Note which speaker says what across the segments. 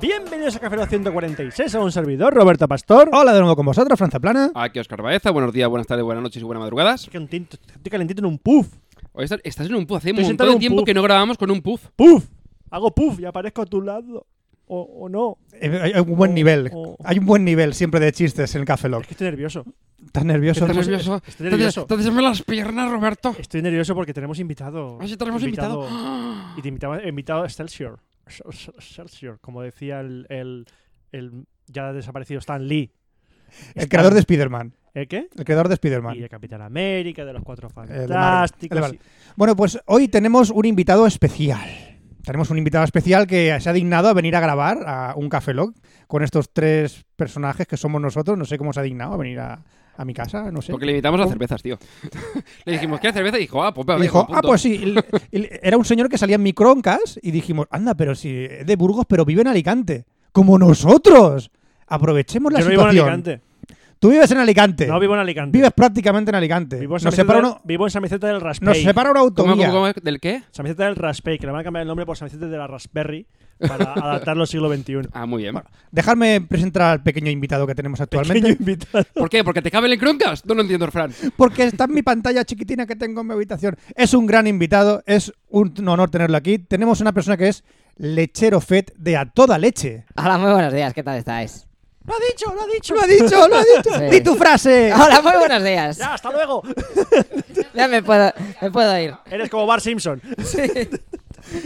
Speaker 1: Bienvenidos a Café Lock 146, a un servidor, Roberto Pastor. Ah,
Speaker 2: Hola de nuevo con vosotros, Franza Plana.
Speaker 3: Aquí Oscar Baeza, buenos días, buenas tardes, buenas noches y buenas madrugadas.
Speaker 1: Estoy calentito, estoy calentito en un puff.
Speaker 3: Hoy estás, estás en un puff, hace
Speaker 1: Estoy
Speaker 3: un
Speaker 1: sentado en
Speaker 3: montón de
Speaker 1: un
Speaker 3: tiempo
Speaker 1: puff.
Speaker 3: que no grabábamos con un puff.
Speaker 1: ¡Puff! Hago puff y aparezco a tu lado. O, o no.
Speaker 2: Eh, Hay hay un buen
Speaker 1: Oh,
Speaker 2: nivel.
Speaker 1: oh.
Speaker 2: Hay un buen nivel siempre de chistes en el Café Lock.
Speaker 1: Es que estoy nervioso.
Speaker 2: ¿Estás nervioso?
Speaker 3: ¿Estás nervioso?
Speaker 1: estoy nervioso.
Speaker 3: ¿Estás desarme las piernas, Roberto?
Speaker 1: Estoy nervioso porque tenemos invitado.
Speaker 3: Ah, sí, tenemos invitado. ¡Ah!
Speaker 1: Y te invitaba, invitado a Excelsior. Excelsior, como decía el, el, el ya desaparecido Stan Lee.
Speaker 2: El creador de Spider-Man.
Speaker 1: ¿El qué?
Speaker 2: El creador de
Speaker 1: Y
Speaker 2: Spider-Man.
Speaker 1: de Capitán América, de los Cuatro
Speaker 2: Marvel, el Eh, de
Speaker 1: Fantásticos.
Speaker 2: Marvel. Bueno, pues hoy tenemos un invitado especial. Tenemos un invitado especial que se ha dignado a venir a grabar a un Café Lock con estos tres personajes que somos nosotros. No sé cómo se ha dignado a venir a, a mi casa, no sé.
Speaker 3: Porque le invitamos a
Speaker 2: Oh.
Speaker 3: cervezas, tío. le dijimos, ¿quieres cerveza? Y dijo, ah, pues
Speaker 2: Y
Speaker 3: vale,
Speaker 2: dijo,
Speaker 3: punto".
Speaker 2: ah, pues sí, el- el- era un señor que salía en microncas y dijimos, anda, pero si es de Burgos, pero vive en Alicante, como nosotros. Aprovechemos la
Speaker 1: Yo no vivo en
Speaker 2: situación.
Speaker 1: Alicante.
Speaker 2: Tú vives en Alicante.
Speaker 1: No vivo en Alicante.
Speaker 2: Vives prácticamente en Alicante.
Speaker 1: Vivo en San
Speaker 2: nos,
Speaker 1: Vicente del-
Speaker 2: separa uno-
Speaker 1: vivo en San Vicente del Raspberry.
Speaker 2: nos separa una
Speaker 3: ¿Cómo,
Speaker 2: autovía.
Speaker 3: cómo, cómo? del qué?
Speaker 1: San Vicente del Raspberry, que le van a cambiar el nombre por San Vicente de la Raspberry para adaptarlo al siglo XXI.
Speaker 3: Ah, muy bien.
Speaker 2: Dejadme presentar al pequeño invitado que tenemos actualmente.
Speaker 1: Pequeño invitado.
Speaker 3: ¿Por qué? ¿Porque te cabe el croncas? No lo entiendo, Fran.
Speaker 2: Porque está en mi pantalla chiquitina que tengo en mi habitación. Es un gran invitado, es un honor tenerlo aquí. Tenemos una persona que es lechero FED de a toda leche.
Speaker 4: Hola, muy buenos días, ¿qué tal estáis?
Speaker 1: Lo ha dicho, lo ha dicho.
Speaker 2: Lo ha dicho, lo ha dicho.
Speaker 4: Sí.
Speaker 2: Di tu frase.
Speaker 4: Hola, muy buenos días.
Speaker 1: Ya, hasta luego.
Speaker 4: Ya me puedo, me puedo ir.
Speaker 1: Eres como Bart Simpson.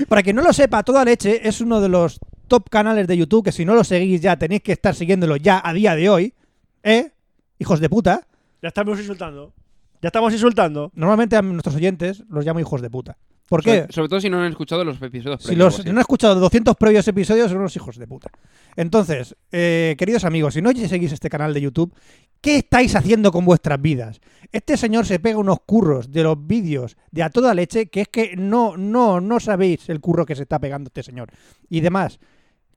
Speaker 2: Para quien no lo sepa, Toda Leche es uno de los top canales de YouTube que si no lo seguís ya tenéis que estar siguiéndolo ya a día de hoy. ¿Eh? Hijos de puta.
Speaker 1: Ya estamos insultando. Ya estamos insultando.
Speaker 2: Normalmente a nuestros oyentes los llamo hijos de puta. ¿Por qué?
Speaker 3: Sobre, sobre todo si no han escuchado los episodios.
Speaker 2: Si
Speaker 3: previos,
Speaker 2: los,
Speaker 3: o
Speaker 2: si
Speaker 3: así.
Speaker 2: no he escuchado 200 previos episodios, son unos hijos de puta. Entonces, eh, queridos amigos, si no seguís este canal de YouTube, ¿qué estáis haciendo con vuestras vidas? Este señor se pega unos curros de los vídeos de a toda leche que es que no, no, no sabéis el curro que se está pegando este señor. Y demás,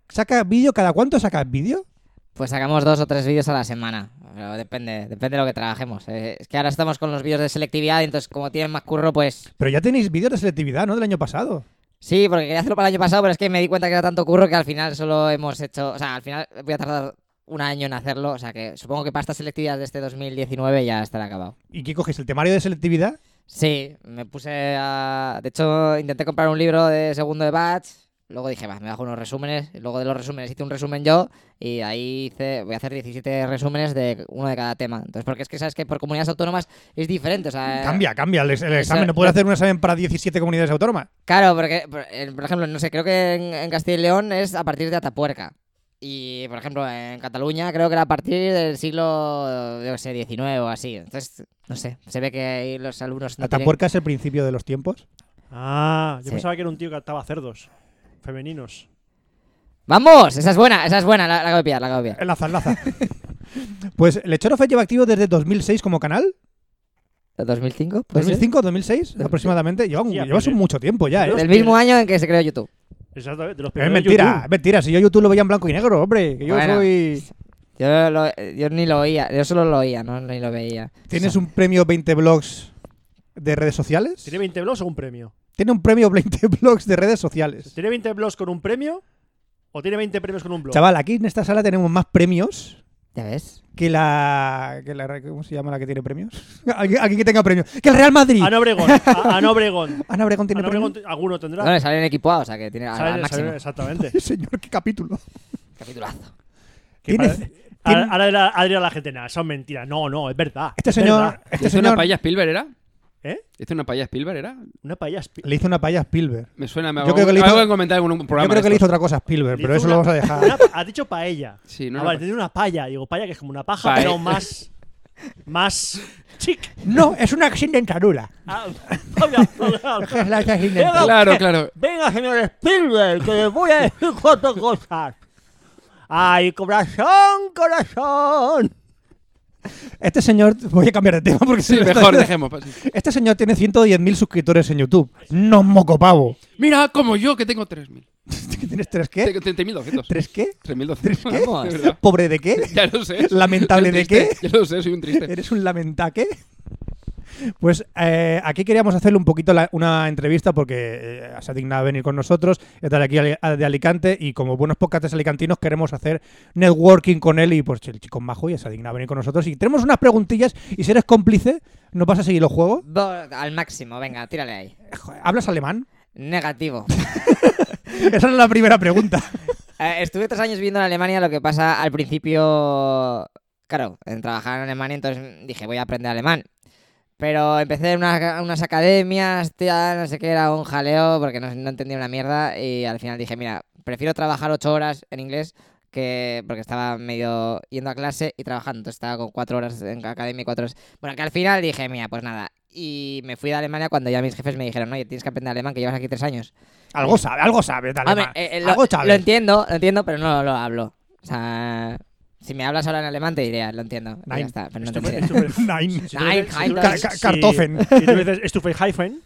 Speaker 2: ¿saca vídeo? ¿Cada cuánto sacas vídeo?
Speaker 4: Pues sacamos dos o tres vídeos a la semana. Pero depende, depende de lo que trabajemos. eh. Es que ahora estamos con los vídeos de selectividad, y entonces como tienen más curro, pues.
Speaker 2: Pero ya tenéis vídeos de selectividad, ¿no? Del año pasado.
Speaker 4: Sí, porque quería hacerlo para el año pasado, pero es que me di cuenta que era tanto curro que al final solo hemos hecho. O sea, al final voy a tardar un año en hacerlo. O sea que supongo que para esta selectividad de este 2019 ya estará acabado.
Speaker 2: ¿Y qué cogéis? ¿El temario de selectividad?
Speaker 4: Sí, me puse a... De hecho, intenté comprar un libro de segundo de batch. Luego dije, va, me bajo unos resúmenes. y Luego de los resúmenes hice un resumen yo. Y ahí hice, voy a hacer 17 resúmenes de uno de cada tema. Entonces, porque es que sabes que por comunidades autónomas es diferente. O sea,
Speaker 2: Cambia, cambia el, el examen.
Speaker 4: Eh, esa-
Speaker 2: ¿No puedes hacer un examen para 17 comunidades autónomas?
Speaker 4: Claro, porque, por eh, por ejemplo, no sé, creo que en, en Castilla y León es a partir de Atapuerca. Y, por ejemplo, en Cataluña creo que era a partir del siglo, yo qué sé, XIX o así. Entonces, no sé, se ve que ahí los alumnos... no tienen-
Speaker 2: ¿Atapuerca es el principio de los tiempos?
Speaker 1: Ah, yo
Speaker 4: Sí.
Speaker 1: pensaba que era un tío que ataba cerdos. Femeninos.
Speaker 4: ¡Vamos! Esa es buena, esa es buena, la, la acabo de pillar, la acabo de pillar.
Speaker 2: Enlaza, enlaza. pues Lechero Fed lleva activo desde 2006 como canal.
Speaker 4: ¿2005? Pues
Speaker 2: ¿2005 2006 aproximadamente? Lleva, un-
Speaker 1: Hostia, pues,
Speaker 2: llevas
Speaker 1: pero-
Speaker 2: un mucho tiempo ya, ¿eh?
Speaker 1: pero-
Speaker 4: Del mismo año en que se creó YouTube.
Speaker 1: Exactamente, de los
Speaker 2: Es
Speaker 1: primeros
Speaker 2: mentira, es
Speaker 1: YouTube.
Speaker 2: mentira. Si yo YouTube lo veía en blanco y negro, hombre. Que yo
Speaker 4: Bueno.
Speaker 2: soy...
Speaker 4: Yo, lo- eh, yo ni lo oía, yo solo lo oía, no ni lo veía.
Speaker 2: ¿Tienes un premio 20 blogs de redes sociales?
Speaker 1: ¿Tiene 20 blogs o un premio?
Speaker 2: Tiene un premio 20 blogs de redes sociales.
Speaker 1: ¿Tiene 20 blogs con un premio? ¿O tiene 20 premios con un blog?
Speaker 2: Chaval, aquí en esta sala tenemos más premios
Speaker 4: ¿Ya ves?
Speaker 2: que la... Que la ¿Cómo se llama la que tiene premios? Alguien alguien que tenga premios. ¡Que el Real Madrid! Ah,
Speaker 1: Ana Obregón. A- Ana Obregón.
Speaker 2: Ana Obregón tiene
Speaker 1: Ana
Speaker 2: premios.
Speaker 1: Obregón te- alguno tendrá.
Speaker 4: Bueno, sale en equipo A, o sea que tiene al,
Speaker 1: Sale-
Speaker 4: al máximo.
Speaker 1: sale- exactamente.
Speaker 2: Sí, Señor, qué capítulo.
Speaker 4: Capitulazo.
Speaker 1: Que
Speaker 2: Tiene-
Speaker 1: para-
Speaker 2: tiene-
Speaker 1: Ahora ahora dirá ahora dirá la gente, nada, son mentiras. No, no, es verdad.
Speaker 2: Este
Speaker 1: es
Speaker 2: señor...
Speaker 1: verdad.
Speaker 2: Este
Speaker 3: ¿Es una
Speaker 2: señor...
Speaker 3: paella Spielberg, era?
Speaker 1: ¿Eh?
Speaker 3: ¿Hizo una paella Spielberg, era?
Speaker 1: Una paella Spi-
Speaker 2: Le hizo una palla a Spielberg.
Speaker 3: Me suena, me
Speaker 2: Yo creo que le
Speaker 3: algo
Speaker 2: hizo-
Speaker 3: en comentar en un programa.
Speaker 2: Yo creo que
Speaker 3: de
Speaker 2: le hizo
Speaker 3: estos.
Speaker 2: otra cosa a Spielberg,
Speaker 1: Le
Speaker 2: pero
Speaker 1: hizo
Speaker 2: eso
Speaker 1: una-
Speaker 2: lo vamos a dejar.
Speaker 1: una- ha dicho paella.
Speaker 3: Sí, no,
Speaker 1: Ah,
Speaker 3: no,
Speaker 1: vale, tiene una palla. Digo, palla que es como una paja,
Speaker 3: Pae-
Speaker 1: pero más. Más. Chic.
Speaker 2: No, es una sin dentadura.
Speaker 1: Ah, venga, venga.
Speaker 2: Es la sin
Speaker 1: Venga,
Speaker 2: dentadura.
Speaker 3: Claro,
Speaker 1: usted.
Speaker 3: claro.
Speaker 1: Venga, señor Spielberg, que le voy a decir cuatro cosas. Ay, corazón, corazón.
Speaker 2: Este señor, voy a cambiar de tema porque se
Speaker 3: Sí,
Speaker 2: me está-
Speaker 3: mejor dejemos. pues, sí.
Speaker 2: Este señor tiene 110.000 suscriptores en YouTube. No es mocopavo.
Speaker 3: Mira, como yo, que tengo 3.000.
Speaker 2: ¿Tienes tres qué?
Speaker 3: Tengo 30.200.
Speaker 2: ¿Tres qué?
Speaker 3: 3.200.
Speaker 4: ¿Qué?
Speaker 3: De verdad.
Speaker 2: ¿Pobre de qué?
Speaker 3: Ya lo sé. soy
Speaker 2: ¿Lamentable
Speaker 3: un
Speaker 2: de
Speaker 3: triste. Ya lo sé, soy un triste.
Speaker 2: ¿Eres un lamentaque? Pues eh, aquí queríamos hacerle un poquito la- una entrevista porque eh, se ha dignado a venir con nosotros, es de aquí al- a- de Alicante y como buenos podcastes alicantinos queremos hacer networking con él y pues el chico es majo y se ha dignado a venir con nosotros y tenemos unas preguntillas y si eres cómplice, ¿nos vas a seguir los juegos?
Speaker 4: Bo- al máximo, venga, tírale ahí.
Speaker 2: Joder, ¿Hablas alemán?
Speaker 4: Negativo.
Speaker 2: Esa es la primera pregunta.
Speaker 4: Eh, estuve tres años viviendo en Alemania, lo que pasa al principio, claro, en trabajar en Alemania, entonces dije, voy a aprender alemán. Pero empecé en unas, unas academias, tía, no sé qué, era un jaleo, porque no, no entendía una mierda, y al final dije, mira, prefiero trabajar ocho horas en inglés, que porque estaba medio yendo a clase y trabajando, entonces estaba con cuatro horas en la academia y cuatro horas... Bueno, que al final dije, mira, pues nada. Y me fui de Alemania cuando ya mis jefes me dijeron, oye, tienes que aprender alemán, que llevas aquí tres años.
Speaker 2: Algo sabe, algo sabe de alemán.
Speaker 4: Hombre, eh, eh,
Speaker 2: algo
Speaker 4: lo,
Speaker 2: sabes.
Speaker 4: lo entiendo, lo entiendo, pero no lo hablo. O sea, si me hablas ahora en alemán te diría, lo entiendo. y
Speaker 2: Nein.
Speaker 4: Ya está, pero no te
Speaker 1: Estupe-
Speaker 4: entiendo.
Speaker 1: estupe-
Speaker 2: Nein.
Speaker 1: si tú
Speaker 4: Nein,
Speaker 1: dices- si tú
Speaker 4: Heifel.
Speaker 1: dices-
Speaker 2: Ca- ca-
Speaker 1: si-
Speaker 2: cartofen.
Speaker 1: Si tú dices Stufenheifen,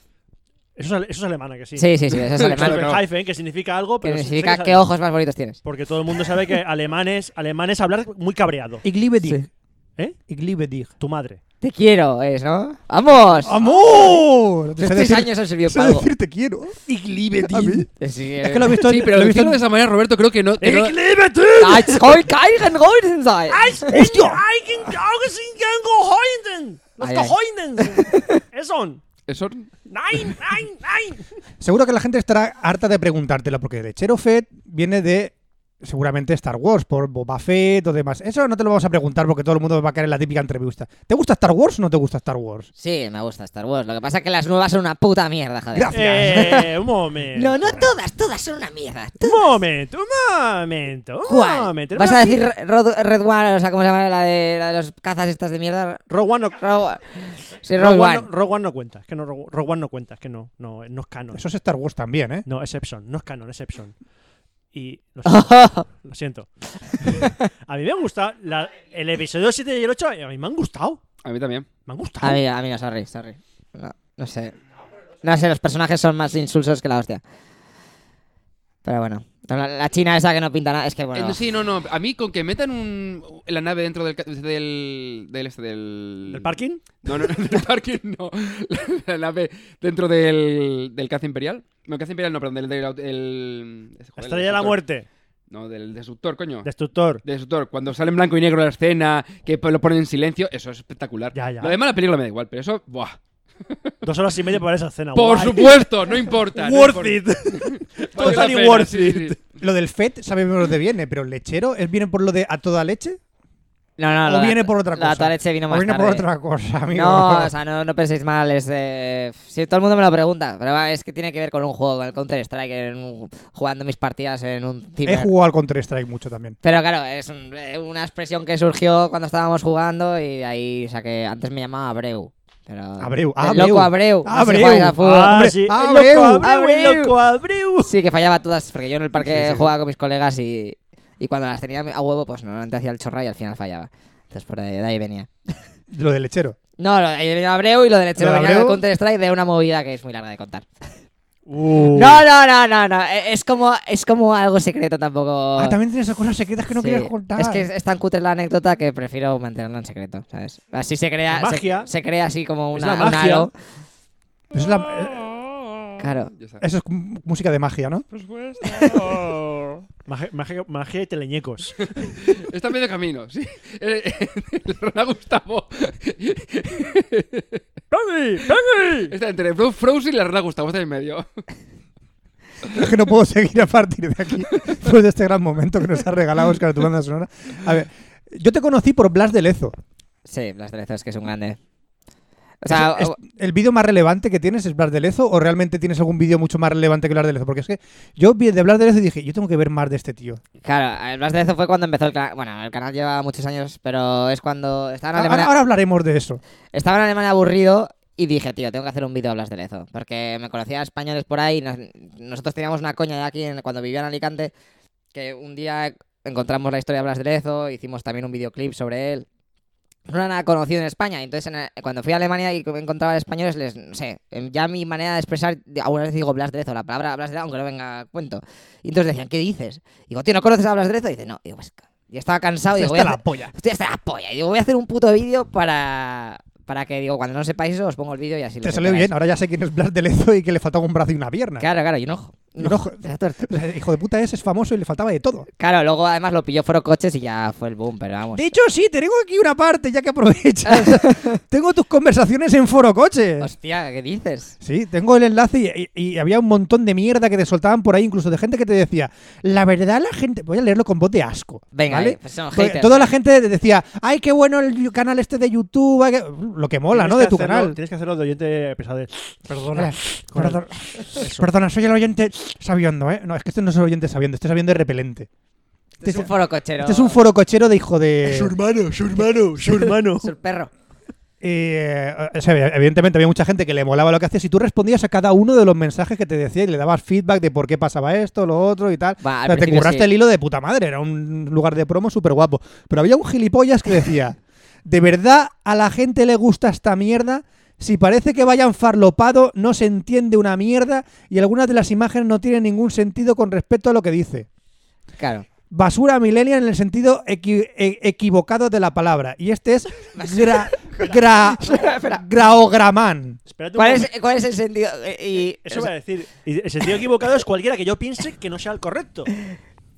Speaker 1: eso es, ale- eso es alemana, que sí.
Speaker 4: Sí, sí, sí, eso es alemán.
Speaker 3: Claro.
Speaker 1: Stufenheifen, que significa algo,
Speaker 4: Que
Speaker 1: pero.
Speaker 4: significa
Speaker 1: sé que
Speaker 4: qué
Speaker 1: sabe-
Speaker 4: ojos más bonitos tienes.
Speaker 1: Porque todo el mundo sabe que alemanes, alemanes hablar muy cabreado.
Speaker 2: Ich liebe dich.
Speaker 1: ¿Eh?
Speaker 2: Ich liebe dich.
Speaker 1: Tu madre.
Speaker 4: Te quiero, es, ¿no? ¡Vamos!
Speaker 2: ¡Amor!
Speaker 4: Los
Speaker 2: Sé
Speaker 4: tres
Speaker 2: decir-
Speaker 4: años han servido
Speaker 2: sé
Speaker 4: para algo.
Speaker 2: decir te quiero. Ich liebe dich.
Speaker 4: Sí,
Speaker 2: Es que lo he visto,
Speaker 3: Sí, pero
Speaker 2: lo he visto
Speaker 3: decirlo de esa manera, Roberto, creo que no.
Speaker 1: ¡Eh,
Speaker 3: que no-
Speaker 4: ¡Als soll keinen Reusen sein!
Speaker 2: ¡Hostia!
Speaker 4: Ay, ay.
Speaker 1: Eso.
Speaker 3: Eso
Speaker 1: Nein, nein, nein.
Speaker 2: Seguro que la gente estará harta de preguntártelo, porque Lechero Fett viene de seguramente Star Wars, por Boba Fett o demás. Eso no te lo vamos a preguntar porque todo el mundo va a caer en la típica entrevista. ¿Te gusta Star Wars o no te gusta Star Wars?
Speaker 4: Sí, me gusta Star Wars. Lo que pasa es que las nuevas son una puta mierda, joder.
Speaker 2: Gracias.
Speaker 1: Eh, un momento.
Speaker 4: No, no todas, todas son una mierda.
Speaker 1: Un momento, un momento. Un
Speaker 2: Ah,
Speaker 4: ¿Cuál?
Speaker 1: momento.
Speaker 4: ¿Vas a decir Rod- Red One, o sea, cómo se llama la de, la de los cazas estas de mierda?
Speaker 1: Rogue One no,
Speaker 4: Rogue Sí,
Speaker 1: Rogue
Speaker 4: Rogue
Speaker 1: One
Speaker 4: One.
Speaker 1: no- Rogue One no cuenta. Es que no, Rogue Rogue One no cuenta. Es que no, no, no es canon.
Speaker 2: Eso es Star Wars también, ¿eh?
Speaker 1: No, Exception. No es canon, Exception. Y lo siento. lo siento. a mí me han gustado. la- el episodio 7 y el 8 a mí me han gustado.
Speaker 3: a mí también.
Speaker 1: Me han gustado.
Speaker 4: A mí, a mí no, sorry, sorry. No, no sé. No sé, los personajes son más insulsos que la hostia. Pero bueno. La, la china esa que no pinta nada, es que bueno.
Speaker 3: Eh, sí, no, no. A mí con que metan un, la nave dentro del, ca- del, del este del.
Speaker 1: ¿El parking?
Speaker 3: No, no, no, del parking no. La, la nave dentro del, del caza imperial. No, caza imperial no, perdón, del. del, el- joder, el
Speaker 1: Estrella de la
Speaker 3: destructor.
Speaker 1: muerte.
Speaker 3: No, del destructor, coño.
Speaker 1: Destructor.
Speaker 3: Destructor, cuando sale en blanco y negro la escena, que lo ponen en silencio, eso es espectacular.
Speaker 1: Ya, ya.
Speaker 3: Lo demás la película me da igual, pero eso, buah.
Speaker 1: Dos horas y media para esa escena.
Speaker 3: Por
Speaker 1: Guay.
Speaker 3: supuesto, no importa. no
Speaker 1: Worth
Speaker 3: importa.
Speaker 1: it.
Speaker 3: Vale la
Speaker 1: Totally
Speaker 3: pena,
Speaker 1: worth
Speaker 3: sí,
Speaker 1: it.
Speaker 3: sí, sí.
Speaker 2: Lo del Fett sabemos de dónde viene, pero lechero es viene por lo de a toda leche
Speaker 4: no, no,
Speaker 2: o
Speaker 4: la-
Speaker 2: viene por otra cosa.
Speaker 4: La toaleche vino
Speaker 2: O
Speaker 4: más
Speaker 2: viene
Speaker 4: tarde.
Speaker 2: por otra cosa, amigo.
Speaker 4: No, o sea, no, no penséis mal. Es, eh, sí, todo el mundo me lo pregunta. Pero va, es que tiene que ver con un juego, con el Counter-Strike, en un- jugando mis partidas en un
Speaker 2: He
Speaker 4: ciber.
Speaker 2: jugado al Counter Strike mucho también.
Speaker 4: Pero claro, es un- eh, una expresión que surgió cuando estábamos jugando y de ahí, o sea, que antes me llamaba Abreu. Pero
Speaker 2: Abreu,
Speaker 4: El
Speaker 2: Abreu.
Speaker 4: loco Abreu. no sé
Speaker 2: Abreu.
Speaker 4: jugáis al fútbol.
Speaker 1: Ah,
Speaker 2: Hombre,
Speaker 1: sí. El
Speaker 2: Abreu.
Speaker 1: loco Abreu. el
Speaker 4: Abreu.
Speaker 1: loco Abreu.
Speaker 4: Sí, que fallaba todas, porque yo en el parque
Speaker 2: Sí, sí, sí.
Speaker 4: jugaba con mis colegas y, y cuando las tenía a huevo, pues normalmente hacía el chorra y al final fallaba. Entonces por ahí, de ahí venía.
Speaker 2: Lo del lechero.
Speaker 4: No, lo de ahí venía Abreu y lo del lechero
Speaker 2: Lo de
Speaker 4: venía del
Speaker 2: Abreu.
Speaker 4: Counter Strike de una movida que es muy larga de contar.
Speaker 1: Uh.
Speaker 4: No, no, no, no, no. e- Es como, es como algo secreto tampoco.
Speaker 2: Ah, también tienes esas cosas secretas que no
Speaker 4: Oh. Sí.
Speaker 2: quieres contar.
Speaker 4: Es que es, es tan cutre la anécdota que prefiero mantenerla en secreto, ¿sabes? Así se crea.
Speaker 1: La
Speaker 4: se-
Speaker 1: magia.
Speaker 4: Se, crea así como
Speaker 1: Es
Speaker 4: una,
Speaker 1: la
Speaker 4: un
Speaker 1: magia.
Speaker 4: halo.
Speaker 2: Eso es, la- eh,
Speaker 1: Oh,
Speaker 4: Claro.
Speaker 3: Ya está.
Speaker 2: eso es m- música de magia, ¿no?
Speaker 1: Magia, magia- magia y teleñecos.
Speaker 3: Está medio camino, sí. Eh, eh, Ronald Gustavo.
Speaker 1: ¡Tangi! ¡Tangi!
Speaker 3: Está entre Bro- Frozen y la Ronald Gustavo, está en medio.
Speaker 2: Es que no puedo seguir a partir de aquí. Después de este gran momento que nos ha regalado Oscar tu banda sonora. A ver, yo te conocí por Blas de Lezo.
Speaker 4: Sí, Blas de Lezo es que es un grande. O sea,
Speaker 2: Es- es- ¿El vídeo más relevante que tienes es Blas de Lezo o realmente tienes algún vídeo mucho más relevante que Blas de Lezo? Porque es que yo vi el de Blas de Lezo y dije, yo tengo que ver más de este tío.
Speaker 4: claro, además de eso fue cuando empezó el canal. Bueno, el canal lleva muchos años, pero es cuando estaba en
Speaker 1: Ah,
Speaker 2: Ahora,
Speaker 4: Alemania,
Speaker 2: ahora hablaremos de eso.
Speaker 4: estaba en Alemania aburrido y dije, tío, tengo que hacer un vídeo de Blas de Lezo. Porque me conocía españoles por ahí. y nos- nosotros teníamos una coña ya aquí en- cuando vivía en Alicante, que un día encontramos la historia de Blas de Lezo, hicimos también un videoclip sobre él. No era nada conocido en España, y entonces en el- cuando fui a Alemania y encontraba españoles, les, no sé, em, ya mi manera de expresar, de- alguna vez digo Blas de Lezo, la palabra Blas de Lezo, aunque no venga a cuento. Y entonces decían, ¿qué dices? Digo, tío, ¿no conoces a Blas de Lezo? Y dice, no, digo, pues, ya estaba cansado, digo,
Speaker 2: Está
Speaker 4: voy a
Speaker 2: la
Speaker 4: hacer-
Speaker 2: polla.
Speaker 4: Estoy hasta la polla. Y digo, voy a hacer un puto vídeo para, para que, digo, cuando no sepáis eso, os pongo el vídeo y así
Speaker 2: Te
Speaker 4: los
Speaker 2: salió
Speaker 4: enteráis.
Speaker 2: bien, ahora ya sé quién es Blas de Lezo y que le faltaba un brazo y una pierna.
Speaker 4: Claro, claro, y un ojo.
Speaker 2: Y un ojo.
Speaker 4: de la tuerta.
Speaker 2: O sea, hijo de puta ese es famoso y le faltaba de todo.
Speaker 4: Claro, luego además lo pilló Foro Coches y ya fue el boom, pero vamos.
Speaker 2: De hecho, sí, tengo aquí una parte, ya que aprovechas. tengo tus conversaciones en Foro Coches.
Speaker 4: Hostia, ¿qué dices?
Speaker 2: Sí, tengo el enlace y, y- y había un montón de mierda que te soltaban por ahí, incluso de gente que te decía, la verdad la gente, voy a leerlo con voz de asco.
Speaker 4: Venga,
Speaker 2: ¿vale?
Speaker 4: ahí, pues son
Speaker 2: Porque
Speaker 4: haters.
Speaker 2: toda la gente decía, ay, qué bueno el yu- canal este de YouTube, ay, qué-". lo que mola,
Speaker 1: Tienes
Speaker 2: ¿no?
Speaker 1: que
Speaker 2: De tu
Speaker 1: hacerlo-
Speaker 2: canal.
Speaker 1: Tienes que hacerlo de oyente pesadez.
Speaker 2: Perdona,
Speaker 1: con el-
Speaker 2: perdona, perdona, soy el oyente sabiendo, ¿eh? No, es que este no es el oyente sabiendo, este sabiendo es repelente.
Speaker 4: Este es un foro cochero.
Speaker 2: Este es un foro cochero de hijo de...
Speaker 1: hermano, su hermano, su hermano.
Speaker 4: Es un perro.
Speaker 2: Eh, o sea, evidentemente había mucha gente que le molaba lo que hacías y tú respondías a cada uno de los mensajes que te decía y le dabas feedback de por qué pasaba esto, lo otro y tal.
Speaker 4: Va, al
Speaker 2: O sea, te
Speaker 4: principio
Speaker 2: curraste
Speaker 4: sí.
Speaker 2: el hilo de puta madre, era un lugar de promo súper guapo. Pero había un gilipollas que decía, ¿de verdad a la gente le gusta esta mierda? Si parece que vayan farlopado, no se entiende una mierda y algunas de las imágenes no tienen ningún sentido con respecto a lo que dice.
Speaker 4: Claro.
Speaker 2: Basura millennial en el sentido equi- e- equivocado de la palabra. Y este es gra, gra, graograman.
Speaker 1: Espérate un
Speaker 4: ¿Cuál
Speaker 1: momento.
Speaker 4: es, ¿Cuál es el sentido? Eh, y-
Speaker 1: Eso va a decir. Y el sentido equivocado es cualquiera que yo piense que no sea el correcto.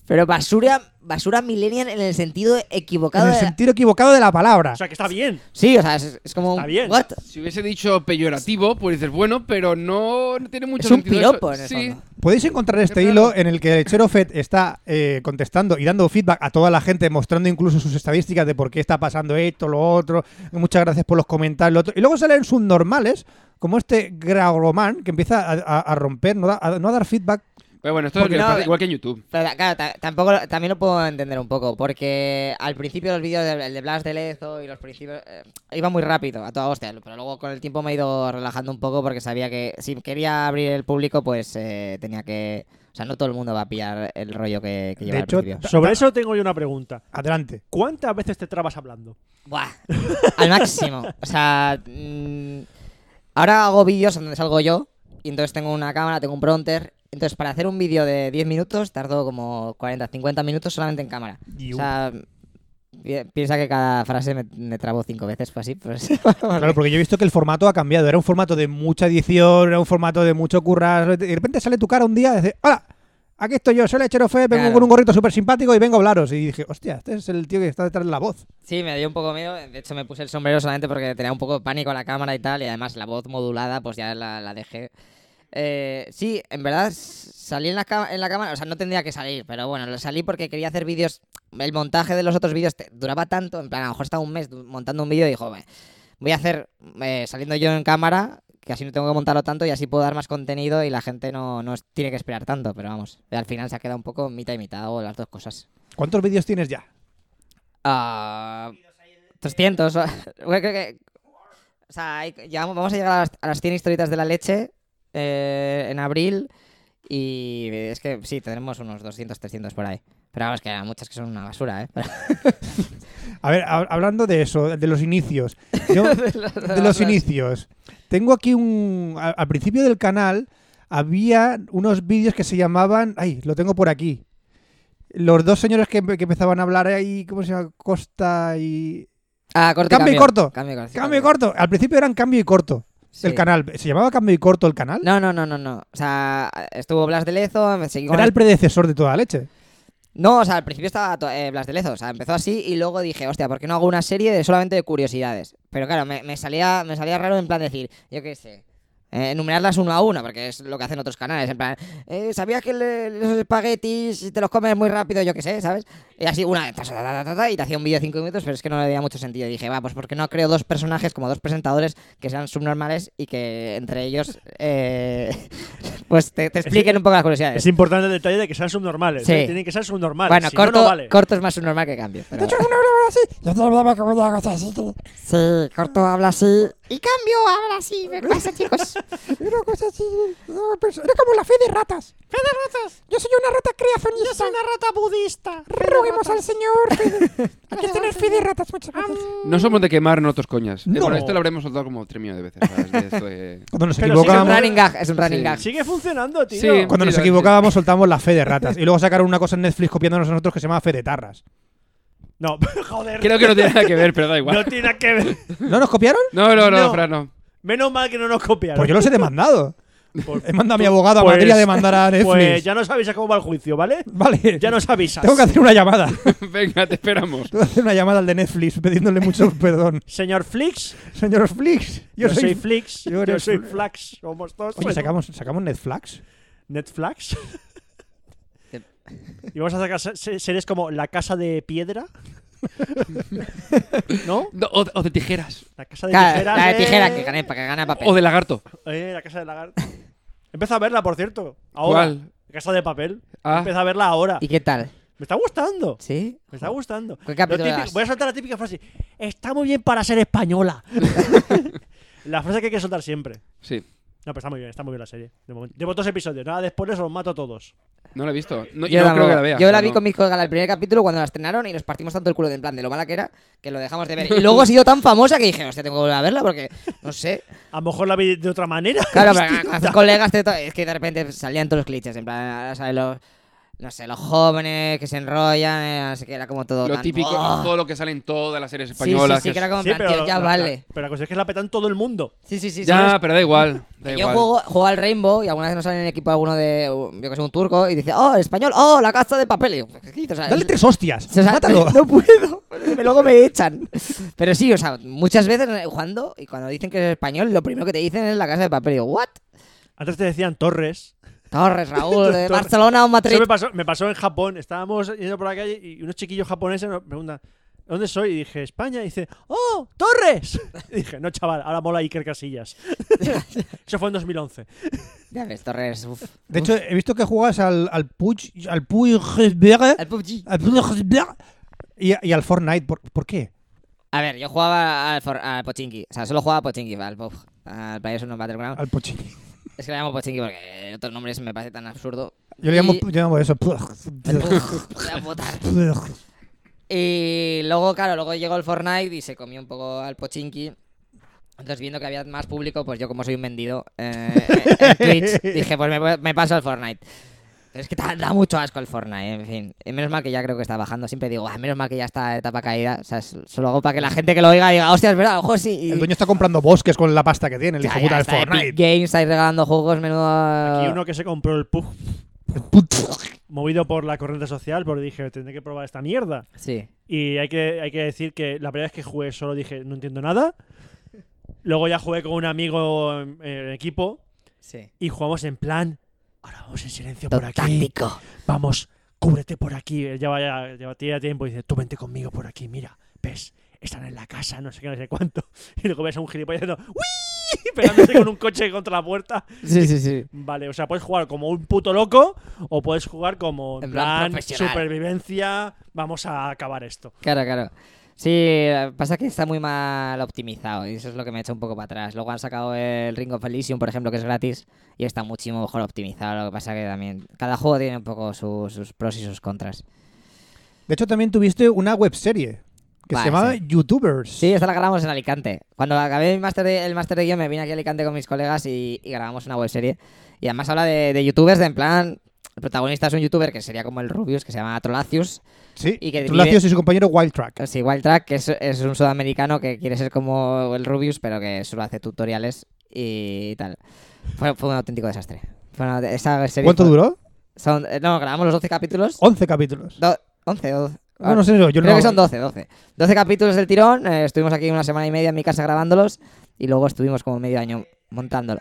Speaker 4: Pero basura, basura millennial en el sentido equivocado.
Speaker 2: En el
Speaker 4: de la-
Speaker 2: sentido equivocado de la palabra.
Speaker 1: O sea, que está bien.
Speaker 4: Sí, o sea, es, es como
Speaker 1: Está
Speaker 4: un.
Speaker 1: bien.
Speaker 4: What?
Speaker 3: Si hubiese dicho peyorativo, pues dices, bueno, pero no, no tiene mucho
Speaker 4: Es un
Speaker 3: sentido
Speaker 4: piropo
Speaker 3: eso.
Speaker 4: en el
Speaker 3: Sí.
Speaker 4: fondo.
Speaker 2: Podéis encontrar este
Speaker 3: Qué
Speaker 2: hilo
Speaker 3: raro.
Speaker 2: en el que el Cherofet está eh, contestando y dando feedback a toda la gente, mostrando incluso sus estadísticas de por qué está pasando esto, lo otro. Muchas gracias por los comentarios, lo otro. Y luego salen subnormales, como este Graograman, que empieza a, a- a romper, no, da- a, no a dar feedback.
Speaker 3: Pero bueno, esto
Speaker 4: Porque
Speaker 3: es
Speaker 4: no-
Speaker 3: igual que en YouTube.
Speaker 4: Pero ta- claro, ta- tampoco lo- también lo puedo entender un poco, porque al principio los vídeos del el de Blas de Lezo y los principios eh, iba muy rápido, a toda hostia, pero luego con el tiempo me he ido relajando un poco porque sabía que si quería abrir el público, pues eh, tenía que... O sea, no todo el mundo va a pillar el rollo que, que lleva
Speaker 2: De hecho,
Speaker 4: al principio.
Speaker 1: Sobre eso tengo yo una pregunta.
Speaker 2: Adelante.
Speaker 1: ¿Cuántas veces te trabas hablando?
Speaker 4: Buah, al máximo. O sea, mm, ahora hago vídeos donde salgo yo. Y entonces tengo una cámara, tengo un pronter. Entonces, para hacer un vídeo de 10 minutos, tardo como 40, 50 minutos solamente en cámara.
Speaker 1: Diu.
Speaker 4: O sea, pi- piensa que cada frase me, me trabo cinco veces, pues así. Pues,
Speaker 2: Claro, porque yo he visto que el formato ha cambiado. Era un formato de mucha edición, era un formato de mucho currar. Y de repente sale tu cara un día y dices, hola, aquí estoy yo, soy Lecherofet, vengo
Speaker 4: Claro.
Speaker 2: con un gorrito súper simpático y vengo a hablaros. Y dije, hostia, este es el tío que está detrás de la voz.
Speaker 4: sí, me dio un poco miedo. De hecho, me puse el sombrero solamente porque tenía un poco de pánico a la cámara y tal. Y además, la voz modulada, pues ya la, la dejé. Eh, sí, en verdad s- salí en la, ca- en la cámara, o sea, no tendría que salir, pero bueno, lo salí porque quería hacer vídeos. El montaje de los otros vídeos te- duraba tanto, en plan, a lo mejor estaba un mes du- montando un vídeo y dijo, "Bueno, voy a hacer eh, saliendo yo en cámara, que así no tengo que montarlo tanto y así puedo dar más contenido y la gente no, no es- tiene que esperar tanto, pero vamos, al final se ha quedado un poco mitad y mitad o las dos cosas.
Speaker 2: ¿Cuántos vídeos tienes ya?
Speaker 4: Ah, 300. o- Bueno, creo que- o sea, hay- llegamos- vamos a llegar a las, a las 100 historietas de la leche eh, en abril. Y es que sí, tendremos unos 200, 300 por ahí. Pero vamos, que hay muchas que son una basura, ¿eh?
Speaker 2: A ver, hab- hablando de eso, de los inicios. Yo, de los inicios. Tengo aquí un. a- Al principio del canal había unos vídeos que se llamaban. Ay, lo tengo por aquí. Los dos señores que, empe- que empezaban a hablar ahí, ¿cómo se llama? Costa y.
Speaker 4: Ah, corte,
Speaker 2: Cambio y corto.
Speaker 4: Cambio y corto. sí,
Speaker 2: Cambio y corto. Al principio eran cambio y corto.
Speaker 4: Sí.
Speaker 2: El canal. ¿Se llamaba cambio y corto el canal?
Speaker 4: No, no, no, no, no. O sea, estuvo Blas de Lezo, me seguí con
Speaker 2: Era
Speaker 4: el-
Speaker 2: el predecesor de toda leche.
Speaker 4: No, o sea, al principio estaba to- eh, Blas de Lezo, o sea, empezó así y luego dije, hostia, ¿por qué no hago una serie de solamente de curiosidades? Pero claro, me, me salía me salía raro en plan decir, yo qué sé, eh, enumerarlas uno a uno, porque es lo que hacen otros canales. En plan, eh, ¿sabías que le- los espaguetis si te los comes muy rápido? Yo qué sé, ¿sabes? Y así una vez, ta, ta, ta, ta, ta, y te hacía un vídeo de 5 minutos, pero es que no le veía mucho sentido. Y dije, va, pues porque no creo dos personajes como dos presentadores que sean subnormales y que entre ellos, eh, pues te, te expliquen un poco las curiosidades.
Speaker 1: Es importante el detalle de que sean subnormales.
Speaker 4: Eh. Sí.
Speaker 1: ¿eh? Tienen que ser subnormales.
Speaker 4: bueno,
Speaker 1: si no,
Speaker 4: corto,
Speaker 1: no vale.
Speaker 4: corto es más subnormal que cambio. pero- Sí, corto habla así. Y cambio habla así. Me pasa, chicos.
Speaker 2: Una cosa así. una persona- Era como la fe de ratas. ¡Fe de ratas! Yo soy una rata creacionista. Yo soy una rata budista. Roguemos al Señor. fe de- Hay que tener fe de ratas muchas veces.
Speaker 3: No somos de quemar notos coñas. Eh,
Speaker 2: No.
Speaker 3: bueno, esto lo habremos soltado como tres millones de veces. ¿sabes? De esto eh. de-
Speaker 2: Cuando nos
Speaker 1: Pero
Speaker 4: Es un
Speaker 1: Vamos.
Speaker 4: running gag, es un running
Speaker 3: Sí.
Speaker 4: gag.
Speaker 1: Sigue funcionando, tío.
Speaker 3: Sí.
Speaker 2: Cuando nos
Speaker 3: Mira,
Speaker 2: equivocábamos soltamos la fe de ratas. Y luego sacaron una cosa en Netflix copiándonos a nosotros que se llama fe de tarras.
Speaker 1: No, joder.
Speaker 3: Creo que no tiene nada que ver, pero da
Speaker 1: No
Speaker 3: igual.
Speaker 1: tiene nada que ver.
Speaker 2: ¿No nos copiaron?
Speaker 3: No, no, no,
Speaker 1: No.
Speaker 3: Fran, no.
Speaker 1: Menos mal que no nos copiaron.
Speaker 2: Pues yo los he demandado.
Speaker 1: Por-
Speaker 2: He mandado a mi abogado a
Speaker 1: Pues-
Speaker 2: Madrid a demandar a Netflix.
Speaker 1: Pues ya nos avisa cómo va el juicio, ¿vale?
Speaker 2: Vale.
Speaker 1: Ya nos avisas.
Speaker 2: Tengo que hacer una llamada.
Speaker 3: Venga, te esperamos.
Speaker 2: Tengo que hacer una llamada al de Netflix pidiéndole mucho perdón.
Speaker 1: Señor Flix,
Speaker 2: Señor Flix,
Speaker 1: yo,
Speaker 2: yo,
Speaker 1: soy,
Speaker 2: soy...
Speaker 1: Flix,
Speaker 2: yo
Speaker 1: yo,
Speaker 2: eres-
Speaker 1: soy Flax, somos dos.
Speaker 2: Oye, ¿sacamos, ¿sacamos Netflix?
Speaker 1: Netflix. y vamos a sacar se- se- series como La Casa de Piedra. ¿No?
Speaker 3: No, o, de- o de tijeras.
Speaker 1: La Casa de
Speaker 4: Claro,
Speaker 1: Tijeras.
Speaker 4: la de
Speaker 1: eh.
Speaker 4: tijera que gane, para que gane papel.
Speaker 3: O de lagarto.
Speaker 1: Eh, la Casa de Lagarto. Empezó a verla, por cierto. Ahora.
Speaker 3: ¿Cuál?
Speaker 1: La Casa de Papel.
Speaker 3: Ah.
Speaker 1: Empezó a verla ahora.
Speaker 4: ¿Y qué tal?
Speaker 1: Me está gustando.
Speaker 4: ¿Sí?
Speaker 1: Me está gustando.
Speaker 4: ¿Qué capítulo
Speaker 1: Lo típico-
Speaker 4: das?
Speaker 1: voy a soltar la típica frase. Está muy bien para ser española. la frase que hay que soltar siempre.
Speaker 3: Sí.
Speaker 1: No, pero está muy bien, está muy bien la serie. De momento. Llevo dos episodios. Nada, después los mato a todos.
Speaker 3: No la he visto. No,
Speaker 4: Yo,
Speaker 3: no
Speaker 4: la,
Speaker 3: creo que la vea.
Speaker 4: yo la
Speaker 3: No,
Speaker 4: vi
Speaker 3: no.
Speaker 4: con mis colegas el primer capítulo cuando la estrenaron y nos partimos tanto el culo de en plan de lo mala que era que lo dejamos de ver. Y luego ha sido tan famosa que dije, hostia, tengo que volver a verla porque, no sé.
Speaker 1: A lo mejor la vi de otra manera.
Speaker 4: Claro, pero con tus colegas te to- es que de repente salían todos los clichés. En plan, ahora sabes los, no sé, los jóvenes que se enrollan, eh, así que era como todo
Speaker 3: Lo
Speaker 4: tan-
Speaker 3: típico,
Speaker 4: ¡Oh!
Speaker 3: todo lo que sale en todas las series
Speaker 4: Sí, sí,
Speaker 3: españolas.
Speaker 4: sí,
Speaker 3: que
Speaker 4: que
Speaker 3: es-
Speaker 4: era como en
Speaker 1: Sí,
Speaker 4: plan, tío, ya
Speaker 1: la-
Speaker 4: vale.
Speaker 1: pero la cuestión es que la petan todo el mundo.
Speaker 4: Sí, sí, sí.
Speaker 3: ya,
Speaker 4: sí,
Speaker 3: pero da igual. Da
Speaker 4: Yo
Speaker 3: igual.
Speaker 4: juego, juego al Rainbow y alguna vez nos sale en el equipo alguno de, yo que sé, un turco y dice, oh, el español, oh, la casa de papel. Y yo, ¿qué dices? O sea,
Speaker 2: Dale
Speaker 4: es-
Speaker 2: tres hostias.
Speaker 4: o sea,
Speaker 2: Mátalo.
Speaker 4: No puedo, me- luego me echan. Pero sí, o sea, muchas veces eh, jugando y cuando dicen que es español, lo primero que te dicen es la casa de papel. Y yo, ¿what?
Speaker 1: Antes te decían Torres.
Speaker 4: Torres, Raúl, de
Speaker 1: Torres.
Speaker 4: Barcelona o Madrid.
Speaker 1: Eso me pasó, me pasó en Japón. Estábamos yendo por la calle y unos chiquillos japoneses nos preguntan, ¿dónde soy? Y dije, España. Y dice, ¡Oh, Torres! Y dije, no, chaval, ahora mola Iker Casillas. Eso fue en 2011.
Speaker 4: Ya ves, Torres, uf.
Speaker 2: De hecho, he visto que juegas al, al Puig, al Puigberg,
Speaker 4: El PUBG.
Speaker 2: al Puigberg y, y al Fortnite. ¿Por, por qué?
Speaker 4: A ver, yo jugaba al, for- al Pochinki. O sea, solo jugaba a Pochinki, al PUBG. Al PlayerUnknown's Battleground.
Speaker 2: Al Puchini.
Speaker 4: Es que le llamo Pochinki porque el otro nombre se me parece tan absurdo.
Speaker 2: Yo le llamo,
Speaker 4: Y-
Speaker 2: yo llamo eso.
Speaker 4: Voy a votar. Y luego, claro, luego llegó el Fortnite y se comió un poco al pochinki. Entonces, viendo que había más público, pues yo como soy un vendido eh, en Twitch, dije, pues me, me paso al Fortnite. Pero es que da, da mucho asco el Fortnite, en fin. Y menos mal que ya creo que está bajando. Siempre digo, "Ah, menos mal que ya está etapa caída. O sea, es- solo hago para que la gente que lo oiga diga, hostia, es verdad, ojo, sí. Y,
Speaker 2: El dueño está comprando bosques con la pasta que tiene, el
Speaker 4: Ya,
Speaker 2: hijo
Speaker 4: ya
Speaker 2: puta del
Speaker 4: está Epic
Speaker 2: Fortnite.
Speaker 4: Games ahí regalando juegos, menudo...
Speaker 1: Y uno que se compró el PUG
Speaker 2: Put-
Speaker 1: movido por la corriente social, porque dije, tendré que probar esta mierda.
Speaker 4: Sí.
Speaker 1: Y hay que, hay que decir que la primera vez que jugué solo dije, no entiendo nada. Luego ya jugué con un amigo en, en equipo
Speaker 4: Sí.
Speaker 1: y jugamos en plan, ahora vamos en silencio por
Speaker 4: Todo
Speaker 1: aquí,
Speaker 4: táctico.
Speaker 1: vamos, cúbrete por aquí. Él lleva ya lleva tira tiempo y dice, tú vente conmigo por aquí, mira, ves, están en la casa, no sé qué, no sé cuánto. Y luego ves a un gilipollas haciendo, "Uy", pegándose con un coche contra la puerta.
Speaker 4: Sí, sí, sí.
Speaker 1: Vale, o sea, puedes jugar como un puto loco o puedes jugar como en
Speaker 4: En plan
Speaker 1: plan,
Speaker 4: profesional.
Speaker 1: supervivencia, vamos a acabar esto.
Speaker 4: Claro, claro. Sí, pasa que está muy mal optimizado y eso es lo que me echa un poco para atrás. Luego han sacado el Ring of Elysium, por ejemplo, que es gratis y está muchísimo mejor optimizado. Lo que pasa que también cada juego tiene un poco su- sus pros y sus contras.
Speaker 2: De hecho, también tuviste una webserie que se
Speaker 4: Vale,
Speaker 2: llamaba
Speaker 4: sí.
Speaker 2: YouTubers.
Speaker 4: Sí, esta la grabamos en Alicante. Cuando acabé mi máster de- el máster de guión me vine aquí a Alicante con mis colegas y, y grabamos una webserie. Y además habla de, de youtubers, de en plan... El protagonista es un youtuber que sería como el Rubius, que se llama Trolacius,
Speaker 2: Sí,
Speaker 4: Y que
Speaker 2: Trulacios y su compañero Wild Track.
Speaker 4: Pues Sí, Wild Track, que es, es un sudamericano que quiere ser como el Rubius, pero que solo hace tutoriales y tal. Fue, fue un auténtico desastre. Fue una- esa serie
Speaker 2: ¿Cuánto
Speaker 4: fue-
Speaker 2: duró?
Speaker 4: Son, eh, no, grabamos los 12 capítulos.
Speaker 2: 11 capítulos.
Speaker 4: Do- 11 o 12.
Speaker 2: Ah, No, no sé, yo
Speaker 4: Ah, Creo
Speaker 2: no-
Speaker 4: que son 12, 12. 12 capítulos del tirón. eh, estuvimos aquí una semana y media en mi casa grabándolos y luego estuvimos como medio año montándolo.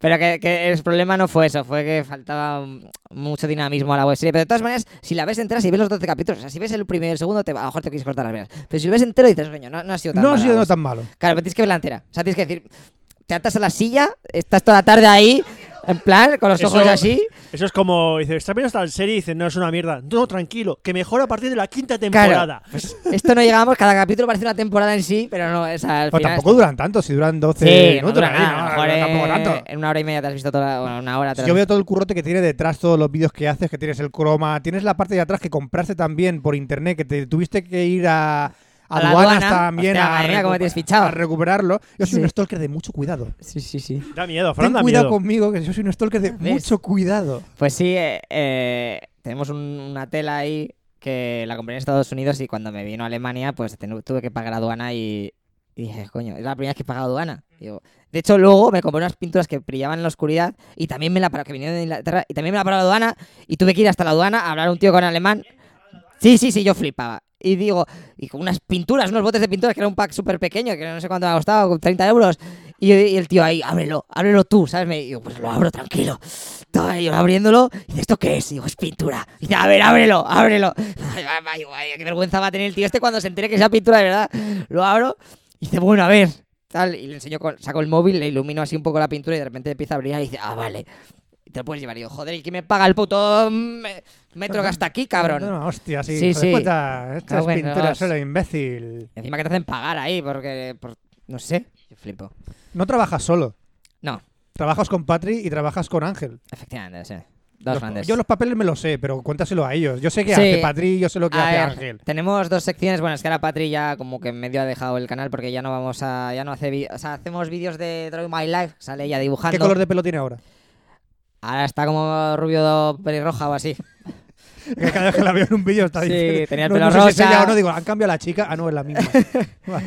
Speaker 4: Pero que, que el problema no fue eso, fue que faltaba mm, mucho dinamismo a la web serie. Pero de todas maneras, si la ves entera, si ves los 12 capítulos, o sea, si ves el primero y el segundo, te, a lo mejor te quieres cortar las venas. Pero si lo ves entero, dices, coño, no, no ha sido tan
Speaker 2: No ha
Speaker 4: mala
Speaker 2: sido
Speaker 4: la
Speaker 2: no
Speaker 4: web
Speaker 2: tan malo.
Speaker 4: Claro, pero tienes que verla entera. O sea, tienes que decir, te atas a la silla, estás toda la tarde ahí, en plan, con los
Speaker 1: Eso-
Speaker 4: ojos así.
Speaker 1: Eso es como, dice, ¿estás viendo esta serie? Y dice, no, es una mierda. No, tranquilo, que mejora a partir de la quinta temporada.
Speaker 4: Esto no llegamos, cada capítulo parece una temporada en sí, pero no, es al
Speaker 2: Pero
Speaker 4: final.
Speaker 2: tampoco duran tanto, si duran 12
Speaker 4: Sí, no
Speaker 2: minutos.
Speaker 4: dura
Speaker 2: ahí,
Speaker 4: nada, a lo mejor,
Speaker 2: no, tampoco
Speaker 4: eh,
Speaker 2: tanto.
Speaker 4: en una hora y media te has visto toda, bueno, una hora. te
Speaker 2: Si
Speaker 4: la-
Speaker 2: yo veo todo el currote que tiene detrás, todos los vídeos que haces, que tienes el croma, tienes la parte de atrás que compraste también por internet, que te tuviste que ir a, a
Speaker 4: A la
Speaker 2: aduanas
Speaker 4: aduana.
Speaker 2: también
Speaker 4: Hostia,
Speaker 2: a,
Speaker 4: madre mía, cómo te has
Speaker 2: recuperar-
Speaker 4: fichado.
Speaker 2: a recuperarlo. Yo soy
Speaker 4: Sí.
Speaker 2: un stalker de mucho cuidado.
Speaker 4: Sí, sí, sí.
Speaker 1: Da miedo, Fran,
Speaker 2: Ten
Speaker 1: da
Speaker 2: cuidado
Speaker 1: miedo.
Speaker 2: conmigo, que yo soy un stalker de
Speaker 4: ¿Ves?
Speaker 2: mucho cuidado.
Speaker 4: Pues sí, eh, eh, tenemos un- una tela ahí que la compré en Estados Unidos y cuando me vino a Alemania, pues tenu- tuve que pagar aduana y, y dije, coño, es la primera vez que he pagado aduana. Digo, de hecho, luego me compré unas pinturas que brillaban en la oscuridad y también me la paró, que vinieron de Inglaterra, y también me la paró la aduana y tuve que ir hasta la aduana a hablar a un tío con alemán. Sí, sí, sí, yo flipaba. Y digo, y con unas pinturas, unos botes de pinturas que era un pack súper pequeño, que no sé cuánto me ha costado, con 30 euros. Y, yo- y el tío ahí, ábrelo, ábrelo tú, ¿sabes? Me digo, pues lo abro tranquilo. Estaba yo abriéndolo. Y dice, ¿esto qué es? Y digo, es pintura. Y dice, a ver, ábrelo, ábrelo. Ay, ay, ay, ay, qué vergüenza va a tener el tío este cuando se entere que sea pintura de verdad. Lo abro. Y dice, bueno, a ver. Tal, y le enseño, con- saco el móvil, le ilumino así un poco la pintura y de repente empieza a brillar y dice, ah, vale. Y te lo puedes llevar. Y digo, joder, ¿y quién me paga el puto mm, metro que hasta aquí, cabrón?
Speaker 2: No, hostia, sí.
Speaker 4: Sí,
Speaker 2: hijo de
Speaker 4: sí.
Speaker 2: puta, estas
Speaker 4: Cago en
Speaker 2: pinturas
Speaker 4: Dios.
Speaker 2: solo imbécil.
Speaker 4: Y Encima que te hacen pagar ahí, porque. por- no sé. Yo flipo.
Speaker 2: No trabajas solo.
Speaker 4: No.
Speaker 2: Trabajas con Patri y trabajas con Ángel.
Speaker 4: Efectivamente, sí. Dos
Speaker 2: Los-
Speaker 4: grandes.
Speaker 2: yo los papeles me los sé, pero cuéntaselo a ellos. Yo sé qué
Speaker 4: Sí.
Speaker 2: hace Patri, yo sé lo que
Speaker 4: A
Speaker 2: hace
Speaker 4: ver,
Speaker 2: Ángel.
Speaker 4: Tenemos dos secciones. Bueno, es que ahora Patri ya como que medio ha dejado el canal porque ya no vamos a. Ya no hace. vi- O sea, hacemos vídeos de Draw My Life. Sale ella dibujando.
Speaker 2: ¿Qué color de pelo tiene ahora?
Speaker 4: Ahora está como rubio pelirroja o así.
Speaker 2: Que cada vez que la veo en un vídeo está
Speaker 4: Sí,
Speaker 2: diciendo.
Speaker 4: tenía el
Speaker 2: no,
Speaker 4: pelo
Speaker 2: no sé si es
Speaker 4: rosa.
Speaker 2: ella o no, digo, han cambiado la chica. Ah, no, es la misma. Vale.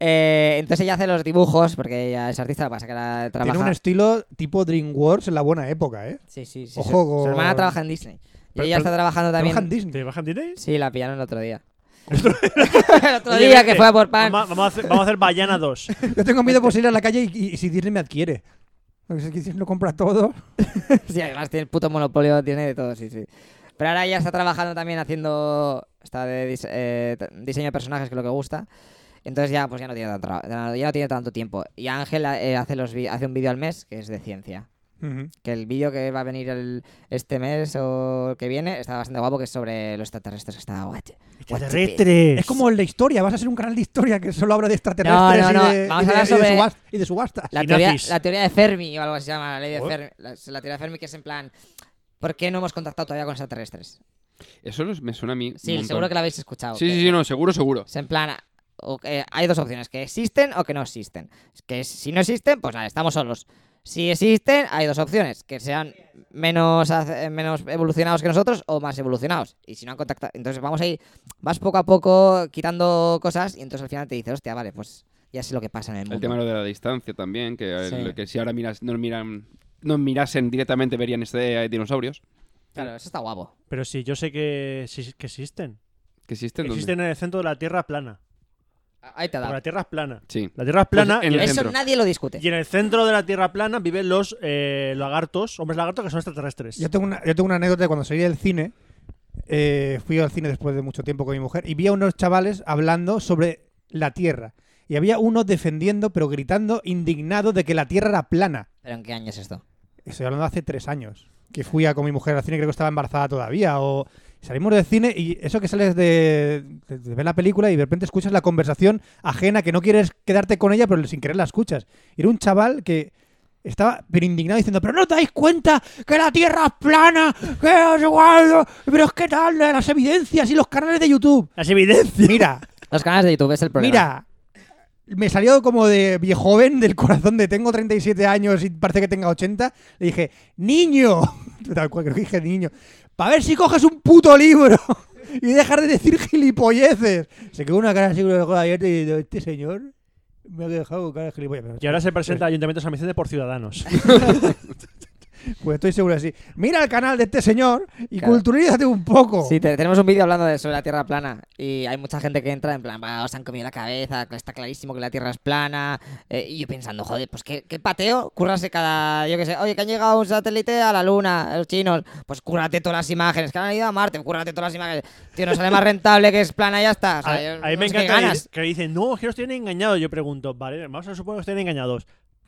Speaker 4: Eh, entonces ella hace los dibujos porque ella es artista. Pasa que la trabaja.
Speaker 2: Tiene un estilo tipo DreamWorks en la buena época, ¿eh?
Speaker 4: Sí, sí, sí.
Speaker 2: Ojo
Speaker 4: su- su,
Speaker 2: con-
Speaker 4: hermana trabaja en Disney. Y
Speaker 2: Pero-
Speaker 4: ella
Speaker 2: pero-
Speaker 4: está trabajando también.
Speaker 2: Trabaja en Disney.
Speaker 1: ¿Te bajan Disney?
Speaker 4: Sí, la pillaron el otro día. el otro día que
Speaker 1: vente,
Speaker 4: fue a por pan.
Speaker 1: Vamos, a- vamos a hacer, vamos a hacer Bayana 2.
Speaker 2: Yo tengo miedo por salir a la calle y, y- y si Disney me adquiere. Porque si Disney lo compra todo.
Speaker 4: Sí, además tiene el puto monopolio, tiene de todo, sí, sí. Pero ahora ya está trabajando también haciendo. Está de dis- eh, t- diseño de personajes, que es lo que gusta. Entonces ya, pues ya no tiene tanto, traba- ya no- ya no tiene tanto tiempo. Y Ángel eh, hace, los vi- hace un vídeo al mes que es de ciencia.
Speaker 2: Ujú.
Speaker 4: Que el vídeo que va a venir el- este mes o el que viene está bastante guapo, que es sobre los extraterrestres. Está guay.
Speaker 1: Extraterrestres.
Speaker 2: Es como la historia, vas a ser un canal de historia que solo habla de extraterrestres
Speaker 4: No, no, no,
Speaker 2: y, de,
Speaker 4: vamos
Speaker 2: y de-
Speaker 4: a hablar
Speaker 2: y de
Speaker 4: sobre-
Speaker 2: subas- y de subastas.
Speaker 4: La
Speaker 1: Y
Speaker 4: teoría,
Speaker 1: nazis.
Speaker 4: la teoría de Fermi o algo así se llama, la ley de
Speaker 1: Joder.
Speaker 4: Fermi. La, la teoría de Fermi que es en plan. ¿Por qué no hemos contactado todavía con extraterrestres?
Speaker 3: Eso nos- me suena a mí. un
Speaker 4: Sí,
Speaker 3: montón.
Speaker 4: seguro que la habéis escuchado.
Speaker 3: Sí,
Speaker 4: que-
Speaker 3: sí, sí, no, seguro, seguro.
Speaker 4: Es en plan, o que- hay dos opciones, que existen o que no existen. Que si no existen, pues nada, estamos solos. Si existen, hay dos opciones, que sean menos, ac- eh, menos evolucionados que nosotros o más evolucionados. Y si no han contactado, entonces vamos a ir, vas poco a poco quitando cosas y entonces al final te dices, hostia, vale, pues ya sé lo que pasa en el mundo.
Speaker 3: El tema de lo de la distancia también, que, el-
Speaker 4: Sí.
Speaker 3: que si ahora miras, nos miran, nos mirasen directamente verían este eh, dinosaurios
Speaker 4: Claro, eso está guapo.
Speaker 1: Pero sí, yo sé que, sí- que existen.
Speaker 3: que existen. ¿dónde?
Speaker 1: Existen en el centro de la Tierra plana.
Speaker 4: Ahí te
Speaker 1: Porque
Speaker 4: ha dado.
Speaker 1: la Tierra es plana.
Speaker 3: Sí.
Speaker 1: La Tierra es plana
Speaker 3: Pues en
Speaker 1: y,
Speaker 3: el
Speaker 4: Eso
Speaker 3: centro.
Speaker 4: nadie lo discute.
Speaker 1: y
Speaker 2: Este.
Speaker 1: en el centro de la Tierra plana viven los eh, lagartos, hombres lagartos que son extraterrestres.
Speaker 2: Yo tengo, una, yo tengo una anécdota de cuando salí del cine. eh, fui al cine después de mucho tiempo con mi mujer y vi a unos chavales hablando sobre la Tierra. Y había uno defendiendo, pero gritando, indignado de que la Tierra era plana.
Speaker 4: ¿Pero en qué año es esto?
Speaker 2: Estoy hablando de hace tres años. Que fui a, con mi mujer al cine, creo que estaba embarazada todavía. O salimos del cine y eso que sales de, de- de ver la película y de repente escuchas la conversación ajena que no quieres quedarte con ella, pero sin querer la escuchas. Era un chaval que estaba pero indignado diciendo, pero no os dais cuenta que la Tierra es plana, que os igual, pero es que tal, las evidencias y los canales de YouTube.
Speaker 1: Las evidencias.
Speaker 2: Mira,
Speaker 4: Los canales de YouTube es el problema.
Speaker 2: mira. Me salió como de viejo joven del corazón de tengo 37 años y parece que tenga 80. Le dije, niño, tal cual creo que dije niño, para ver si coges un puto libro y dejar de decir gilipolleces. Se quedó una cara así con la boca abierta y digo, este señor me ha dejado con cara de gilipollas.
Speaker 1: Y ahora se presenta a Ayuntamiento de San Vicente por Ciudadanos.
Speaker 2: Pues estoy seguro que sí. Mira el canal de este señor y
Speaker 4: Claro.
Speaker 2: culturízate un poco.
Speaker 4: Sí, te- tenemos un vídeo hablando de sobre la Tierra plana y hay mucha gente que entra en plan, "Va, os han comido la cabeza, está clarísimo que la Tierra es plana. eh, y yo pensando, joder, pues qué, qué pateo, cúrrase cada, yo qué sé, oye, que han llegado un satélite a la Luna, los chinos, pues cúrrate todas las imágenes, que han ido a Marte, cúrrate todas las imágenes. Tío, nos sale más rentable que es plana y ya está. O sea,
Speaker 1: A,
Speaker 4: yo-
Speaker 1: a mí me
Speaker 4: no sé qué
Speaker 1: encanta que,
Speaker 4: ganas.
Speaker 1: dice- que dicen, no, es que los tienen engañados. Yo pregunto, vale, vamos a suponer que los tienen engañados.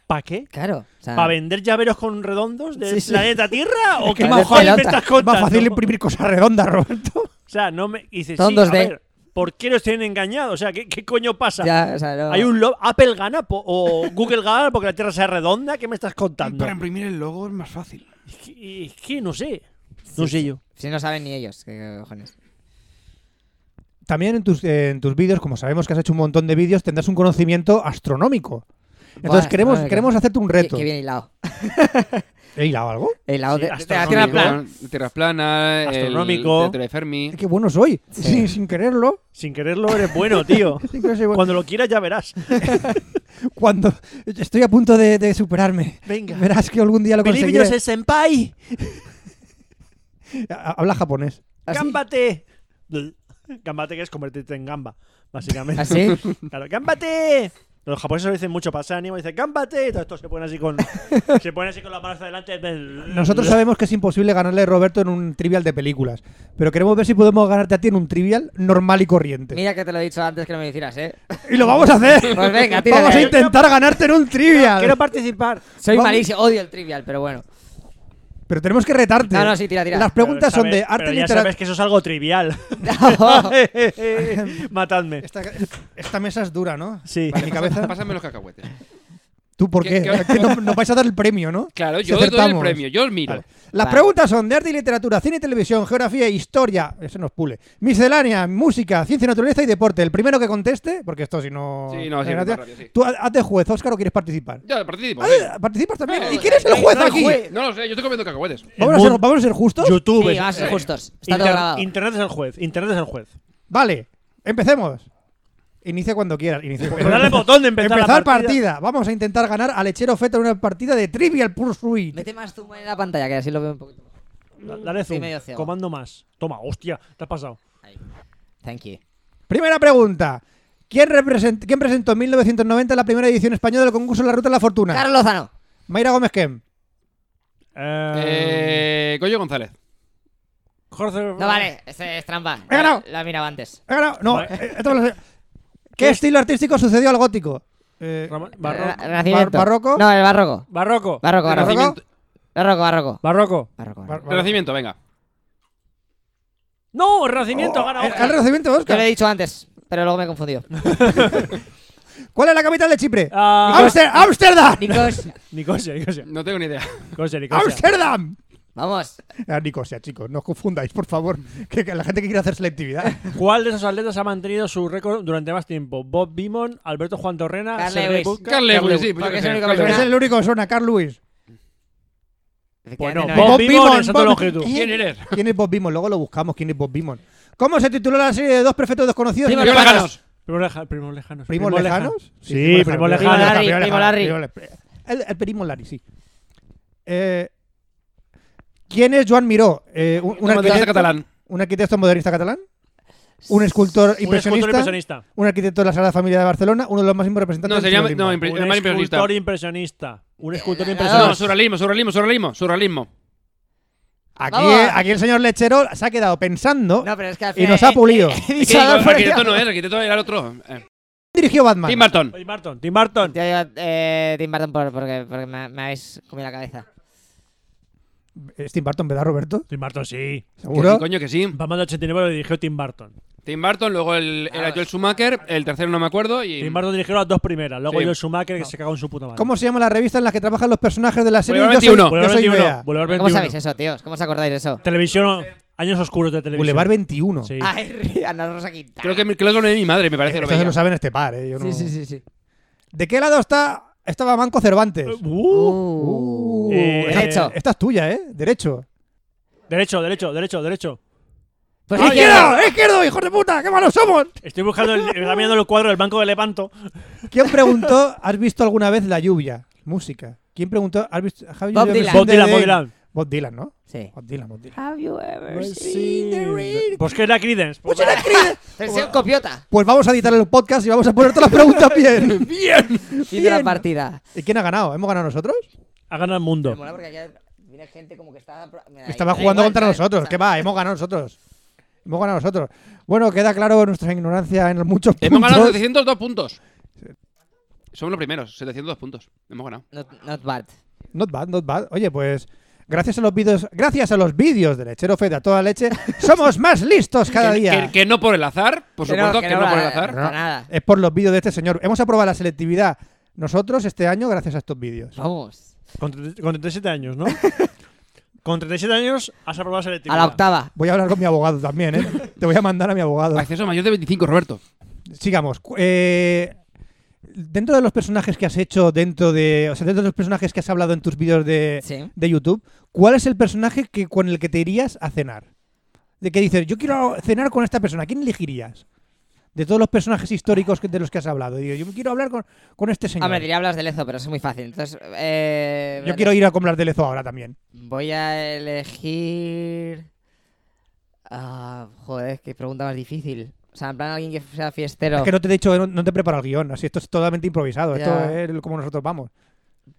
Speaker 1: ¿Para qué?
Speaker 4: Claro, o sea,
Speaker 1: ¿Para vender llaveros con redondos del
Speaker 2: Ah. Sí, sí.
Speaker 1: planeta Tierra? ¿O qué
Speaker 4: que vender
Speaker 1: cojones me
Speaker 4: pelota.
Speaker 1: estás
Speaker 2: Es
Speaker 1: contando?
Speaker 2: más fácil imprimir cosas redondas, Roberto.
Speaker 1: O sea, no me. y dices,
Speaker 4: Todo en
Speaker 1: sí, a
Speaker 4: 2D.
Speaker 1: ver, ¿por qué los tienen engañados? O sea, ¿qué, qué coño pasa?
Speaker 4: ya, o sea, no-
Speaker 1: ¿Hay un lo- Apple gana po- o Google gana porque la Tierra sea redonda? ¿Qué me estás contando?
Speaker 3: Para imprimir el logo es más fácil.
Speaker 1: Es que, es que no sé. No sé yo.
Speaker 4: Si no saben ni ellos, qué cojones.
Speaker 2: También en tus, eh, en tus vídeos, como sabemos que has hecho un montón de vídeos, tendrás un conocimiento astronómico. Entonces
Speaker 4: Buah,
Speaker 2: queremos,
Speaker 4: astronómico.
Speaker 2: queremos hacerte un
Speaker 4: Qué-
Speaker 2: reto.
Speaker 4: Qué, bien hilado.
Speaker 2: ¿He hilado algo?
Speaker 4: Hilado
Speaker 1: Sí,
Speaker 4: de- de, la Tierra
Speaker 1: astronómico.
Speaker 4: plana.
Speaker 3: Tierra plana, el-
Speaker 1: Astronómico.
Speaker 3: la teoría de Fermi.
Speaker 2: Qué bueno soy.
Speaker 4: Sí.
Speaker 2: Sin, sin quererlo.
Speaker 1: Sin quererlo eres bueno, tío.
Speaker 2: sin querer soy bueno.
Speaker 1: Cuando lo quieras ya verás.
Speaker 2: Cuando, estoy a punto de, de superarme.
Speaker 1: Venga.
Speaker 2: Verás que algún día lo
Speaker 1: Believe
Speaker 2: conseguiré.
Speaker 1: yourself, senpai.
Speaker 2: Ha- Habla japonés.
Speaker 4: ¿Así?
Speaker 1: ¡Gámbate! Gambate que es convertirte en gamba, básicamente.
Speaker 4: ¿Así?
Speaker 1: Claro, ¡gámbate! Los japoneses lo dicen mucho, pasa ánimo, dicen ¡gámbate! Y todo esto se ponen así con, se ponen así con las manos adelante.
Speaker 2: Nosotros sabemos que es imposible ganarle a Roberto en un trivial de películas, pero queremos ver si podemos ganarte a ti en un trivial normal y corriente.
Speaker 4: Mira que te lo he dicho antes que no me hicieras, ¿eh?
Speaker 2: Y lo vamos a hacer.
Speaker 4: Pues venga, tírale.
Speaker 2: vamos a intentar ganarte en un trivial.
Speaker 1: Quiero participar.
Speaker 4: Soy
Speaker 2: Vamos.
Speaker 4: malísimo, odio el trivial, pero bueno.
Speaker 2: Pero tenemos que retarte.
Speaker 4: No, no, sí, tira, tira.
Speaker 2: Las preguntas
Speaker 1: Pero
Speaker 2: son de
Speaker 1: sabes-
Speaker 2: arte
Speaker 1: pero
Speaker 2: y
Speaker 1: ya
Speaker 2: literatura.
Speaker 1: sabes que eso es algo trivial. Matadme.
Speaker 2: Esta, esta mesa es dura, ¿no?
Speaker 1: Sí.
Speaker 2: Para mi
Speaker 3: Pasa-
Speaker 2: cabeza.
Speaker 3: Pásame los cacahuetes.
Speaker 2: ¿Tú por
Speaker 3: ¿Qué-
Speaker 2: qué?
Speaker 3: qué-
Speaker 2: Que no- Nos vais a dar el premio, ¿no?
Speaker 3: Claro,
Speaker 2: Si
Speaker 3: yo doy el
Speaker 2: acertamos.
Speaker 3: premio, yo os miro.
Speaker 2: Vale. Las
Speaker 4: Vale.
Speaker 2: preguntas son de arte y literatura, cine y televisión, geografía, e historia, eso nos pule, miscelánea, música, ciencia, y naturaleza y deporte. El primero que conteste, porque esto si no...
Speaker 3: Sí, no, sí,
Speaker 2: hace gracia,
Speaker 3: más rápido, sí.
Speaker 2: Tú ha- haz de juez, Óscar, o quieres participar.
Speaker 3: Ya, participo. sí.
Speaker 2: Ah, ¿Participas también?
Speaker 3: Ah,
Speaker 2: ¿Y quién es
Speaker 1: eh,
Speaker 2: el juez
Speaker 4: no hay
Speaker 2: aquí?
Speaker 4: juez.
Speaker 3: No lo sé, yo estoy comiendo cacahuetes.
Speaker 2: ¿Vamos a,
Speaker 1: El
Speaker 2: ser,
Speaker 1: mundo-
Speaker 2: ¿Vamos a ser justos?
Speaker 1: YouTube. Eh,
Speaker 4: Sí, vas
Speaker 2: eh,
Speaker 4: a ser justos. Está todo
Speaker 1: Inter-
Speaker 4: grabado.
Speaker 1: Internet es el juez. Internet es el juez.
Speaker 2: Vale, empecemos. Inicia cuando quieras. Inicia.
Speaker 1: Pues dale botón de empezar,
Speaker 2: Empezar
Speaker 1: la partida.
Speaker 2: partida. Vamos a intentar ganar a Lechero Feta en una partida de Trivial Pursuit.
Speaker 4: Mete más zoom en la pantalla, que así lo veo un poquito. mejor.
Speaker 1: Da- Dale
Speaker 4: Estoy
Speaker 1: zoom.
Speaker 4: medio ciego.
Speaker 1: Comando más. Toma, hostia, te has pasado.
Speaker 4: Ahí. Thank you.
Speaker 2: Primera pregunta. ¿Quién, represent- quién presentó en 1990 la primera edición española del concurso La Ruta de la Fortuna?
Speaker 4: Carlos Lozano.
Speaker 2: Mayra Gómez Kem.
Speaker 1: Eh,
Speaker 3: Eh, Goyo González.
Speaker 1: Jorge-
Speaker 4: No vale, ese es trampa.
Speaker 2: He ganado.
Speaker 4: La miraba antes.
Speaker 2: He ganado. No,
Speaker 1: Vale.
Speaker 2: eh, esto me lo sé. ¿Qué estilo artístico sucedió al gótico? Eh,
Speaker 1: Ramón- Barroco.
Speaker 4: Re- Renacimiento.
Speaker 2: Bar- barroco.
Speaker 4: No, el barroco.
Speaker 1: Barroco.
Speaker 4: Barroco, barroco.
Speaker 2: ¿Barroco?
Speaker 3: Renacimiento,
Speaker 4: Barroco, barroco.
Speaker 1: Barroco.
Speaker 4: Barroco.
Speaker 2: Bar-
Speaker 4: barroco.
Speaker 2: Vale.
Speaker 3: Renacimiento, venga.
Speaker 1: No, Renacimiento gana
Speaker 2: el, el
Speaker 1: Oscar.
Speaker 2: recibimiento de
Speaker 4: Yo lo he
Speaker 2: Oscar.
Speaker 4: dicho antes, pero luego me he confundido.
Speaker 2: ¿Cuál es la capital de Chipre?
Speaker 1: Ah,
Speaker 2: Amster- ¡Amsterdam!
Speaker 4: Nikos.
Speaker 1: Nicosia, Nicosia.
Speaker 3: No tengo ni idea.
Speaker 1: Nicosia, Nicosia.
Speaker 2: ¡Amsterdam!
Speaker 4: Vamos.
Speaker 2: Ah, Nicosia, chicos, no os confundáis, por favor. Que, que la gente que quiere hacer selectividad.
Speaker 1: ¿Cuál de esos atletas ha mantenido su récord durante más tiempo? Bob Beamon, Alberto Juan Torrena,
Speaker 4: Carl
Speaker 1: Sergei
Speaker 4: Lewis.
Speaker 1: Buka-
Speaker 3: Carl
Speaker 1: Carl
Speaker 3: Lewis, sí, pues yo
Speaker 4: porque
Speaker 3: qué
Speaker 4: es
Speaker 3: sé,
Speaker 4: el único
Speaker 3: Carl
Speaker 2: Pero es
Speaker 4: que me
Speaker 3: Lewis.
Speaker 4: suena.
Speaker 2: el único que suena, Carl Lewis.
Speaker 1: Bueno,
Speaker 4: Efectivamente, no
Speaker 1: Bob
Speaker 4: es.
Speaker 1: Beamon es
Speaker 2: Bob-
Speaker 1: antológico.
Speaker 2: ¿Eh?
Speaker 3: ¿Quién eres?
Speaker 2: ¿Quién es Bob Beamon? Luego lo buscamos, ¿quién es Bob Beamon? ¿Cómo se tituló la serie de dos perfectos desconocidos?
Speaker 4: Primo
Speaker 3: Yo la gano.
Speaker 1: Primos leja- primos lejanos.
Speaker 2: ¿Primos
Speaker 1: Primos
Speaker 2: lejanos?
Speaker 1: Sí, primos lejanos.
Speaker 4: Larry, primo Larry.
Speaker 2: primo Larry. El, el primo Larry, sí. Eh, ¿Quién es Joan Miró? Eh, un, un
Speaker 3: Un artista
Speaker 2: arquitecto,
Speaker 3: catalán.
Speaker 2: ¿Un arquitecto modernista catalán? ¿Un escultor
Speaker 1: Un
Speaker 2: impresionista?
Speaker 1: escultor impresionista.
Speaker 2: ¿Un arquitecto de la Sagrada Familia de Barcelona? Uno de los máximos representantes
Speaker 3: No,
Speaker 2: del
Speaker 3: sería.
Speaker 2: surrealismo.
Speaker 3: No, impre-
Speaker 1: Un
Speaker 3: más impresionista.
Speaker 1: escultor impresionista. Un escultor
Speaker 4: la- la-
Speaker 3: No,
Speaker 1: impresionista.
Speaker 3: surrealismo, surrealismo, surrealismo, surrealismo.
Speaker 2: Aquí,
Speaker 4: Vamos.
Speaker 2: aquí el señor Lechero se ha quedado pensando
Speaker 4: No, eh, pero es que al
Speaker 2: y
Speaker 4: final.
Speaker 2: nos ha pulido.
Speaker 4: He
Speaker 3: Es que
Speaker 4: dicho Adolfo
Speaker 3: arquitecto
Speaker 4: Hitler.
Speaker 3: no es, arquitecto era el otro. Eh,
Speaker 2: dirigió Batman?
Speaker 3: Tim Burton.
Speaker 1: Tim Burton, Tim Burton.
Speaker 4: Te digo, eh, Tim Burton por- porque, porque me, me habéis comido la cabeza.
Speaker 2: ¿Es Tim Burton, ¿verdad, Roberto?
Speaker 1: Tim Burton, sí.
Speaker 3: Que sí,
Speaker 2: ¿Seguro?
Speaker 3: coño que sí.
Speaker 1: Batman de 89 lo dirigió Tim Burton.
Speaker 3: Tim Burton, luego el, era Joel Schumacher, el tercero no me acuerdo y.
Speaker 1: Tim Burton dirigió las dos primeras. Luego
Speaker 3: Sí.
Speaker 1: Joel Schumacher que se cagó en su puta madre.
Speaker 2: ¿Cómo se llama la revista en la que trabajan los personajes de la serie?
Speaker 3: Boulevard
Speaker 2: Yo soy-
Speaker 3: 21.
Speaker 4: Pues
Speaker 1: Boulevard
Speaker 2: Yo soy,
Speaker 1: 21.
Speaker 2: Bea.
Speaker 1: Boulevard
Speaker 4: ¿Cómo
Speaker 1: 21.
Speaker 4: sabéis eso, tíos? ¿Cómo os acordáis de eso? Ah,
Speaker 1: Televisión, años oscuros de televisión.
Speaker 2: Boulevard 21.
Speaker 1: Sí.
Speaker 4: Ay, Ana Rosa Quintana.
Speaker 3: Creo que me- creo que lo de mi madre, me parece. Lo
Speaker 2: Eso se
Speaker 3: veía.
Speaker 2: lo saben este par, ¿eh? Yo no-
Speaker 4: Sí, sí, sí, sí.
Speaker 2: ¿De qué lado está estaba Manco Cervantes?
Speaker 1: Uh,
Speaker 4: Uh,
Speaker 1: Eh,
Speaker 4: derecho.
Speaker 2: Esta es tuya, ¿eh? Derecho.
Speaker 1: derecho, derecho, derecho, derecho.
Speaker 4: Pues
Speaker 2: ¡Izquierdo!
Speaker 4: sí,
Speaker 2: ¡Ah, ¡Izquierdo! ¡Hijos de puta! ¡Qué malos somos!
Speaker 1: Estoy buscando, el, estaba mirando el cuadro del Banco de Lepanto.
Speaker 2: ¿Quién preguntó, ¿has visto alguna vez la lluvia? Música. ¿Quién preguntó? ¿Has visto- have you
Speaker 4: Bob
Speaker 2: ever
Speaker 4: Dylan.
Speaker 2: seen
Speaker 1: Bob
Speaker 2: the
Speaker 1: Dylan, Bob
Speaker 2: day-
Speaker 1: Dylan.
Speaker 2: Bob Dylan, ¿no?
Speaker 4: Sí.
Speaker 2: Bob Dylan, Bob Dylan.
Speaker 4: Have you ever
Speaker 1: Pues que era Creedence. Pues
Speaker 2: Pues era Creed.
Speaker 4: Versión copiota.
Speaker 2: Pues vamos a editar el podcast y vamos a poner todas las preguntas bien.
Speaker 4: Fin de la
Speaker 2: Bien.
Speaker 4: partida.
Speaker 2: ¿Y quién ha ganado? ¿Hemos ganado nosotros?
Speaker 1: ha ganado el
Speaker 4: Me
Speaker 1: mundo.
Speaker 4: mola porque aquí viene gente como que estaba...
Speaker 2: Estaba jugando contra nosotros. ¿Qué va? Hemos ganado nosotros. Hemos ganado nosotros. Bueno, queda claro nuestra ignorancia en muchos
Speaker 3: Hemos ganado
Speaker 2: puntos.
Speaker 3: 702 puntos. Somos los primeros, 702 puntos. Hemos ganado.
Speaker 4: Not, not bad.
Speaker 2: Not bad, not bad. Oye, pues gracias a los vídeos, gracias a los vídeos de Lechero Fed a toda leche, somos más listos cada
Speaker 3: Que-
Speaker 2: día.
Speaker 3: Que, que no por el azar, por
Speaker 4: Que no,
Speaker 3: supuesto
Speaker 4: que
Speaker 3: que,
Speaker 4: no
Speaker 3: no, por el
Speaker 4: va- eh,
Speaker 3: azar.
Speaker 4: Para nada.
Speaker 2: Es por los vídeos de este señor. Hemos aprobado la selectividad nosotros este año gracias a estos vídeos.
Speaker 4: Vamos.
Speaker 1: Con, tre- con 37 años, ¿no? con 37 años has aprobado selectividad.
Speaker 4: A la octava.
Speaker 2: Voy a hablar con mi abogado también, ¿eh? Te voy a mandar a mi abogado.
Speaker 3: Acceso mayor de 25, Roberto.
Speaker 2: Sigamos. Cu- eh, dentro de los personajes que has hecho, dentro de. O sea, dentro de los personajes que has hablado en tus vídeos de,
Speaker 4: Sí.
Speaker 2: de YouTube, ¿cuál es el personaje que, con el que te irías a cenar? De que dices, yo quiero cenar con esta persona, ¿quién elegirías? De todos los personajes históricos que- de los que has hablado. Digo, yo quiero hablar con, con este señor.
Speaker 4: Hombre, diría hablas de Lezo, pero eso es muy fácil. Entonces, eh,
Speaker 2: yo quiero ir a comprar de Lezo ahora también.
Speaker 4: Voy a elegir. Ah, joder, qué pregunta más difícil. O sea, en plan alguien que sea fiestero.
Speaker 2: Es que no te he dicho, no, no te he preparado el guión, así esto es totalmente improvisado, esto
Speaker 4: Ya.
Speaker 2: es como nosotros vamos.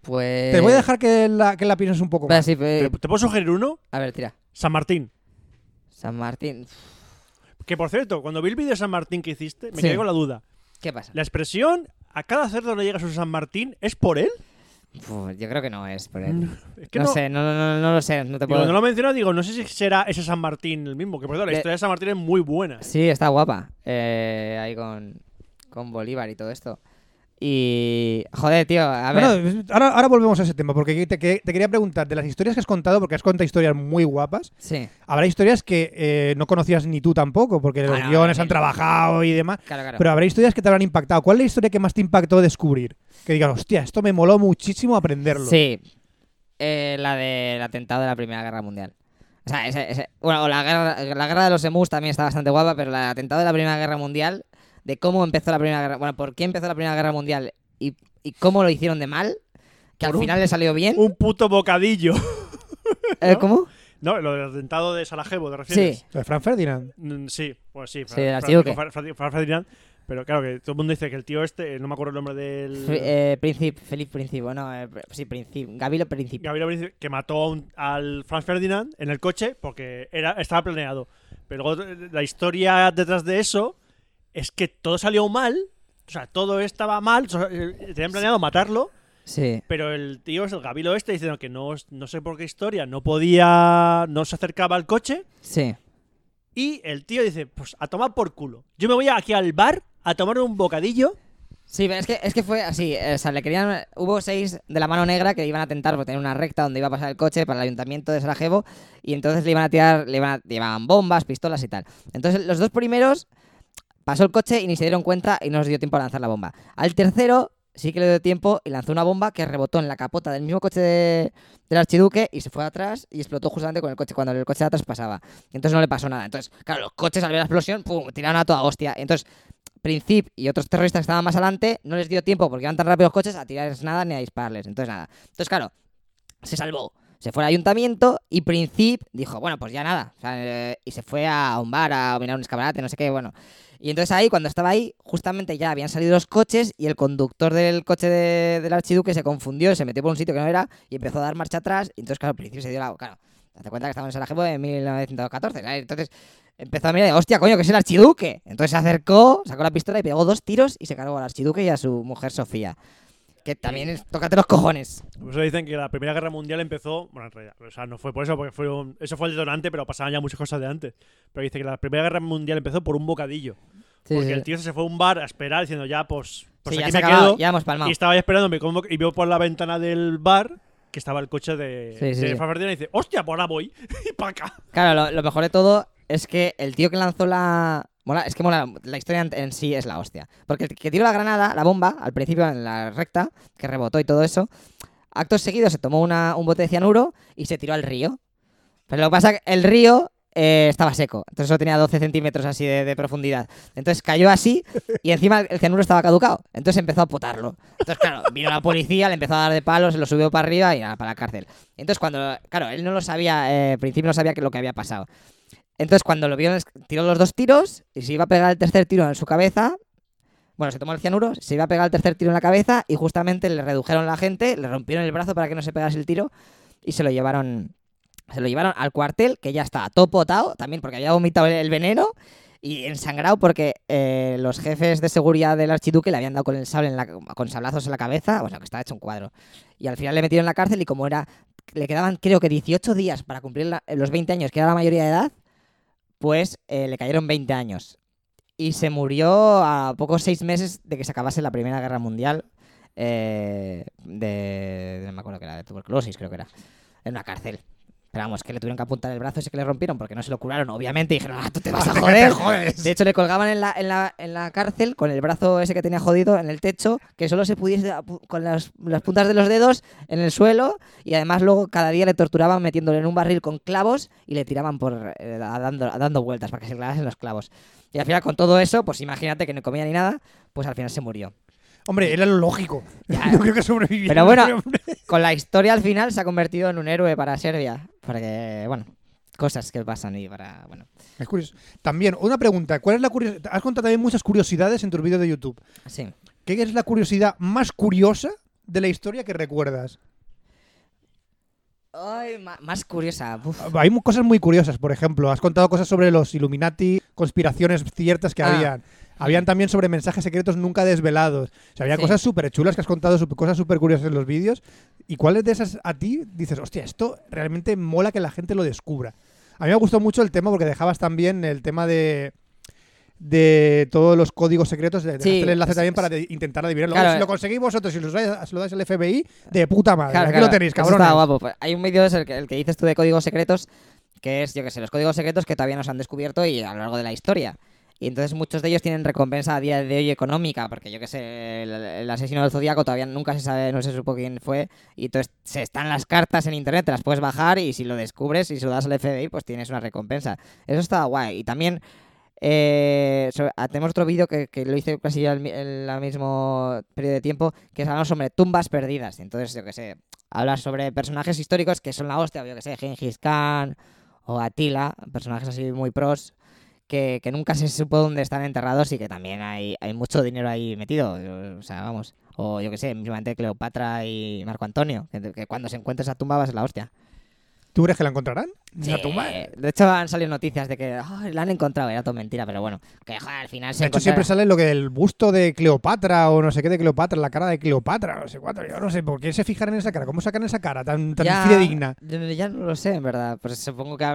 Speaker 4: Pues.
Speaker 2: Te voy a dejar que la, que la pienses un poco
Speaker 4: Espera,
Speaker 2: más.
Speaker 4: sí,
Speaker 1: ¿Te,
Speaker 4: pe-
Speaker 1: te puedo sugerir uno?
Speaker 4: A ver, tira.
Speaker 1: San Martín.
Speaker 4: San Martín. Uf,
Speaker 1: Que por cierto, cuando vi el vídeo de San Martín que hiciste, me
Speaker 4: Sí.
Speaker 1: quedé con la duda.
Speaker 4: ¿Qué pasa?
Speaker 1: La expresión a cada cerdo le llega su San Martín, ¿es por él?
Speaker 4: Uf, yo creo que no es por él.
Speaker 1: Es que
Speaker 4: No, sé, no, no, no, no lo sé. No te
Speaker 1: Digo,
Speaker 4: puedo.
Speaker 1: no lo menciono, digo, no sé si será ese San Martín el mismo. Que por cierto, la
Speaker 4: Le-
Speaker 1: historia de San Martín es muy buena.
Speaker 4: Sí, está guapa. Eh, ahí con, con Bolívar y todo esto. Y. Joder, tío, a ver.
Speaker 2: No, no, ahora, ahora volvemos a ese tema, porque te, que- te quería preguntar, de las historias que has contado, porque has contado historias muy guapas,
Speaker 4: Sí,
Speaker 2: habrá historias que eh, no conocías ni tú tampoco, porque los
Speaker 4: Ah, no,
Speaker 2: guiones
Speaker 4: no,
Speaker 2: han
Speaker 4: no.
Speaker 2: trabajado y demás,
Speaker 4: claro, claro.
Speaker 2: pero habrá historias que te habrán impactado. ¿Cuál es la historia que más te impactó descubrir? Que digas, hostia, esto me moló muchísimo aprenderlo.
Speaker 4: Sí. Eh, la del atentado de la Primera Guerra Mundial. O sea, ese- ese- bueno, o la guerra, la guerra de los emus también está bastante guapa, pero el atentado de la Primera Guerra Mundial, de cómo empezó la Primera Guerra... Bueno, por qué empezó la Primera Guerra Mundial y, y cómo lo hicieron de mal, que al
Speaker 1: Por un-
Speaker 4: final le salió bien.
Speaker 1: Un puto bocadillo.
Speaker 4: Eh, ¿Cómo?
Speaker 1: No, lo del atentado de Sarajevo, ¿te refieres?
Speaker 4: Sí.
Speaker 2: Lo de Frank Ferdinand.
Speaker 1: Mm, Sí, pues sí. Fra-
Speaker 4: Sí, del
Speaker 1: Fra-
Speaker 4: archiduque.
Speaker 1: Fra- Fra- Fra- Ferdinand. Pero claro, que todo el mundo dice que el tío este, eh, no me acuerdo el nombre del.
Speaker 4: Fri- Eh, Príncipe, Felipe Príncipe, no, eh, pr- sí, Príncipe, Gavilo Príncipe.
Speaker 1: Gabriel Boric, que mató a un- al Franz Ferdinand en el coche porque era, estaba planeado. Pero luego, eh, la historia detrás de eso es que todo salió mal. O sea, todo estaba mal. o sea, eh, Tenían planeado matarlo.
Speaker 4: Sí.
Speaker 1: Pero el tío es el Gabilo este diciendo que no, no sé por qué historia, no podía, no se acercaba al coche.
Speaker 4: Sí.
Speaker 1: Y el tío dice, pues a tomar por culo. Yo me voy aquí al bar a tomar un bocadillo.
Speaker 4: Sí, pero es que, es que fue así. eh, O sea, le querían. Hubo seis de la mano negra que iban a tentar por tener una recta donde iba a pasar el coche para el ayuntamiento de Sarajevo. Y entonces le iban a tirar. Le iban a- llevaban bombas, pistolas y tal. Entonces, los dos primeros pasó el coche y ni se dieron cuenta y no les dio tiempo a lanzar la bomba. Al tercero sí que le dio tiempo y lanzó una bomba que rebotó en la capota del mismo coche de- del archiduque y se fue atrás y explotó justamente con el coche cuando el coche de atrás pasaba. Entonces no le pasó nada. Entonces, claro, los coches al ver la explosión, pum, tiraron a toda hostia. Entonces, Princip y otros terroristas que estaban más adelante no les dio tiempo porque iban tan rápido los coches a tirarles nada ni a dispararles. Entonces, nada. Entonces, claro, se salvó. Se fue al ayuntamiento y Princip dijo, bueno, pues ya nada. O sea, eh, y se fue a un bar, a mirar un escaparate, no sé qué, bueno. Y entonces ahí, cuando estaba ahí, justamente ya habían salido los coches y el conductor del coche de- del archiduque se confundió, se metió por un sitio que no era y empezó a dar marcha atrás. Y entonces, claro, Princip se dio la... Claro, date cuenta que estamos en Sarajevo E en 1914, ¿sabes? Entonces empezó a mirar, hostia, coño, que es el archiduque. Entonces se acercó, sacó la pistola y pegó dos tiros y se cargó al archiduque y a su mujer Sofía. Que también es, tócate los cojones.
Speaker 1: Por eso dicen que la Primera Guerra Mundial empezó, bueno, en realidad, o sea, no fue por eso, porque fue un- eso fue el detonante, pero pasaban ya muchas cosas de antes. Pero dice que la Primera Guerra Mundial empezó por un bocadillo. porque el tío se fue a un bar a esperar diciendo, ya, pues, pues
Speaker 4: Sí, ya
Speaker 1: aquí
Speaker 4: se ha
Speaker 1: me
Speaker 4: acabado,
Speaker 1: quedo.
Speaker 4: ya hemos palmado.
Speaker 1: Y estaba ahí esperándome como- y vio por la ventana del bar que estaba el coche de,
Speaker 4: Sí, sí,
Speaker 1: de
Speaker 4: sí.
Speaker 1: Franz Ferdinand y dice, hostia, por ahora voy. y para acá.
Speaker 4: Claro, lo, lo mejor de todo es que el tío que lanzó la. Mola, es que mola, la historia en, en sí es la hostia. Porque el que tiró la granada, la bomba, al principio en la recta, que rebotó y todo eso, actos seguidos se tomó una- un bote de cianuro y se tiró al río. Pero lo que pasa es que el río eh, estaba seco. Entonces solo tenía 12 centímetros así de, de profundidad. Entonces cayó así y encima el cianuro estaba caducado. Entonces empezó a potarlo. Entonces, claro, vino la policía, le empezó a dar de palos, lo subió para arriba y nada, para la cárcel. Entonces, cuando. Claro, él no lo sabía, eh, al principio no sabía que lo que había pasado. Entonces, cuando lo vieron, es- tiró los dos tiros y se iba a pegar el tercer tiro en su cabeza. Bueno, se tomó el cianuro, se iba a pegar el tercer tiro en la cabeza y justamente le redujeron la gente, le rompieron el brazo para que no se pegase el tiro y se lo llevaron. Se lo llevaron al cuartel, que ya está todo potado también porque había vomitado el- el veneno y ensangrado porque eh, los jefes de seguridad del archiduque le habían dado con el sable en la- con sablazos en la cabeza, bueno, que estaba hecho un cuadro. Y al final le metieron en la cárcel y como era le quedaban creo que 18 días para cumplir la- eh, los 20 años, que era la mayoría de edad, pues eh, le cayeron 20 años. Y se murió a pocos seis meses de que se acabase la Primera Guerra Mundial eh, de, No me acuerdo que era, de tuberculosis creo que era. En una cárcel. Pero vamos, que le tuvieron que apuntar el brazo ese que le rompieron porque no se lo curaron, obviamente. Y dijeron, ah, tú te vas a joder. De hecho, le colgaban en la, en, la, en la cárcel con el brazo ese que tenía jodido en el techo, que solo se pudiese apu- con las, las puntas de los dedos en el suelo y además luego cada día le torturaban metiéndole en un barril con clavos y le tiraban por eh, a dando, a dando vueltas para que se clavasen los clavos. Y al final con todo eso, pues imagínate que no comía ni nada, pues al final se murió.
Speaker 2: Hombre, era lo lógico.
Speaker 4: Ya.
Speaker 2: Yo creo que sobrevivió.
Speaker 4: Pero bueno.
Speaker 2: hombre.
Speaker 4: Con la historia al final se ha convertido en un héroe para Serbia, porque bueno, cosas que pasan y para bueno.
Speaker 2: Es curioso. También, una pregunta. ¿Cuál es la curios- Has contado también muchas curiosidades en tus vídeos de YouTube.
Speaker 4: Sí.
Speaker 2: ¿Qué es la curiosidad más curiosa de la historia que recuerdas?
Speaker 4: Ay, ma- más curiosa. uf.
Speaker 2: Hay mu- cosas muy curiosas, por ejemplo. Has contado cosas sobre los Illuminati, conspiraciones ciertas que
Speaker 4: Ah.
Speaker 2: habían. Habían también sobre mensajes secretos nunca desvelados. O sea, había
Speaker 4: Sí.
Speaker 2: cosas súper chulas que has contado, sup- cosas súper curiosas en los vídeos. ¿Y cuáles de esas a ti dices, hostia, esto realmente mola que la gente lo descubra? A mí me gustó mucho el tema porque dejabas también el tema de de todos los códigos secretos, de dejaste
Speaker 4: Sí,
Speaker 2: el enlace
Speaker 4: es-
Speaker 2: también
Speaker 4: es-
Speaker 2: para de- intentar adivinarlo.
Speaker 4: Claro,
Speaker 2: si lo
Speaker 4: eh.
Speaker 2: conseguís vosotros, si lo dais, se lo dais al FBI, de puta madre.
Speaker 4: Claro,
Speaker 2: Aquí
Speaker 4: claro,
Speaker 2: lo tenéis,
Speaker 4: eso está
Speaker 2: cabrones.
Speaker 4: guapo. Pues Hay un vídeo, es el que, el que dices tú de códigos secretos, que es, yo qué sé, los códigos secretos que todavía no se han descubierto y a lo largo de la historia. Y entonces muchos de ellos tienen recompensa a día de hoy económica, porque yo qué sé, el, el asesino del zodiaco todavía nunca se sabe, no se supo quién fue. Y entonces se están las cartas en internet, te las puedes bajar y si lo descubres y se lo das al FBI, pues tienes una recompensa. Eso está guay. Y también eh, sobre- ah, tenemos otro vídeo que, que lo hice casi al, mi- el- al mismo periodo de tiempo, que es hablando sobre tumbas perdidas. Entonces, yo qué sé, hablas sobre personajes históricos que son la hostia, yo que sé, Gengis Khan o Atila, personajes así muy pros, que, que nunca se supo dónde están enterrados y que también hay, hay mucho dinero ahí metido. Eh, O sea, vamos. O yo que sé, mismamente Cleopatra y Marco Antonio, que, que cuando se encuentra esa tumba va a ser la hostia.
Speaker 2: ¿Tú crees que la encontrarán? ¿La
Speaker 4: Sí,
Speaker 2: tumba?
Speaker 4: De hecho, han salido noticias de que "Ay, la han encontrado, era todo mentira, pero bueno, que joder, al final se
Speaker 2: De hecho, siempre sale lo que del busto de Cleopatra o no sé qué de Cleopatra, la cara de Cleopatra, no sé cuánto. Yo no sé por qué se fijan en esa cara. ¿Cómo sacan esa cara tan, tan fidedigna?
Speaker 4: yo- Ya no lo sé, en verdad. Pues supongo que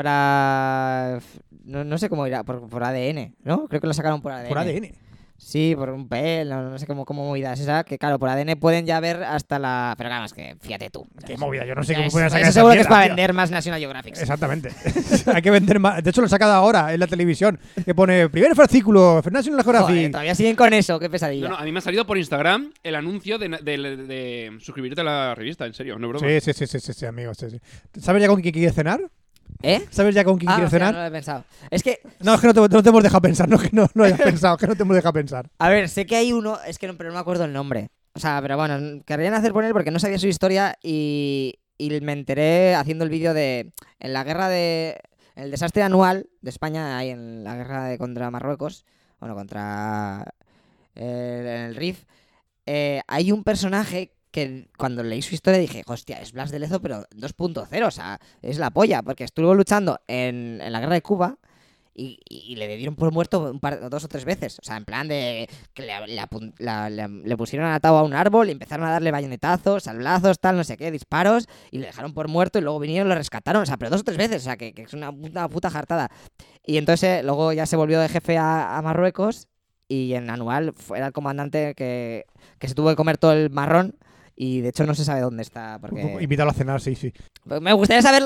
Speaker 4: habrá. No, no sé cómo irá, por, por ADN, ¿no? Creo que lo sacaron por ADN.
Speaker 2: Por ADN.
Speaker 4: Sí, por un pelo, no sé cómo, cómo movidas esa. Que claro, por ADN pueden ya ver hasta la. Pero claro, es que fíjate tú.
Speaker 2: Qué movida, yo no sé
Speaker 4: Ya
Speaker 2: cómo
Speaker 4: es-
Speaker 2: pueden sacar
Speaker 4: eso
Speaker 2: esa
Speaker 4: seguro que es
Speaker 2: mierda,
Speaker 4: para
Speaker 2: tío.
Speaker 4: vender más National Geographic.
Speaker 2: Exactamente. Hay que vender más. De hecho, lo he sacado ahora en la televisión. Que pone primer fascículo, National
Speaker 4: Joder,
Speaker 2: Geographic.
Speaker 4: todavía siguen con eso, qué
Speaker 3: No,
Speaker 4: pesadilla.
Speaker 3: no, a mí me ha salido por Instagram el anuncio de, de- de- de suscribirte a la revista, en serio, no es broma.
Speaker 2: Sí, sí, sí, sí, sí, sí, amigo. sí, sí. ¿Sabes ya con quién quieres cenar?
Speaker 4: ¿Eh?
Speaker 2: ¿Sabes ya con quién
Speaker 4: Ah,
Speaker 2: quieres
Speaker 4: hostia,
Speaker 2: cenar?
Speaker 4: no lo he pensado. Es que,
Speaker 2: No, es que no te, no te hemos dejado pensar. No, que no, no hayas pensado, que no te hemos dejado pensar.
Speaker 4: a ver, sé que hay uno, es que no, pero no me acuerdo el nombre. O sea, pero bueno, n- querrían hacer poner porque no sabía su historia y, y me enteré haciendo el vídeo de. En la guerra de. en el desastre anual de España, ahí en la guerra de contra Marruecos, bueno, contra. eh, en el Rif, eh, hay un personaje que cuando leí su historia dije, hostia, es Blas de Lezo, pero 2.0, o sea, es la polla, porque estuvo luchando en, en la guerra de Cuba. Y, y- y le dieron por muerto un par, dos o tres veces. O sea, en plan de que le, le apun- la- le- le pusieron atado a un árbol y empezaron a darle bayonetazos, sablazos, tal, no sé qué, disparos. Y le dejaron por muerto y luego vinieron y lo rescataron. O sea, pero dos o tres veces. O sea, que, que es una, puta- puta jartada. Y entonces eh, luego ya se volvió de jefe a, a Marruecos y en anual fue- era el comandante que, que se tuvo que comer todo el marrón y de hecho no se sabe dónde está. Porque...
Speaker 2: Invítalo a cenar, sí, sí.
Speaker 4: Me Pues gustaría saber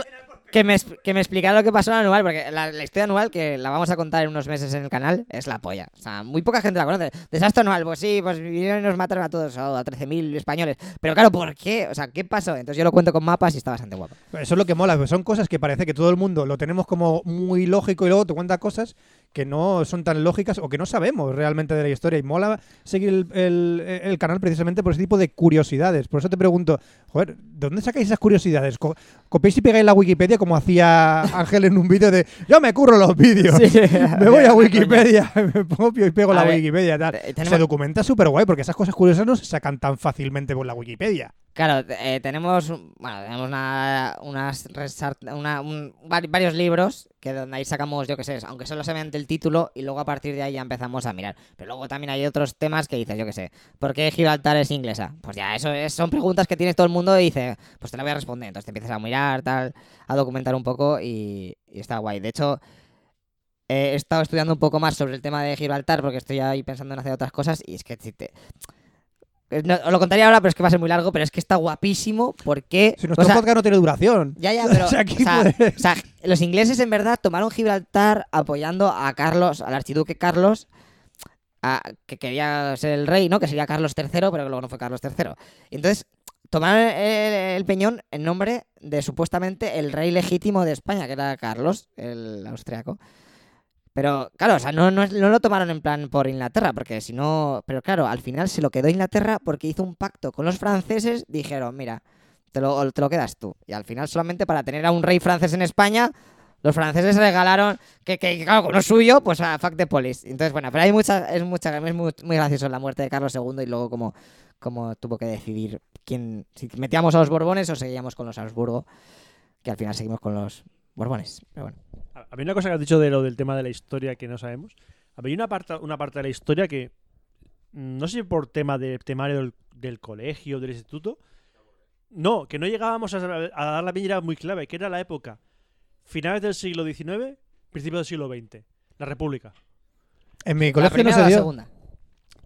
Speaker 4: que, me, es- que me explicara lo que pasó en el anual, porque la, la historia anual, que la vamos a contar en unos meses en el canal, es la polla. O sea, muy poca gente la conoce. Desastre anual, pues sí, pues vinieron y nos mataron a todos, oh, a 13.000 españoles. Pero claro, ¿por qué? O sea, ¿qué pasó? Entonces yo lo cuento con mapas y está bastante guapo.
Speaker 2: Eso es lo que mola, pues son cosas que parece que todo el mundo lo tenemos como muy lógico y luego te cuenta cosas que no son tan lógicas o que no sabemos realmente de la historia. Y mola seguir el, el- el canal precisamente por ese tipo de curiosidades. Por eso te pregunto, joder, ¿de dónde sacáis esas curiosidades? Co- ¿Copiáis y pegáis la Wikipedia como hacía Ángel en un vídeo de yo me curro los vídeos? Me voy a Wikipedia, me copio y pego
Speaker 4: A
Speaker 2: la
Speaker 4: ver,
Speaker 2: Wikipedia. Tal.
Speaker 4: eh,
Speaker 2: Se
Speaker 4: tenemos-
Speaker 2: documenta súper guay porque esas cosas curiosas no se sacan tan fácilmente por la Wikipedia.
Speaker 4: Claro, te- eh, tenemos, un- bueno, tenemos una, unas resart- una- un- vari- varios libros que donde ahí sacamos, yo qué sé, aunque solo se vean el título y luego a partir de ahí ya empezamos a mirar. Pero luego también hay otros temas que dices, yo qué sé, ¿por qué Gibraltar es inglesa? Pues ya, eso es- son preguntas que tienes todo el mundo y dices, pues te la voy a responder. Entonces te empiezas a mirar, tal, a documentar un poco y, y está guay. De hecho, eh, he estado estudiando un poco más sobre el tema de Gibraltar porque estoy ahí pensando en hacer otras cosas y es que si te, eh, no, os lo contaría ahora, pero es que va a ser muy largo, pero es que está guapísimo porque...
Speaker 2: Si
Speaker 4: o
Speaker 2: nuestro
Speaker 4: sea,
Speaker 2: podcast no tiene duración.
Speaker 4: ya, ya, pero...
Speaker 2: O sea, aquí
Speaker 4: o sea,
Speaker 2: puede-
Speaker 4: o sea, los ingleses en verdad tomaron Gibraltar apoyando a Carlos, al archiduque Carlos, a- que quería ser el rey, ¿no? Que sería Carlos III, pero que luego no fue Carlos III. Entonces, tomaron el, el peñón en nombre de supuestamente el rey legítimo de España, que era Carlos, el austriaco. Pero claro, o sea, no, no, es- no lo tomaron en plan por Inglaterra, porque si no... Pero claro, al final se lo quedó Inglaterra porque hizo un pacto con los franceses, dijeron, mira, te lo, o te lo quedas tú. Y al final solamente para tener a un rey francés en España, los franceses regalaron, que, que, que, claro, con lo suyo, pues a Fuck the Police. Entonces, bueno, pero hay mucha, es, mucha, es muy, muy gracioso la muerte de Carlos II y luego como, como tuvo que decidir quién, si metíamos a los Borbones o seguíamos con los Habsburgo, que al final seguimos con los Borbones. Pero bueno.
Speaker 1: A a mí una cosa que has dicho de lo del tema de la historia que no sabemos. A mí hay una parte, una parte de la historia que mm, no sé si por tema de temario del, del colegio, del instituto. No, que no llegábamos a, saber- a dar la piña muy clave, que era la época. Finales del siglo XIX, principios del siglo XX. La República.
Speaker 2: En mi
Speaker 4: La
Speaker 2: colegio no
Speaker 4: primera
Speaker 2: se
Speaker 4: o la
Speaker 2: dio.
Speaker 4: segunda.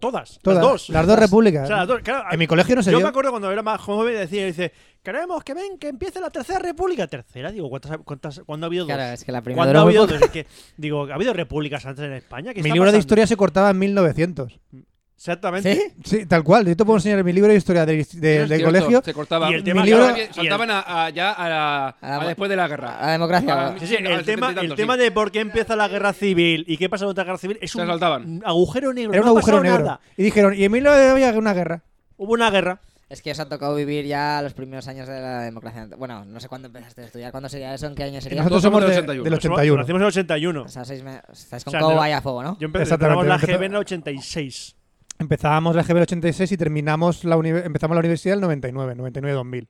Speaker 1: Todas.
Speaker 2: Todas,
Speaker 1: Las dos.
Speaker 2: Las dos repúblicas.
Speaker 1: O sea, las dos. Claro,
Speaker 2: en mi colegio no se
Speaker 1: yo me
Speaker 2: dio.
Speaker 1: acuerdo cuando era más joven decía, dice, queremos que ven, que empiece la tercera república. Tercera, digo, ¿cuántas, cuántas, ¿cuándo ha habido dos?
Speaker 4: Claro, es que la primera
Speaker 1: ¿Cuándo
Speaker 4: duró
Speaker 1: ha
Speaker 4: muy
Speaker 1: habido
Speaker 4: poco.
Speaker 1: dos? Es que, digo, ¿ha habido repúblicas antes en España? ¿Qué
Speaker 2: Mi
Speaker 1: está
Speaker 2: libro de
Speaker 1: pasando?
Speaker 2: historia se cortaba en 1900.
Speaker 1: Exactamente.
Speaker 4: ¿Sí?
Speaker 2: Sí, tal cual. Yo te puedo enseñar mi libro de historia del, de-
Speaker 3: Eso es
Speaker 2: del
Speaker 3: cierto,
Speaker 2: colegio.
Speaker 3: Se cortaba.
Speaker 1: Y el tema-
Speaker 3: Mi
Speaker 2: libro-
Speaker 3: saltaban-
Speaker 1: y el-
Speaker 3: Saltaban a- a- ya a, la-
Speaker 4: A la-
Speaker 3: a después de la
Speaker 4: A
Speaker 3: guerra.
Speaker 4: la democracia.
Speaker 3: Ah,
Speaker 1: Sí, sí,
Speaker 3: Sí, no,
Speaker 1: el
Speaker 3: al
Speaker 1: tema,
Speaker 3: 70 y
Speaker 1: el
Speaker 3: tantos,
Speaker 1: tema
Speaker 3: sí.
Speaker 1: de por qué empieza la guerra civil y qué pasa durante la guerra civil es
Speaker 3: Se
Speaker 1: un
Speaker 3: saltaban.
Speaker 1: agujero negro.
Speaker 2: Era un
Speaker 1: no ha
Speaker 2: agujero
Speaker 1: pasado
Speaker 2: negro.
Speaker 1: nada.
Speaker 2: Y dijeron, y en 1900 había una guerra.
Speaker 1: Hubo una guerra.
Speaker 4: Es que os ha tocado vivir ya los primeros años de la democracia. Bueno, no sé cuándo empezaste a estudiar, cuándo sería eso, en qué año
Speaker 2: Que
Speaker 4: sería.
Speaker 2: nosotros
Speaker 3: somos
Speaker 2: somos de-
Speaker 3: del
Speaker 2: del
Speaker 3: 81.
Speaker 2: 81.
Speaker 1: Nacimos en el 81.
Speaker 4: O sea, seis meses. Estáis
Speaker 1: O
Speaker 4: con
Speaker 1: sea,
Speaker 4: Cobo
Speaker 1: no-
Speaker 4: ahí a fuego, ¿no?
Speaker 1: Yo empe-
Speaker 2: Exactamente,
Speaker 1: empezamos la
Speaker 2: yo empecé-
Speaker 1: GB en el 86.
Speaker 2: Empezábamos la GB del 86 y terminamos la uni- empezamos la universidad en el 99, 99-2000.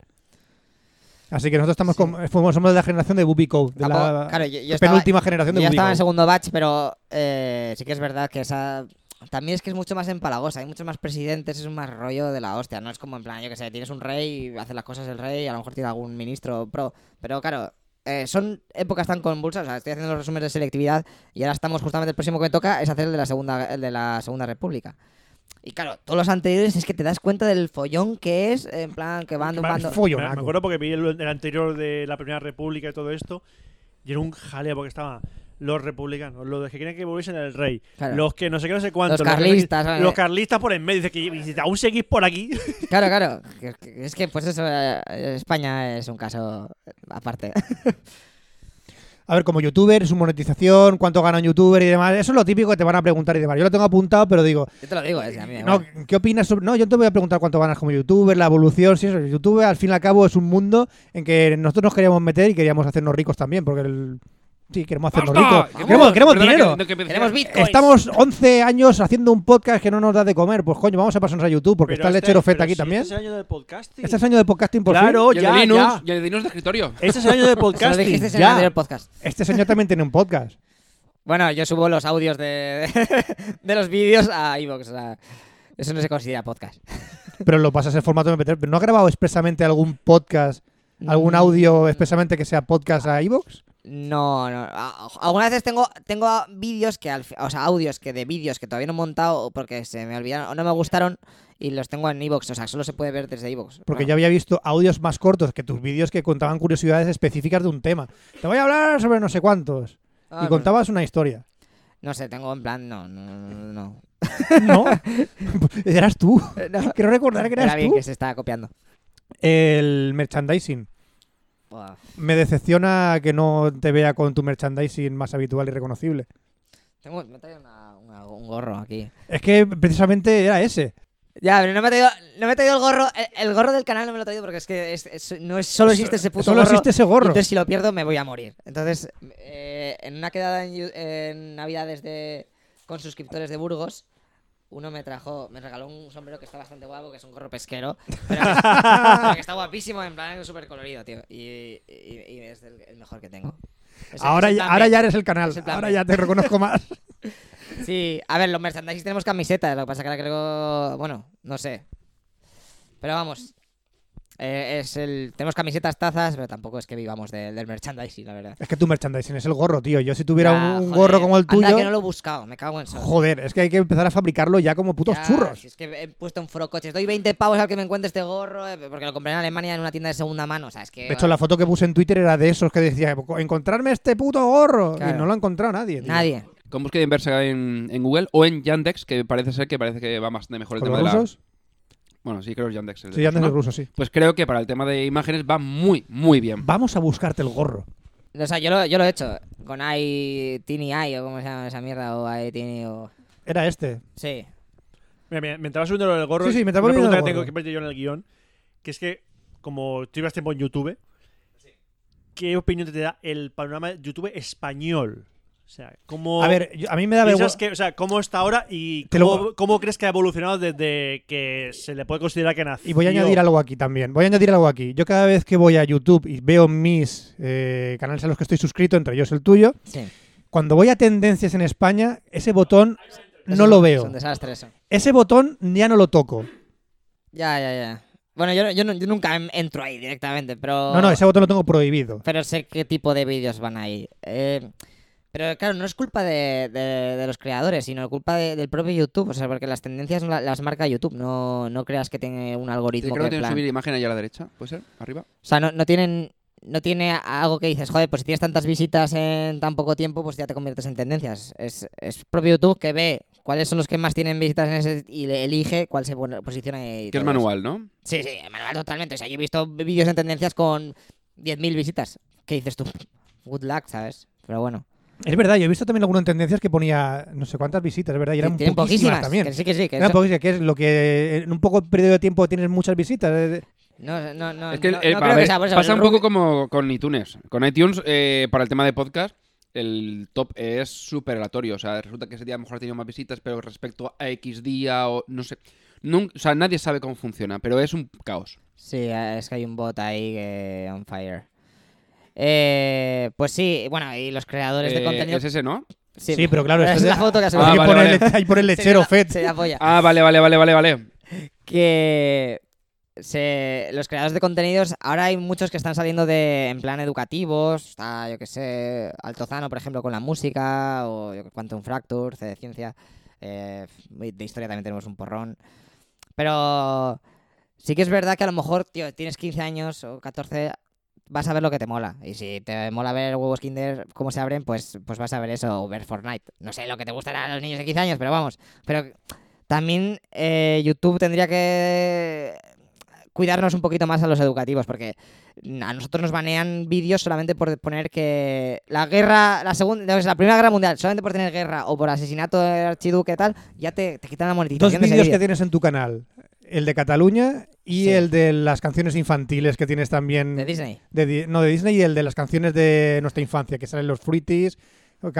Speaker 2: Así que nosotros estamos
Speaker 4: Sí.
Speaker 2: con- fuimos, somos de la generación de Booby Code, de
Speaker 4: Tampoco-
Speaker 2: la
Speaker 4: claro, yo, yo estaba,
Speaker 2: penúltima generación
Speaker 4: yo
Speaker 2: de
Speaker 4: ya
Speaker 2: Booby
Speaker 4: estaba en
Speaker 2: Code.
Speaker 4: segundo batch, pero eh, sí que es verdad que esa. También es que es mucho más empalagosa, hay muchos más presidentes, es un más rollo de la hostia. No es como en plan, yo que sé, tienes un rey y hace las cosas el rey, y a lo mejor tiene algún ministro pro. Pero claro, eh, son épocas tan convulsas, o sea, estoy haciendo los resúmenes de selectividad y ahora estamos justamente el próximo que me toca es hacer el de la segunda, el de la segunda república. Y claro, todos los anteriores es que te das cuenta del follón que es, en plan, que van de un
Speaker 1: Vale,
Speaker 4: bando.
Speaker 2: Fue
Speaker 1: Me, me
Speaker 2: Yonaco.
Speaker 1: acuerdo porque vi el, el anterior de la Primera República y todo esto. Y era un jaleo porque estaban los republicanos, los que querían que volviesen el rey,
Speaker 4: Claro.
Speaker 1: los que no sé qué, no sé cuánto.
Speaker 4: Los
Speaker 1: que no sé-
Speaker 4: carlistas, ¿sabes?
Speaker 2: eh.
Speaker 1: los carlistas por en medio. Dice que y- y- aún seguís por aquí.
Speaker 4: Claro, claro. Que- que- Es que, pues eso, eh, España es un caso aparte.
Speaker 2: A ver, como youtuber, su monetización, cuánto gana un youtuber y demás. Eso es lo típico que te van a preguntar y demás. Yo lo tengo apuntado, pero digo,
Speaker 4: Yo te lo digo, es que a
Speaker 1: Eh,
Speaker 4: mí me
Speaker 2: No,
Speaker 4: mola.
Speaker 2: ¿qué opinas sobre.? No, yo te voy a preguntar cuánto ganas como youtuber, la evolución, si eso. El YouTube, al fin y al cabo, es un mundo en que nosotros nos queríamos meter y queríamos hacernos ricos también, porque el. Sí, queremos hacernos
Speaker 3: ¡Basta!
Speaker 2: ricos. Queremos, queremos
Speaker 3: Perdona que-
Speaker 2: dinero.
Speaker 3: que me decía-
Speaker 2: eh,
Speaker 4: Queremos bitcoins.
Speaker 2: Estamos 11 años haciendo un podcast que no nos da de comer. Pues coño, vamos a pasarnos a YouTube, porque está el
Speaker 1: este-
Speaker 2: lechero Feta
Speaker 1: pero
Speaker 2: aquí
Speaker 1: si
Speaker 2: también.
Speaker 1: Este es el año del podcasting.
Speaker 2: Este es año de podcasting por
Speaker 1: claro,
Speaker 3: Y el de
Speaker 1: ya,
Speaker 3: Linux,
Speaker 1: ya.
Speaker 3: Y el de Linux de escritorio.
Speaker 1: Este es el año del
Speaker 4: Se lo
Speaker 1: podcasting.
Speaker 4: dijiste en el
Speaker 1: ya.
Speaker 4: anterior podcast.
Speaker 2: fin. Este señor también tiene un podcast.
Speaker 4: Bueno, yo subo los audios de, de los vídeos a iVoox. o sea, eso no se considera podcast.
Speaker 2: Pero lo pasas en formato MP3. ¿Pero no ha grabado expresamente algún podcast, algún
Speaker 4: Mm,
Speaker 2: audio expresamente que sea podcast a iVoox?
Speaker 4: No, no. a- a- Algunas veces tengo, tengo a- vídeos que, al fi- o sea, audios que de vídeos que todavía no he montado porque se me olvidaron o no me gustaron y los tengo en Evox. O sea, solo se puede ver desde Evox.
Speaker 2: Porque yo había visto audios más cortos que tus vídeos que contaban curiosidades específicas de un tema. Te voy a hablar sobre no sé cuántos. y contabas una historia.
Speaker 4: Ah, No sé, tengo en plan, no, no, no, no.
Speaker 2: No. eras tú.
Speaker 4: Eh, no.
Speaker 2: Quiero recordar que
Speaker 4: Era
Speaker 2: eras
Speaker 4: bien
Speaker 2: tú.
Speaker 4: que se estaba copiando.
Speaker 2: El merchandising.
Speaker 4: Buah,
Speaker 2: Me decepciona que no te vea con tu merchandising más habitual y reconocible.
Speaker 4: Tengo, me he traído una- una- un gorro aquí.
Speaker 2: Es que precisamente era ese.
Speaker 4: Ya, pero no me he traído, no me he traído el gorro. El, el gorro del canal no me lo he traído porque es que es- es- no es, solo existe ese puto
Speaker 2: Solo
Speaker 4: gorro.
Speaker 2: existe ese gorro.
Speaker 4: Entonces, si lo pierdo, me voy a morir. Entonces, eh, en una quedada en, Yu- en Navidades de, con suscriptores de Burgos, uno me trajo, me regaló un sombrero que está bastante guapo, que es un gorro pesquero. Pero pero que está guapísimo, en plan, súper colorido, tío. Y, y- y es el, el mejor que tengo. Es el-
Speaker 2: ahora,
Speaker 4: es el
Speaker 2: ya,
Speaker 4: plan
Speaker 2: ahora
Speaker 4: B.
Speaker 2: ya eres el canal.
Speaker 4: Es el plan
Speaker 2: ahora
Speaker 4: B.
Speaker 2: ya te reconozco más.
Speaker 4: Sí, a ver, los merchandising tenemos camisetas, lo que pasa que ahora creo. Bueno, no sé. Pero vamos. eh, es el... Tenemos camisetas, tazas, pero tampoco es que vivamos de- del merchandising, la verdad.
Speaker 2: Es que tu merchandising es el gorro, tío. Yo si tuviera
Speaker 4: Ya,
Speaker 2: un
Speaker 4: joder,
Speaker 2: gorro como el tuyo...
Speaker 4: Anda que no lo he buscado, me cago en eso.
Speaker 2: Joder, es que hay que empezar a fabricarlo ya como putos churros.
Speaker 4: es que he puesto un forocoches. Doy 20 pavos al que me encuentre este gorro, eh, porque lo compré en Alemania en una tienda de segunda mano. O sea, es que.
Speaker 2: De hecho, la foto que puse en Twitter era de esos que decía, encontrarme este puto gorro. Y
Speaker 4: Claro.
Speaker 2: no lo ha encontrado nadie. tío.
Speaker 4: Nadie.
Speaker 3: Con búsqueda inversa en, en Google o en Yandex, que parece ser que parece que va bastante mejor el
Speaker 2: ¿Con
Speaker 3: tema
Speaker 2: los
Speaker 3: de la-
Speaker 2: rusos?
Speaker 3: Bueno, sí, creo que es Yandex. el
Speaker 2: Sí,
Speaker 3: de
Speaker 2: ya
Speaker 3: ruso,
Speaker 2: antes los
Speaker 3: ¿no?
Speaker 2: rusos, sí.
Speaker 3: Pues creo que para el tema de imágenes va muy, muy bien.
Speaker 2: Vamos a buscarte el gorro.
Speaker 4: O sea, yo lo, yo lo he hecho con iTiny i o como se llama esa mierda, o iTiny o.
Speaker 2: Era este.
Speaker 4: Sí.
Speaker 1: Mira, mira, me estaba subiendo lo del gorro.
Speaker 2: Sí, sí, me estaba
Speaker 1: una
Speaker 2: olvidando
Speaker 1: pregunta
Speaker 2: del
Speaker 1: que tengo
Speaker 2: gorro.
Speaker 1: que meter yo en el guión, que es que, como tú ibas tiempo en YouTube, ¿qué opinión te da el panorama de YouTube español? O sea, ¿cómo,
Speaker 2: A ver, yo- a mí me da
Speaker 1: piensas
Speaker 2: vergüenza.
Speaker 1: que- o sea, ¿cómo está ahora y
Speaker 2: Te lo-
Speaker 1: cómo, cómo crees que ha evolucionado desde que se le puede considerar que nació?
Speaker 2: Y voy a añadir algo aquí también. Voy a añadir algo aquí. Yo cada vez que voy a YouTube y veo mis eh, canales a los que estoy suscrito, entre ellos el tuyo,
Speaker 4: Sí.
Speaker 2: cuando voy a tendencias en España, ese botón no
Speaker 4: Eso
Speaker 2: lo
Speaker 4: es un-
Speaker 2: veo.
Speaker 4: Es un desastre eso.
Speaker 2: Ese botón ya no lo toco.
Speaker 4: Ya, ya, ya. Bueno, yo, no- yo, no- yo nunca en- entro ahí directamente, pero.
Speaker 2: No, no, ese botón lo tengo prohibido.
Speaker 4: Pero sé qué tipo de vídeos van ahí. Eh, pero claro, no es culpa de, de- de los creadores, sino culpa de- del propio YouTube. O sea, porque las tendencias la- las marca YouTube. No, no creas que tiene un
Speaker 3: Sí,
Speaker 4: algoritmo
Speaker 3: creo que
Speaker 4: que
Speaker 3: tiene
Speaker 4: en
Speaker 3: que
Speaker 4: plan-
Speaker 3: subir imagen allá a la derecha, ¿puede ser? Arriba.
Speaker 4: O sea, no, no tienen. No tiene algo que dices, joder, pues si tienes tantas visitas en tan poco tiempo, pues ya te conviertes en tendencias. Es, es propio YouTube que ve cuáles son los que más tienen visitas en ese y le elige cuál se pone- posiciona. y
Speaker 3: Que es
Speaker 4: todo eso.
Speaker 3: manual, ¿no?
Speaker 4: Sí, sí, manual totalmente. O sea, yo he visto vídeos en tendencias con 10.000 visitas. ¿Qué dices tú? Good luck, ¿sabes? Pero bueno.
Speaker 2: Es verdad, yo he visto también algunas tendencias que ponía no sé cuántas visitas, es verdad, y eran
Speaker 4: Tienen
Speaker 2: poquísimas, también.
Speaker 4: Que sí, que sí. que
Speaker 2: Eran
Speaker 4: eso-
Speaker 2: poquísimas, Ah, pues, que es lo que en un poco periodo de tiempo tienes muchas visitas. eh,
Speaker 4: Ah, No, no, no.
Speaker 3: Es que,
Speaker 4: no-
Speaker 3: eh,
Speaker 4: no
Speaker 3: a
Speaker 4: creo que
Speaker 3: ver,
Speaker 4: sea por eso,
Speaker 3: pasa un
Speaker 4: pero
Speaker 3: poco
Speaker 4: Rubi-
Speaker 3: como con iTunes. Con iTunes, eh, para el tema de podcast, el top es súper aleatorio. O sea, resulta que ese día a lo mejor ha tenido más visitas, pero respecto a X día o no sé. Nun- o sea, nadie sabe cómo funciona, pero es un caos.
Speaker 4: Sí, eh, es que hay un bot ahí que. On fire. Eh, pues sí, bueno, y los creadores de
Speaker 3: Eh,
Speaker 4: contenido.
Speaker 3: Es ese, ¿no?
Speaker 2: Sí, pero claro,
Speaker 4: es
Speaker 2: esto
Speaker 4: la
Speaker 2: de-
Speaker 4: foto que ha
Speaker 2: hay,
Speaker 4: subido.
Speaker 2: que
Speaker 3: vale,
Speaker 2: poner
Speaker 3: vale.
Speaker 2: pues, el- hay que poner el lechero,
Speaker 4: Sería-
Speaker 2: Fet.
Speaker 4: sería polla.
Speaker 3: Ah, vale, vale, vale, vale, vale.
Speaker 4: que se, los creadores de contenidos, ahora hay muchos que están saliendo de en plan educativos, está, yo que sé, Altozano, por ejemplo, con la música, o yo, que- Quantum Fracture, C de ciencia, eh, de historia también tenemos un porrón. Pero sí que es verdad que a lo mejor, tío, tienes 15 años o 14, vas a ver lo que te mola. Y si te mola ver huevos Kinder, cómo se abren, pues, pues vas a ver eso, o ver Fortnite. No sé lo que te gustará a los niños de 15 años, pero vamos. Pero también eh, YouTube tendría que cuidarnos un poquito más a los educativos, porque a nosotros nos banean vídeos solamente por poner que la guerra, la segunda, la primera guerra mundial, solamente por tener guerra o por asesinato del archiduque tal, ya te, te quitan la
Speaker 2: Dos
Speaker 4: monetización. de ese
Speaker 2: vídeos que
Speaker 4: vídeo.
Speaker 2: tienes en tu canal, el de Cataluña y
Speaker 4: Sí.
Speaker 2: el de las canciones infantiles que tienes también.
Speaker 4: de Disney.
Speaker 2: de Di- no, de Disney y el de las canciones de nuestra infancia, que salen los Fruities,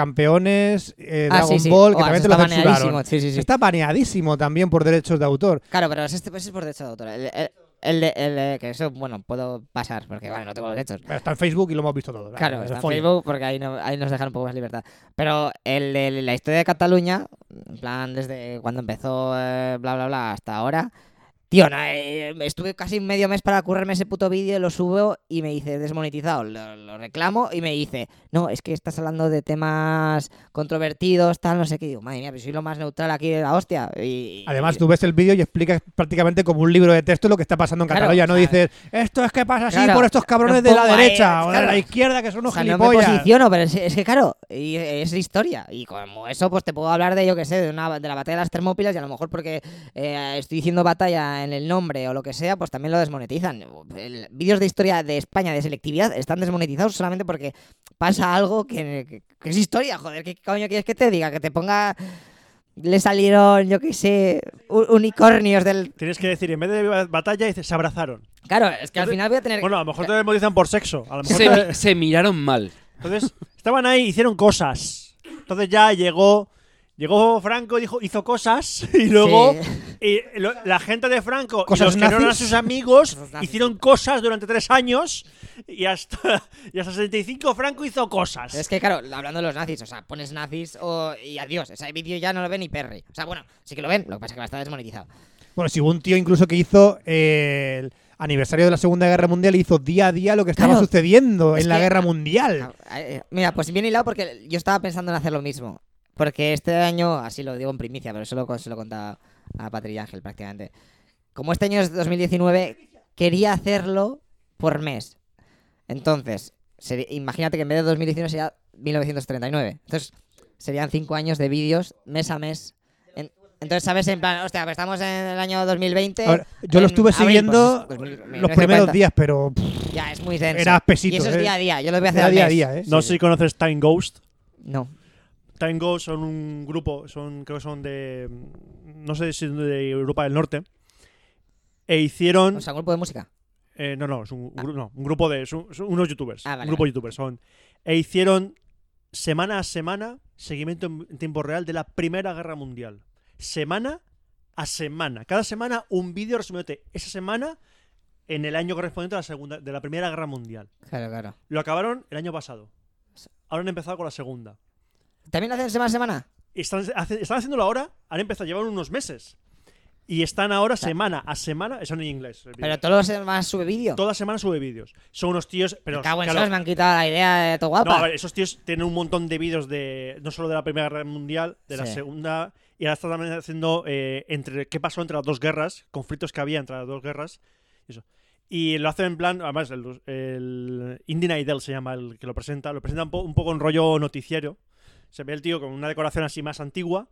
Speaker 2: Campeones, eh,
Speaker 4: Ah,
Speaker 2: Dragon
Speaker 4: sí, sí.
Speaker 2: Ball, que
Speaker 4: Buah,
Speaker 2: también
Speaker 4: eso
Speaker 2: te lo
Speaker 4: está
Speaker 2: censuraron.
Speaker 4: baneadísimo. Sí, sí, sí.
Speaker 2: Está baneadísimo también por derechos de autor.
Speaker 4: Claro, pero ese, ese es por derecho de autor. El, el- el de- el de- que eso, bueno, puedo pasar, porque bueno, no tengo los derechos.
Speaker 2: Pero está en Facebook y lo hemos visto todo.
Speaker 4: Claro,
Speaker 2: Es
Speaker 4: está en
Speaker 2: folio.
Speaker 4: Facebook porque ahí, no- ahí nos dejan un poco más libertad. Pero el de la historia de Cataluña, en plan, desde cuando empezó, eh, bla, bla, bla, hasta ahora, Tío, na- eh, estuve casi medio mes para currarme ese puto vídeo, lo subo y me dice desmonetizado. Lo, lo reclamo y me dice, no, es que estás hablando de temas controvertidos, tal, no sé qué. Y digo, madre mía, pues soy lo más neutral aquí de la hostia. Y,
Speaker 2: Además, tú ves el vídeo y explicas prácticamente como un libro de texto lo que está pasando en
Speaker 4: Claro,
Speaker 2: Cataluña. No
Speaker 4: o sea,
Speaker 2: dices, esto es que pasa así
Speaker 4: claro,
Speaker 2: por estos cabrones
Speaker 4: no
Speaker 2: de la
Speaker 4: pongo ahí,
Speaker 2: derecha o de
Speaker 4: claro.
Speaker 2: la izquierda que son
Speaker 4: o
Speaker 2: unos
Speaker 4: sea, no me
Speaker 2: gilipollas.
Speaker 4: posiciono, pero es, es que claro, y es historia. Y como eso, pues te puedo hablar de, yo qué sé, de, una, de la batalla de las Termópilas y a lo mejor porque eh, estoy diciendo batalla en el nombre o lo que sea, pues también lo desmonetizan. El- Vídeos de historia de España de selectividad están desmonetizados solamente porque pasa algo que, que- que es historia, joder, ¿qué coño quieres que te diga? Que te ponga... Le salieron, yo qué sé, u- unicornios del...
Speaker 1: Tienes que decir, en vez de ba- batalla, dices, se abrazaron.
Speaker 4: Claro, es que al final voy a
Speaker 3: Eh.
Speaker 4: tener...
Speaker 1: Bueno, a lo mejor te desmonetizan por sexo. A lo mejor
Speaker 3: Se,
Speaker 1: te-
Speaker 3: mi- se miraron mal.
Speaker 1: Entonces, estaban ahí, hicieron cosas. Entonces ya llegó. Llegó Franco, dijo, hizo cosas y luego
Speaker 4: Sí.
Speaker 1: y lo- la gente de Franco y
Speaker 2: ¿Cosas
Speaker 1: los que no eran
Speaker 2: nazis?
Speaker 1: sus amigos
Speaker 4: Cosas nazis.
Speaker 1: hicieron cosas durante tres años y hasta, y hasta 65 Franco hizo cosas.
Speaker 4: Pero Es que, claro, hablando de los nazis, o sea, pones nazis o... y adiós. Ese vídeo ya no lo ve ni Perry. O sea, bueno, sí que lo ven, lo que pasa es que va a estar desmonetizado.
Speaker 2: Bueno, si hubo un tío incluso que hizo eh, el aniversario de la Segunda Guerra Mundial y hizo día a día lo que estaba
Speaker 4: Claro.
Speaker 2: sucediendo
Speaker 4: Es
Speaker 2: en la
Speaker 4: que-
Speaker 2: Guerra Mundial.
Speaker 4: Ah, eh, Mira, pues viene hilado porque yo estaba pensando en hacer lo mismo. Porque este año, así lo digo en primicia, pero eso lo, se lo contaba a Patri y Ángel prácticamente. Como este año es 2019, quería hacerlo por mes. Entonces, seri- imagínate que en vez de 2019 sería 1939. Entonces, serían cinco años de vídeos mes a mes. En- entonces, ¿sabes? En plan, hostia, pues estamos en el año 2020.
Speaker 2: Ahora, yo lo
Speaker 4: en
Speaker 2: estuve
Speaker 4: abril,
Speaker 2: siguiendo
Speaker 4: pues, pues,
Speaker 2: los
Speaker 4: 1940.
Speaker 2: primeros días, pero pff,
Speaker 4: Ya, es muy denso.
Speaker 2: era espesito.
Speaker 4: y eso es
Speaker 2: eh.
Speaker 4: día a día, yo lo voy a hacer
Speaker 2: Era
Speaker 4: al
Speaker 2: día a
Speaker 4: mes.
Speaker 2: día, ¿eh?
Speaker 1: no sé
Speaker 4: sí, sí.
Speaker 1: si conoces Time Ghost.
Speaker 4: No.
Speaker 1: Time Ghost son un grupo, son creo que son de no sé si de Europa del Norte e hicieron
Speaker 4: O sea, un grupo de música.
Speaker 1: Eh, no, no, es un, un gru- no, un grupo de. son- son unos youtubers.
Speaker 4: Ah, vale,
Speaker 1: un grupo de youtubers son. E hicieron semana a semana seguimiento en, en tiempo real de la Primera Guerra Mundial. Semana a semana. Cada semana un vídeo resumiéndote esa semana en el año correspondiente a la segunda, de la Primera Guerra Mundial.
Speaker 4: Claro, claro.
Speaker 1: Lo acabaron el año pasado. Ahora han empezado con la segunda.
Speaker 4: ¿También lo hacen semana a semana?
Speaker 1: Y Están, hace- están haciéndolo ahora, han empezado, llevan unos meses. Y están ahora
Speaker 4: sea-
Speaker 1: semana a semana, son en inglés. el vídeo.
Speaker 4: Pero todos los semanas sube vídeo.
Speaker 1: Toda semana sube vídeos. Son unos tíos. Pero
Speaker 4: Me cago en
Speaker 1: claro,
Speaker 4: Dios, me han quitado la idea de todo guapa.
Speaker 1: No, a ver, esos tíos tienen un montón de vídeos de no solo de la Primera Guerra Mundial, de la
Speaker 4: Sí.
Speaker 1: Segunda, y ahora están también haciendo eh, entre qué pasó entre las dos guerras, conflictos que había entre las dos guerras, y eso. Y lo hacen en plan, además, el, el Indy Idol se llama el que lo presenta, lo presentan un, po- un poco en rollo noticiero. Se ve el tío con una decoración así más antigua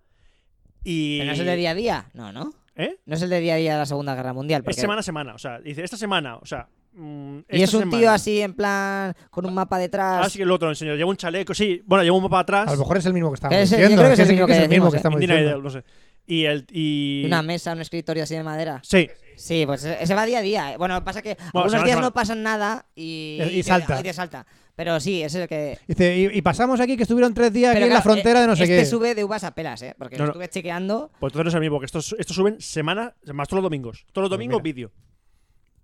Speaker 1: y
Speaker 4: Pero no es el de día a día. No, ¿no?
Speaker 1: ¿Eh?
Speaker 4: No es el de día a día de la Segunda Guerra Mundial.
Speaker 1: es
Speaker 4: porque-
Speaker 1: semana a semana, o sea, dice esta semana, o sea, mm,
Speaker 4: Y es
Speaker 1: esta
Speaker 4: un tío
Speaker 1: semana.
Speaker 4: así, en plan, con un mapa detrás.
Speaker 1: Ahora sí que el otro lo enseño. Lleva un chaleco, sí. Bueno, lleva un mapa atrás.
Speaker 2: A lo mejor es el mismo que estábamos
Speaker 4: Es el- yo
Speaker 2: diciendo.
Speaker 4: creo que es el
Speaker 2: sí
Speaker 4: mismo que
Speaker 2: es el mismo
Speaker 4: decimos,
Speaker 2: que
Speaker 4: ¿eh?
Speaker 2: estamos
Speaker 1: Indiana
Speaker 2: diciendo.
Speaker 1: Idol, no sé. Y el. Y...
Speaker 4: y Una mesa, un escritorio así de madera.
Speaker 1: Sí.
Speaker 4: Sí, pues eh, ese va día a día. eh. Bueno, pasa que algunos
Speaker 1: semana a
Speaker 4: días
Speaker 1: semana.
Speaker 4: no pasan nada y,
Speaker 2: Y- y salta.
Speaker 4: te salta. Pero sí, es el que.
Speaker 2: Dice, y, y pasamos aquí que estuvieron tres días
Speaker 4: Pero
Speaker 2: aquí en la
Speaker 4: claro,
Speaker 2: frontera
Speaker 4: eh,
Speaker 2: de no sé
Speaker 4: este
Speaker 2: qué.
Speaker 4: sube de uvas a pelas, ¿eh? Porque
Speaker 1: No,
Speaker 4: lo
Speaker 1: no.
Speaker 4: estuve chequeando.
Speaker 1: Pues entonces no es el mismo, porque estos, estos suben semana, más todos los domingos. Todos los
Speaker 2: Pues
Speaker 1: domingos
Speaker 2: mira.
Speaker 1: vídeo.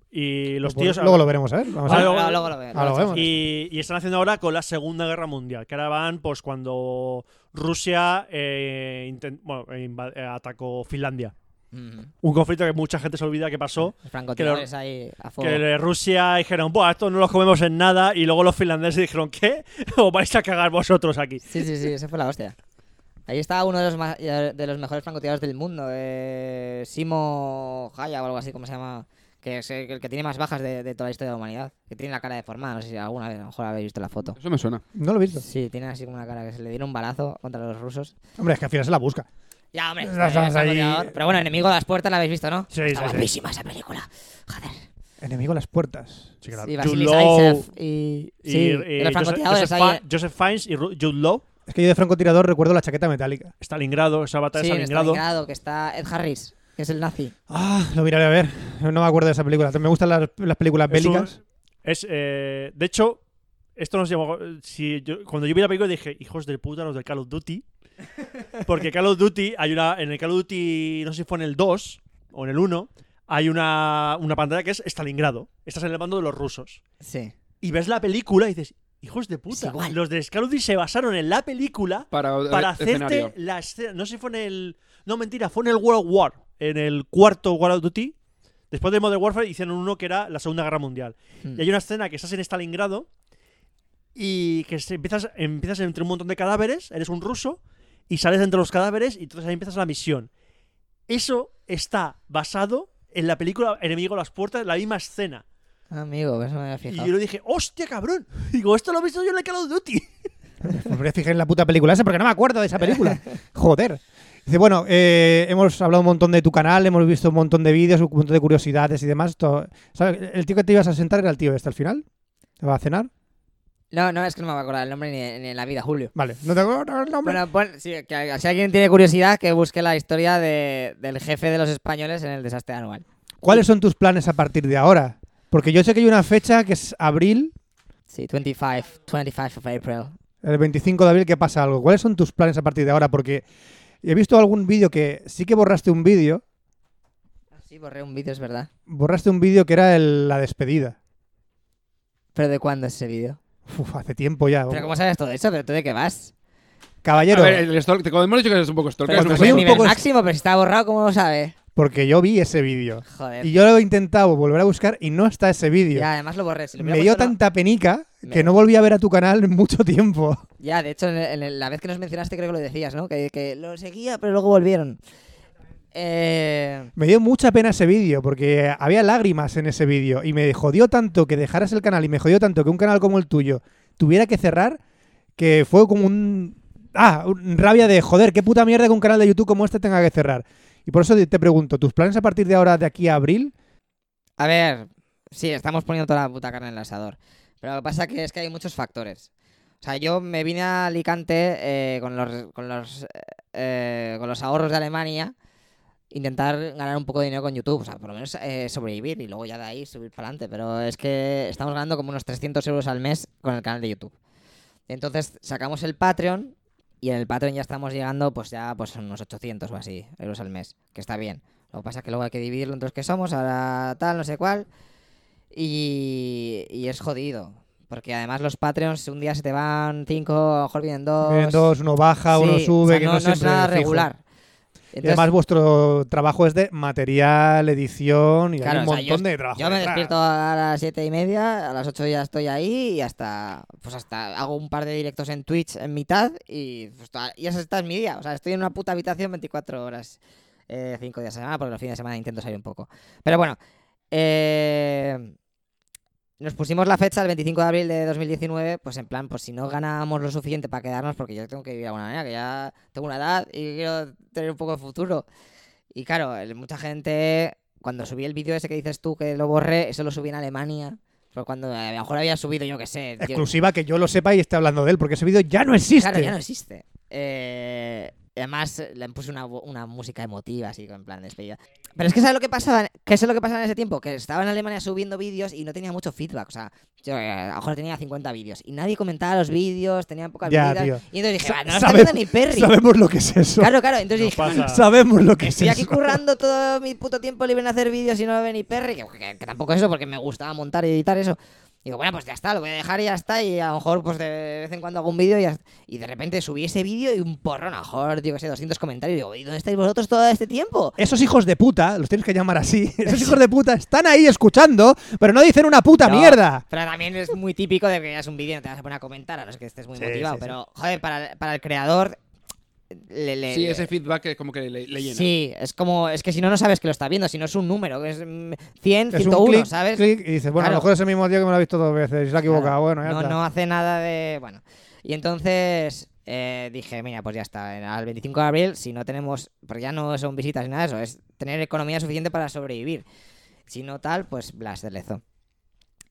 Speaker 1: Y los
Speaker 2: Pues
Speaker 1: tíos.
Speaker 2: luego lo veremos, a ver. Vamos a
Speaker 1: Ah,
Speaker 2: ver.
Speaker 4: Ahora-
Speaker 1: luego-
Speaker 4: ahora- luego lo veo.
Speaker 2: ahora lo
Speaker 4: luego-
Speaker 2: vemos.
Speaker 1: Y, y están haciendo ahora con la Segunda Guerra Mundial. Que ahora van, pues, cuando Rusia eh, inten- bueno, eh, inva- eh, atacó Finlandia.
Speaker 4: Mm.
Speaker 1: Un conflicto que mucha gente se olvida que pasó.
Speaker 4: Los francotiradores ahí a fuego.
Speaker 1: Que le- Rusia dijeron, Buah, esto no los comemos en nada. Y luego los finlandeses dijeron, ¿qué? Os vais a cagar vosotros aquí.
Speaker 4: Sí, sí, sí, esa fue la hostia. Ahí estaba uno de los, ma- de los mejores francotiradores del mundo, eh, Simo Haya o algo así, como se llama, que es el el que tiene más bajas de, de toda la historia de la humanidad, que tiene la cara deformada, no sé si alguna vez, a lo mejor habéis visto la foto.
Speaker 3: Eso me suena.
Speaker 2: No lo he visto.
Speaker 4: Sí, tiene así como una cara que se le dieron un balazo contra los rusos.
Speaker 2: Hombre, es que al final se la busca.
Speaker 4: Ya, hombre,
Speaker 2: Las-
Speaker 4: eh,
Speaker 2: las ahí-
Speaker 4: francotirador. Pero bueno, Enemigo de las Puertas la habéis visto, ¿no?
Speaker 1: Sí,
Speaker 4: Está
Speaker 1: sí, sí.
Speaker 4: guapísima esa película. Joder.
Speaker 2: Enemigo a las puertas.
Speaker 1: Sí, claro.
Speaker 4: Sí,
Speaker 1: Jude
Speaker 4: Vasily
Speaker 1: Law,
Speaker 4: Zaitsev y,
Speaker 1: y,
Speaker 4: sí,
Speaker 1: eh,
Speaker 4: y los
Speaker 1: Joseph,
Speaker 4: francotiradores
Speaker 1: Joseph
Speaker 4: ahí,
Speaker 1: Fa-
Speaker 4: eh,
Speaker 1: Joseph Fiennes y Ru- Jude Law,
Speaker 2: Es que yo de francotirador recuerdo la chaqueta metálica.
Speaker 1: Stalingrado, esa batalla
Speaker 4: sí,
Speaker 1: de
Speaker 4: en
Speaker 1: Stalingrado.
Speaker 4: Stalingrado, que está Ed Harris, que es el nazi.
Speaker 2: Ah, lo miraré a ver. No me acuerdo de esa película. Me gustan las, las películas
Speaker 1: Es un-
Speaker 2: bélicas.
Speaker 1: Es, eh, de hecho, esto nos llevó. Si yo- cuando yo vi la película dije, hijos de puta, los del Call of Duty. Porque Call of Duty, hay una. En el Call of Duty, no sé si fue en el 2 o en el 1, hay una, una pantalla que es Stalingrado. Estás en el bando de los rusos.
Speaker 4: Sí.
Speaker 1: Y ves la película y dices, hijos de puta.
Speaker 4: igual.
Speaker 1: Los de Call of Duty se basaron en la película
Speaker 3: Para,
Speaker 1: para
Speaker 3: eh,
Speaker 1: hacerte
Speaker 3: escenario.
Speaker 1: la escena. No sé si fue en el. No, mentira, fue en el World War. En el cuarto World of Duty. Después de Modern Warfare hicieron uno que era la Segunda Guerra Mundial.
Speaker 4: Hmm.
Speaker 1: Y hay una escena que estás en Stalingrado y que se- empiezas, empiezas entre un montón de cadáveres, eres un ruso, y sales de entre los cadáveres y entonces ahí empiezas la misión. Eso está basado en la película Enemigo a las Puertas, la misma escena.
Speaker 4: Amigo, eso me había
Speaker 1: Y
Speaker 4: fijado.
Speaker 1: yo le dije, hostia cabrón, digo, esto lo he visto yo en el Call of Duty.
Speaker 2: Me voy a fijar en la puta película esa porque no me acuerdo de esa película. Joder. Dice, bueno, eh, hemos hablado un montón de tu canal, hemos visto un montón de vídeos, un montón de curiosidades y demás. to- ¿Sabes? El tío que te ibas a sentar era el tío este al final. ¿Te va a cenar?
Speaker 4: No, no, es que no me voy a acordar el nombre ni, ni en la vida, Julio.
Speaker 2: Vale. No te acuerdas el nombre.
Speaker 4: Bueno, pon- sí, que- si alguien tiene curiosidad, que busque la historia de- del jefe de los españoles en el desastre anual.
Speaker 2: ¿Cuáles son tus planes a partir de ahora? Porque yo sé que hay una fecha que es abril,
Speaker 4: Sí, 25, 25 of April.
Speaker 2: el 25 de abril, que pasa algo. ¿Cuáles son tus planes a partir de ahora? Porque he visto algún vídeo que sí que borraste un vídeo.
Speaker 4: Ah, Sí, borré un vídeo, es verdad.
Speaker 2: Borraste un vídeo que era el- la despedida.
Speaker 4: ¿Pero de cuándo es ese vídeo?
Speaker 2: Uf, hace tiempo ya.
Speaker 4: ¿Pero cómo sabes todo eso? ¿Pero tú de qué vas?
Speaker 2: Caballero.
Speaker 3: A ver, el stalk, te como hemos dicho que eres un poco stalker.
Speaker 4: Pero
Speaker 2: cuando
Speaker 4: esto
Speaker 3: es
Speaker 4: es
Speaker 3: un
Speaker 2: soy
Speaker 4: el
Speaker 3: poco-
Speaker 2: un
Speaker 4: nivel
Speaker 2: poco-
Speaker 4: máximo, pero si está borrado, ¿cómo lo sabe?
Speaker 2: Porque yo vi ese vídeo.
Speaker 4: Joder.
Speaker 2: Y yo lo he intentado volver a buscar y no está ese vídeo.
Speaker 4: Eh. Ya, además lo borré. si lo
Speaker 2: Me
Speaker 4: hubiera
Speaker 2: dio
Speaker 4: puesto, no-
Speaker 2: tanta penica que
Speaker 4: Me-
Speaker 2: no volví a ver a tu canal en mucho tiempo.
Speaker 4: Ya, de hecho, en el- en el- la vez que nos mencionaste creo que lo decías, ¿no? Que, que lo seguía, pero luego volvieron. Eh,
Speaker 2: Me dio mucha pena ese vídeo porque había lágrimas en ese vídeo y me jodió tanto que dejaras el canal y me jodió tanto que un canal como el tuyo tuviera que cerrar que fue como un... Ah, un rabia de joder, qué puta mierda que un canal de YouTube como este tenga que cerrar. Y por eso te pregunto, ¿tus planes a partir de ahora, de aquí a abril?
Speaker 4: a ver, sí, estamos poniendo toda la puta carne en el asador. Pero lo que pasa que es que hay muchos factores. O sea, yo me vine a Alicante eh, con, los, con, los, eh, eh, con los ahorros de Alemania, intentar ganar un poco de dinero con YouTube. O sea, por lo menos eh, sobrevivir y luego ya de ahí subir para adelante. Pero es que estamos ganando como unos 300 euros al mes con el canal de YouTube. Entonces sacamos el Patreon y en el Patreon ya estamos llegando pues ya pues a unos 800 o así euros al mes, que está bien. Lo que pasa es que luego hay que dividirlo entre los que somos, ahora tal, no sé cuál. Y, y es jodido. Porque además los Patreons un día se te van cinco, a lo mejor vienen dos.
Speaker 2: Vienen dos, uno baja,
Speaker 4: Sí,
Speaker 2: uno
Speaker 4: o
Speaker 2: sube,
Speaker 4: sea,
Speaker 2: que
Speaker 4: no,
Speaker 2: no,
Speaker 4: no
Speaker 2: siempre
Speaker 4: es nada
Speaker 2: fijo.
Speaker 4: regular.
Speaker 2: Y además vuestro trabajo es de material, edición y hay
Speaker 4: Claro,
Speaker 2: un
Speaker 4: o sea,
Speaker 2: montón
Speaker 4: yo-
Speaker 2: de trabajo.
Speaker 4: Yo me
Speaker 2: detrás.
Speaker 4: despierto a las siete y media, a las 8 ya estoy ahí y hasta pues hasta hago un par de directos en Twitch en mitad y pues, ta- y esa está es mi día. O sea, estoy en una puta habitación 24 horas, 5 días a la semana, porque los fines de semana intento salir un poco. Pero bueno, eh, nos pusimos la fecha el 25 de abril de 2019, pues en plan, pues si no ganábamos lo suficiente para quedarnos, porque yo tengo que vivir de alguna manera, que ya tengo una edad y quiero tener un poco de futuro. Y claro, el- mucha gente, cuando subí el vídeo ese que dices tú que lo borré, eso lo subí en Alemania. Pero cuando a lo mejor había subido, yo qué sé. yo-
Speaker 2: Exclusiva que yo lo sepa y esté hablando de él, porque ese vídeo ya no existe.
Speaker 4: Claro, ya no existe. Eh, además, eh, le puse una, vo- una música emotiva, así, en plan despedida. Pero es que ¿sabes lo que pasaba? ¿Qué es lo que pasaba en ese tiempo? Que estaba en Alemania subiendo vídeos y no tenía mucho feedback. O sea, yo eh, a lo mejor tenía 50 vídeos y nadie comentaba los vídeos, tenía pocas
Speaker 2: Ya,
Speaker 4: vidas.
Speaker 2: tío.
Speaker 4: Y entonces dije,
Speaker 2: Sa-
Speaker 4: "Va, no lo está
Speaker 2: sabemos-
Speaker 4: viendo ni Perry.
Speaker 2: Sabemos lo que es eso.
Speaker 4: Claro, claro. Entonces
Speaker 1: No
Speaker 4: dije,
Speaker 1: pasa.
Speaker 2: Sabemos lo que
Speaker 4: Estoy
Speaker 2: es
Speaker 4: aquí
Speaker 2: eso.
Speaker 4: currando todo mi puto tiempo libre en hacer vídeos y no me ve ni perri. Que, que- que tampoco eso, porque me gustaba montar y editar eso. Digo, bueno, pues ya está, lo voy a dejar y ya está. Y a lo mejor, pues de vez en cuando hago un vídeo y, ya- y de repente subí ese vídeo y un porrón, a lo mejor, digo, que sé, 200 comentarios. Y digo, ¿y dónde estáis vosotros todo este tiempo?
Speaker 2: Esos hijos de puta, los tienes que llamar así, esos hijos de puta están ahí escuchando, pero no dicen una puta
Speaker 4: No,
Speaker 2: mierda.
Speaker 4: Pero también es muy típico de que veas un vídeo y no te vas a poner a comentar a los que estés muy
Speaker 2: Sí,
Speaker 4: motivado.
Speaker 2: sí, sí.
Speaker 4: Pero, joder, para, para el creador. le- le-
Speaker 3: Sí,
Speaker 4: le-
Speaker 3: ese feedback es como que le, le llena.
Speaker 4: Sí, es como, es que si no, no sabes que lo está viendo, si no es un número, que es mm, 100,
Speaker 2: Es un
Speaker 4: 101,
Speaker 2: clic,
Speaker 4: ¿sabes?
Speaker 2: clic, y dices, bueno, a lo
Speaker 4: Claro.
Speaker 2: mejor es el mismo tío que me lo ha visto dos veces y se ha equivocado.
Speaker 4: Claro.
Speaker 2: Bueno, ya
Speaker 4: no,
Speaker 2: está.
Speaker 4: no hace nada de. Bueno. Y entonces eh, dije, mira, pues ya está. en- Al 25 de abril, si no tenemos. Porque ya no son visitas ni nada de eso, es tener economía suficiente para sobrevivir. Si no tal, pues Blas de Lezo.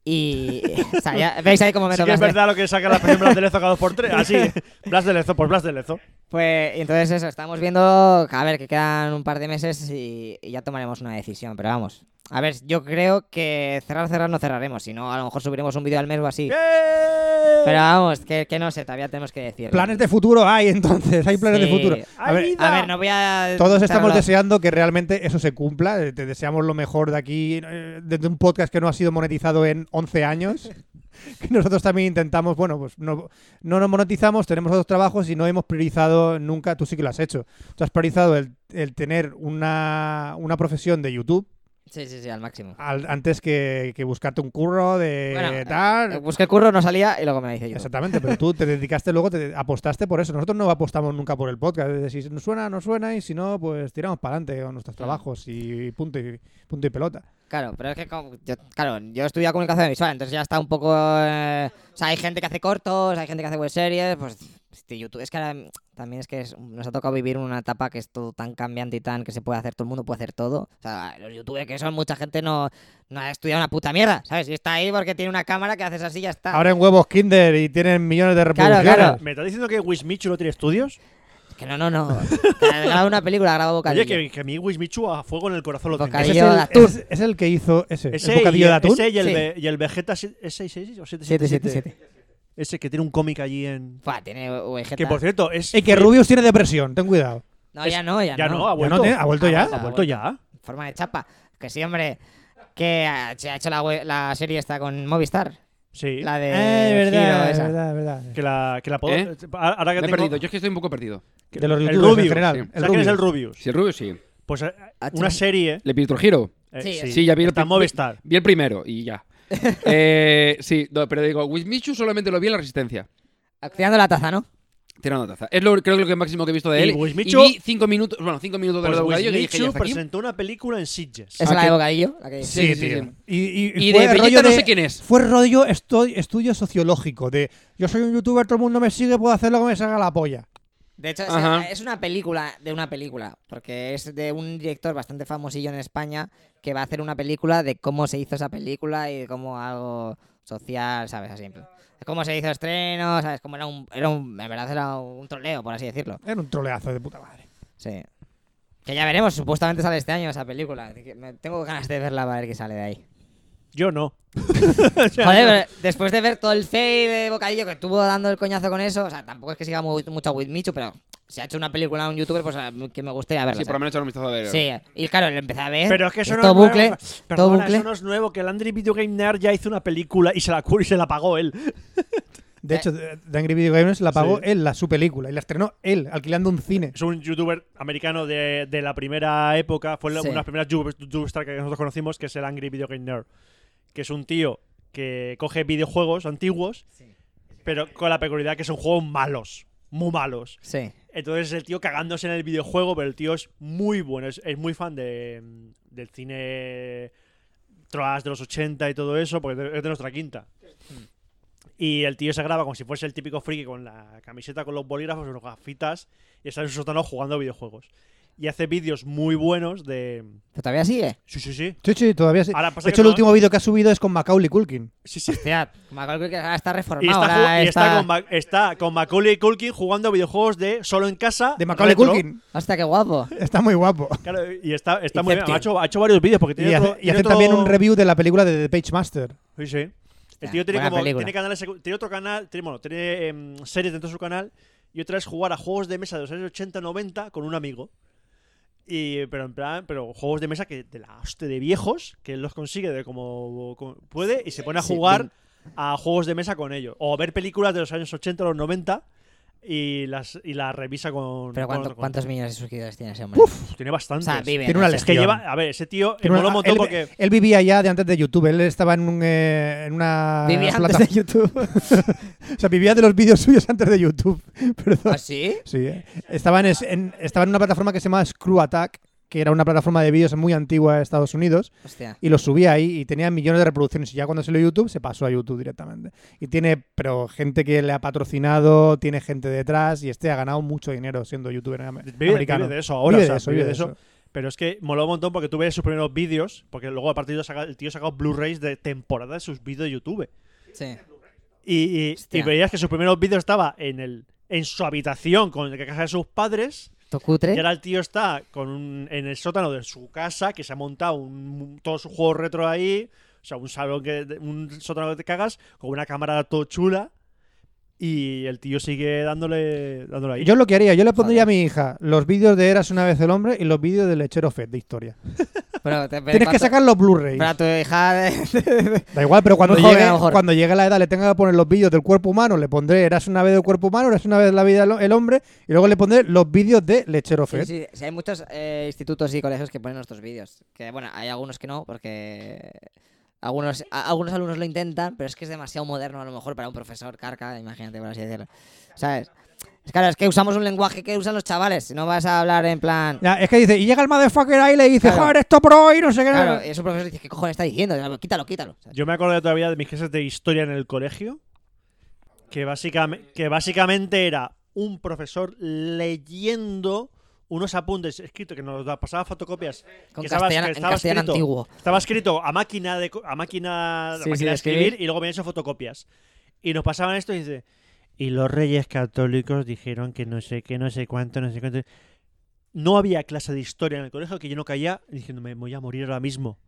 Speaker 4: Y. o sea, ya- ¿Veis ahí cómo me
Speaker 1: Sí que
Speaker 4: tomas
Speaker 1: es
Speaker 4: de-
Speaker 1: verdad lo que saca la película de Lezo cada dos por tres. Así, Blas de Lezo por Blas de Lezo.
Speaker 4: Pues y entonces eso, estamos viendo, a ver, que quedan un par de meses y, y ya tomaremos una decisión, pero vamos. A ver, yo creo que cerrar, cerrar no cerraremos, sino a lo mejor subiremos un vídeo al mes o así. Pero vamos, que, que no sé, todavía tenemos que decir.
Speaker 2: Planes de futuro hay entonces, hay planes de
Speaker 4: Sí.
Speaker 2: futuro. A
Speaker 1: ¡Hay
Speaker 2: ver,
Speaker 1: vida!
Speaker 4: A ver, no voy a...
Speaker 2: Todos estamos
Speaker 4: charlar.
Speaker 2: deseando que realmente eso se cumpla. eh, Te deseamos lo mejor de aquí, eh, desde un podcast que no ha sido monetizado en 11 años. Que nosotros también intentamos, bueno, pues no, no nos monetizamos, tenemos otros trabajos y no hemos priorizado nunca. Tú sí que lo has hecho. Tú has priorizado el, el tener una, una profesión de YouTube
Speaker 4: Sí, sí, sí, al máximo.
Speaker 2: al- antes que, que buscarte un curro de
Speaker 4: Bueno,
Speaker 2: tal.
Speaker 4: Eh, Busqué curro, no salía y luego me la hice yo.
Speaker 2: Exactamente, pero tú te dedicaste luego, te apostaste por eso. Nosotros no apostamos nunca por el podcast. Es decir, si nos suena, no suena, y si no, pues tiramos para adelante con nuestros trabajos y punto y, punto y pelota.
Speaker 4: Claro, pero es que como- yo, claro, yo estudié comunicación visual, entonces ya está un poco... eh, o sea, hay gente que hace cortos, hay gente que hace web series, pues este, YouTube. Es que ahora mm, también es que es- nos ha tocado vivir una etapa que es todo tan cambiante y tan que se puede hacer, todo el mundo puede hacer todo. O sea, los youtubers que son, mucha gente no, no ha estudiado una puta mierda, ¿sabes? Y está ahí porque tiene una cámara que haces así y ya está.
Speaker 2: Ahora en huevos Kinder y tienen millones de reproducciones.
Speaker 4: Ah. claro.
Speaker 1: ¿Me estás diciendo que Wismichu no tiene estudios?
Speaker 4: Que no, no, no. Graba una película, graba bocadillo.
Speaker 1: Oye, que, que a mí Wismichu a fuego en el corazón lo tengo.
Speaker 4: Bocadillo.
Speaker 2: Ese es,
Speaker 4: Bocadillo
Speaker 2: el,
Speaker 4: de atún.
Speaker 2: es- es el que hizo ese, el
Speaker 1: Ese, y,
Speaker 2: bocadillo de atún.
Speaker 1: ese y el,
Speaker 4: Sí.
Speaker 1: ve- y el Vegeta si- ¿es 666 o 777?
Speaker 4: 777.
Speaker 1: Ese que tiene un cómic allí en...
Speaker 4: Buah, tiene ovejeta.
Speaker 1: Que por cierto, es...
Speaker 2: Y que Rubius tiene depresión, ten cuidado.
Speaker 4: No,
Speaker 1: es-
Speaker 4: ya no, ya,
Speaker 1: Ya no, ah,
Speaker 4: no. Ah,
Speaker 1: ha
Speaker 2: Ya
Speaker 1: vuelto.
Speaker 2: no tiene- ¿Ha vuelto ya?
Speaker 1: ¿Ha vuelto ya?
Speaker 4: Forma de chapa. Que sí, hombre. Que ah, se ha hecho la, we- la serie esta con Movistar.
Speaker 1: Sí.
Speaker 4: La de.
Speaker 2: Eh,
Speaker 4: Giro
Speaker 2: verdad,
Speaker 4: esa.
Speaker 2: verdad, verdad.
Speaker 1: Que la, que la puedo...
Speaker 3: ¿Eh?
Speaker 1: Ahora que
Speaker 3: Me he
Speaker 1: tengo-
Speaker 3: perdido, yo es que estoy un poco perdido.
Speaker 1: que-
Speaker 2: De los
Speaker 1: el
Speaker 2: youtubers en
Speaker 1: Rubius.
Speaker 2: general.
Speaker 3: sí.
Speaker 2: El
Speaker 1: ¿Sabes quién es el
Speaker 2: Rubius.
Speaker 1: Rubius?
Speaker 3: Si el Rubio sí.
Speaker 1: Pues eh,
Speaker 4: Ah,
Speaker 1: una
Speaker 4: sí.
Speaker 1: serie...
Speaker 3: ¿Le pido otro giro?
Speaker 1: eh,
Speaker 4: Sí,
Speaker 3: Sí, ya vi el
Speaker 1: Está en
Speaker 3: pri-
Speaker 1: Movistar.
Speaker 3: Vi el primero y ya. Eh, sí, no, pero digo, Wismichu solamente lo vi en la Resistencia.
Speaker 4: Activando la taza, ¿no?
Speaker 3: Tirando taza. Es lo, creo que lo que máximo que he visto de
Speaker 1: Y
Speaker 3: él.
Speaker 1: Wismichu-
Speaker 3: y vi cinco minutos, bueno, cinco minutos de
Speaker 1: Pues
Speaker 3: la bocadillo que dije,
Speaker 1: Wismichu
Speaker 3: ya está aquí.
Speaker 1: presentó una película en Sitges.
Speaker 4: Esa
Speaker 3: Ah,
Speaker 4: es la
Speaker 3: que-
Speaker 4: de bocadillo. La que...
Speaker 3: Sí, sí, sí.
Speaker 2: Y, y- y
Speaker 3: Y
Speaker 2: pues, eh, fue
Speaker 3: de Belleta
Speaker 2: rollo
Speaker 3: no
Speaker 2: de-
Speaker 3: sé quién es.
Speaker 2: Fue rollo estu- estudio sociológico de yo soy un youtuber, todo el mundo me sigue, puedo hacer lo que me salga la polla.
Speaker 4: De hecho, es,
Speaker 3: Ajá.
Speaker 4: es una película de una película. Porque es de un director bastante famosillo en España que va a hacer una película de cómo se hizo esa película y de cómo algo social, ¿sabes? Así en plan. de Cómo se hizo estreno, ¿sabes? Cómo era un. Era un en verdad era un troleo, por así decirlo.
Speaker 2: Era un troleazo de puta madre.
Speaker 4: Sí. Que ya veremos, supuestamente sale este año esa película. Así que me- Tengo ganas de verla para ver qué sale de ahí.
Speaker 1: Yo no.
Speaker 4: Joder, pero después de ver todo el fey de Bocadillo que estuvo dando el coñazo con eso, o sea, tampoco es que siga mu- mucho a With Michu, pero se ha hecho una película a un youtuber, pues a- que me gustaría verla.
Speaker 3: Sí, por lo menos echar un vistazo a ver.
Speaker 4: ¿sabes? Sí, y claro, lo empecé a ver.
Speaker 1: Pero es que eso
Speaker 4: es
Speaker 1: no
Speaker 4: eh, todo
Speaker 1: es
Speaker 4: bucle,
Speaker 1: nuevo. Perdona,
Speaker 4: todo bucle.
Speaker 1: eso no es nuevo, que el Andri Video Game Nerd ya hizo una película y se la cura y se la pagó él.
Speaker 2: De
Speaker 4: Eh.
Speaker 2: hecho, The Angry Video Games la pagó
Speaker 1: Sí.
Speaker 2: él, la su película, y la estrenó él, alquilando un cine.
Speaker 1: Es un youtuber americano de, de la primera época, fue la-
Speaker 4: Sí.
Speaker 1: una de las primeras youtubers- youtubers que nosotros conocimos, que es el Angry Video Game Nerd. Que es un tío que coge videojuegos antiguos, pero con la peculiaridad que son juegos malos, muy malos.
Speaker 4: Sí.
Speaker 1: Entonces el tío cagándose en el videojuego, pero el tío es muy bueno, es, es muy fan de, del cine trash de los 80 y todo eso, porque es de- es de nuestra quinta. Y el tío se graba como si fuese el típico friki con la camiseta, con los bolígrafos, con gafitas, y está en su sótano jugando a videojuegos. Y hace vídeos muy buenos de...
Speaker 4: Pero todavía sigue.
Speaker 1: Sí, sí, sí.
Speaker 2: Sí, sí, todavía sí.
Speaker 1: Ahora pasa
Speaker 2: De
Speaker 1: que
Speaker 2: hecho, el
Speaker 1: no-
Speaker 2: último vídeo que ha subido es con Macaulay Culkin.
Speaker 1: Sí, sí.
Speaker 4: Hostia, me acuerdo que ahora está reformado.
Speaker 1: Y está,
Speaker 4: ahora
Speaker 1: ju- y está
Speaker 4: está-
Speaker 1: con, Ma- está con Macaulay Culkin jugando a videojuegos de solo en casa.
Speaker 2: De Macaulay
Speaker 1: retro.
Speaker 2: Culkin.
Speaker 4: Hostia, qué guapo.
Speaker 2: Está muy guapo.
Speaker 1: Claro, y está, está muy bien. Ha
Speaker 4: Inception.
Speaker 1: hecho, ha hecho varios vídeos porque tiene
Speaker 2: Y hace,
Speaker 1: otro-
Speaker 2: y
Speaker 1: tiene
Speaker 2: hace
Speaker 1: otro-
Speaker 2: también un review de la película de The Page Master.
Speaker 1: Sí, sí. El tío tiene,
Speaker 4: buena
Speaker 1: como,
Speaker 4: película.
Speaker 1: tiene, canales, secu- tiene otro canal, tiene, bueno, tiene em, series dentro de su canal y otra es jugar a juegos de mesa de los años 80-90 con un amigo. Y, pero en plan, pero juegos de mesa que de la hostia de viejos, que él los consigue de como, como puede y se pone a
Speaker 4: Sí,
Speaker 1: jugar
Speaker 4: bien.
Speaker 1: a juegos de mesa con ellos. O ver películas de los años 80 los 90 y las, y las revisa con...
Speaker 4: Pero
Speaker 1: con
Speaker 4: ¿cuánto-
Speaker 1: otro con-
Speaker 4: ¿cuántos millones de suscriptores tiene ese hombre?
Speaker 1: Uf, tiene
Speaker 4: o
Speaker 1: bastantes.
Speaker 4: sea, vive.
Speaker 2: Tiene
Speaker 4: ¿no?
Speaker 2: una
Speaker 4: Sí.
Speaker 1: es que
Speaker 2: legión.
Speaker 1: lleva, a ver, ese tío eh,
Speaker 2: Tiene una-
Speaker 1: mola un montón
Speaker 2: él,
Speaker 1: porque...
Speaker 2: él vivía ya de antes de YouTube, él estaba en, un, eh, en una.
Speaker 4: Vivía antes
Speaker 2: de YouTube. o sea, vivía de los vídeos suyos antes de YouTube. Perdón.
Speaker 4: ¿Ah, sí?
Speaker 2: Sí, eh. estaba, en, es- en- estaba en una plataforma que se llama Screw Attack, que era una plataforma de vídeos muy antigua de Estados Unidos,
Speaker 4: Hostia.
Speaker 2: y lo subía ahí y tenía millones de reproducciones. Y ya cuando salió YouTube, se pasó a YouTube directamente. Y tiene, pero gente que le ha patrocinado, tiene gente detrás, y este ha ganado mucho dinero siendo youtuber am-
Speaker 1: Vive- vive
Speaker 2: americano.
Speaker 1: de eso ahora,
Speaker 2: Vive
Speaker 1: o sea,
Speaker 2: de eso,
Speaker 1: vive
Speaker 2: vive
Speaker 1: de
Speaker 2: de
Speaker 1: eso.
Speaker 2: eso.
Speaker 1: Pero es que moló un montón porque tú ves sus primeros vídeos, porque luego a partir de saca- el tío ha sacado Blu-rays de temporada de sus vídeos de YouTube.
Speaker 4: Sí.
Speaker 1: Y, y- y
Speaker 4: Hostia.
Speaker 1: veías que sus primeros vídeos estaba en el en su habitación con la casa de sus padres.
Speaker 4: ¿Tocutre?
Speaker 1: Y ahora el tío está con un- en el sótano de su casa, que se ha montado un, todo su juego retro ahí. O sea, un salón que, un sótano que te cagas, con una cámara todo chula. Y el tío sigue dándole, dándole ahí.
Speaker 2: Yo lo que haría, yo le pondría
Speaker 4: Joder.
Speaker 2: a mi hija los vídeos de Eras una vez el hombre y los vídeos del lechero Fed de historia.
Speaker 4: Pero te-
Speaker 2: Tienes
Speaker 4: para
Speaker 2: que
Speaker 4: tu-
Speaker 2: sacar los Blu-rays.
Speaker 4: Para tu hija. de-
Speaker 2: Da igual, pero cuando
Speaker 4: Muy joven,
Speaker 2: llegue,
Speaker 4: a lo mejor.
Speaker 2: cuando llegue la edad le tenga que poner los vídeos del cuerpo humano, le pondré Eras una vez el cuerpo humano, Eras una vez la vida el hombre y luego le pondré los vídeos de lechero
Speaker 4: Sí,
Speaker 2: Fed.
Speaker 4: sí, sí, hay muchos eh, institutos y colegios que ponen nuestros vídeos. Que bueno, hay algunos que no, porque algunos, a- algunos alumnos lo intentan, pero es que es demasiado moderno a lo mejor para un profesor carca, imagínate, por así decirlo. ¿Sabes? Es claro, es que usamos un lenguaje que usan los chavales. No vas a hablar en plan.
Speaker 2: Ya, es que dice, y llega el motherfucker ahí y le dice,
Speaker 4: Claro.
Speaker 2: joder, esto pro y no sé qué.
Speaker 4: Claro, y eso profesor dice, ¿qué cojones está diciendo? Quítalo, quítalo. ¿sabes?
Speaker 1: Yo me acuerdo todavía de mis clases de historia en el colegio, que, básicamente, que básicamente era un profesor leyendo unos apuntes escritos que nos da- pasaba fotocopias.
Speaker 4: Con
Speaker 1: que estaba-
Speaker 4: castellano-
Speaker 1: que
Speaker 4: en
Speaker 1: estaba
Speaker 4: castellano
Speaker 1: escrito-
Speaker 4: antiguo.
Speaker 1: Estaba escrito a máquina de, co- a máquina, a
Speaker 4: Sí, sí,
Speaker 1: máquina de
Speaker 4: de
Speaker 1: escribir,
Speaker 4: escribir.
Speaker 1: y luego venían sus fotocopias. Y nos pasaban esto y dice, y los reyes católicos dijeron que no sé qué, no sé cuánto, no sé cuánto. No había clase de historia en el colegio que yo no caía diciéndome, me voy a morir ahora mismo.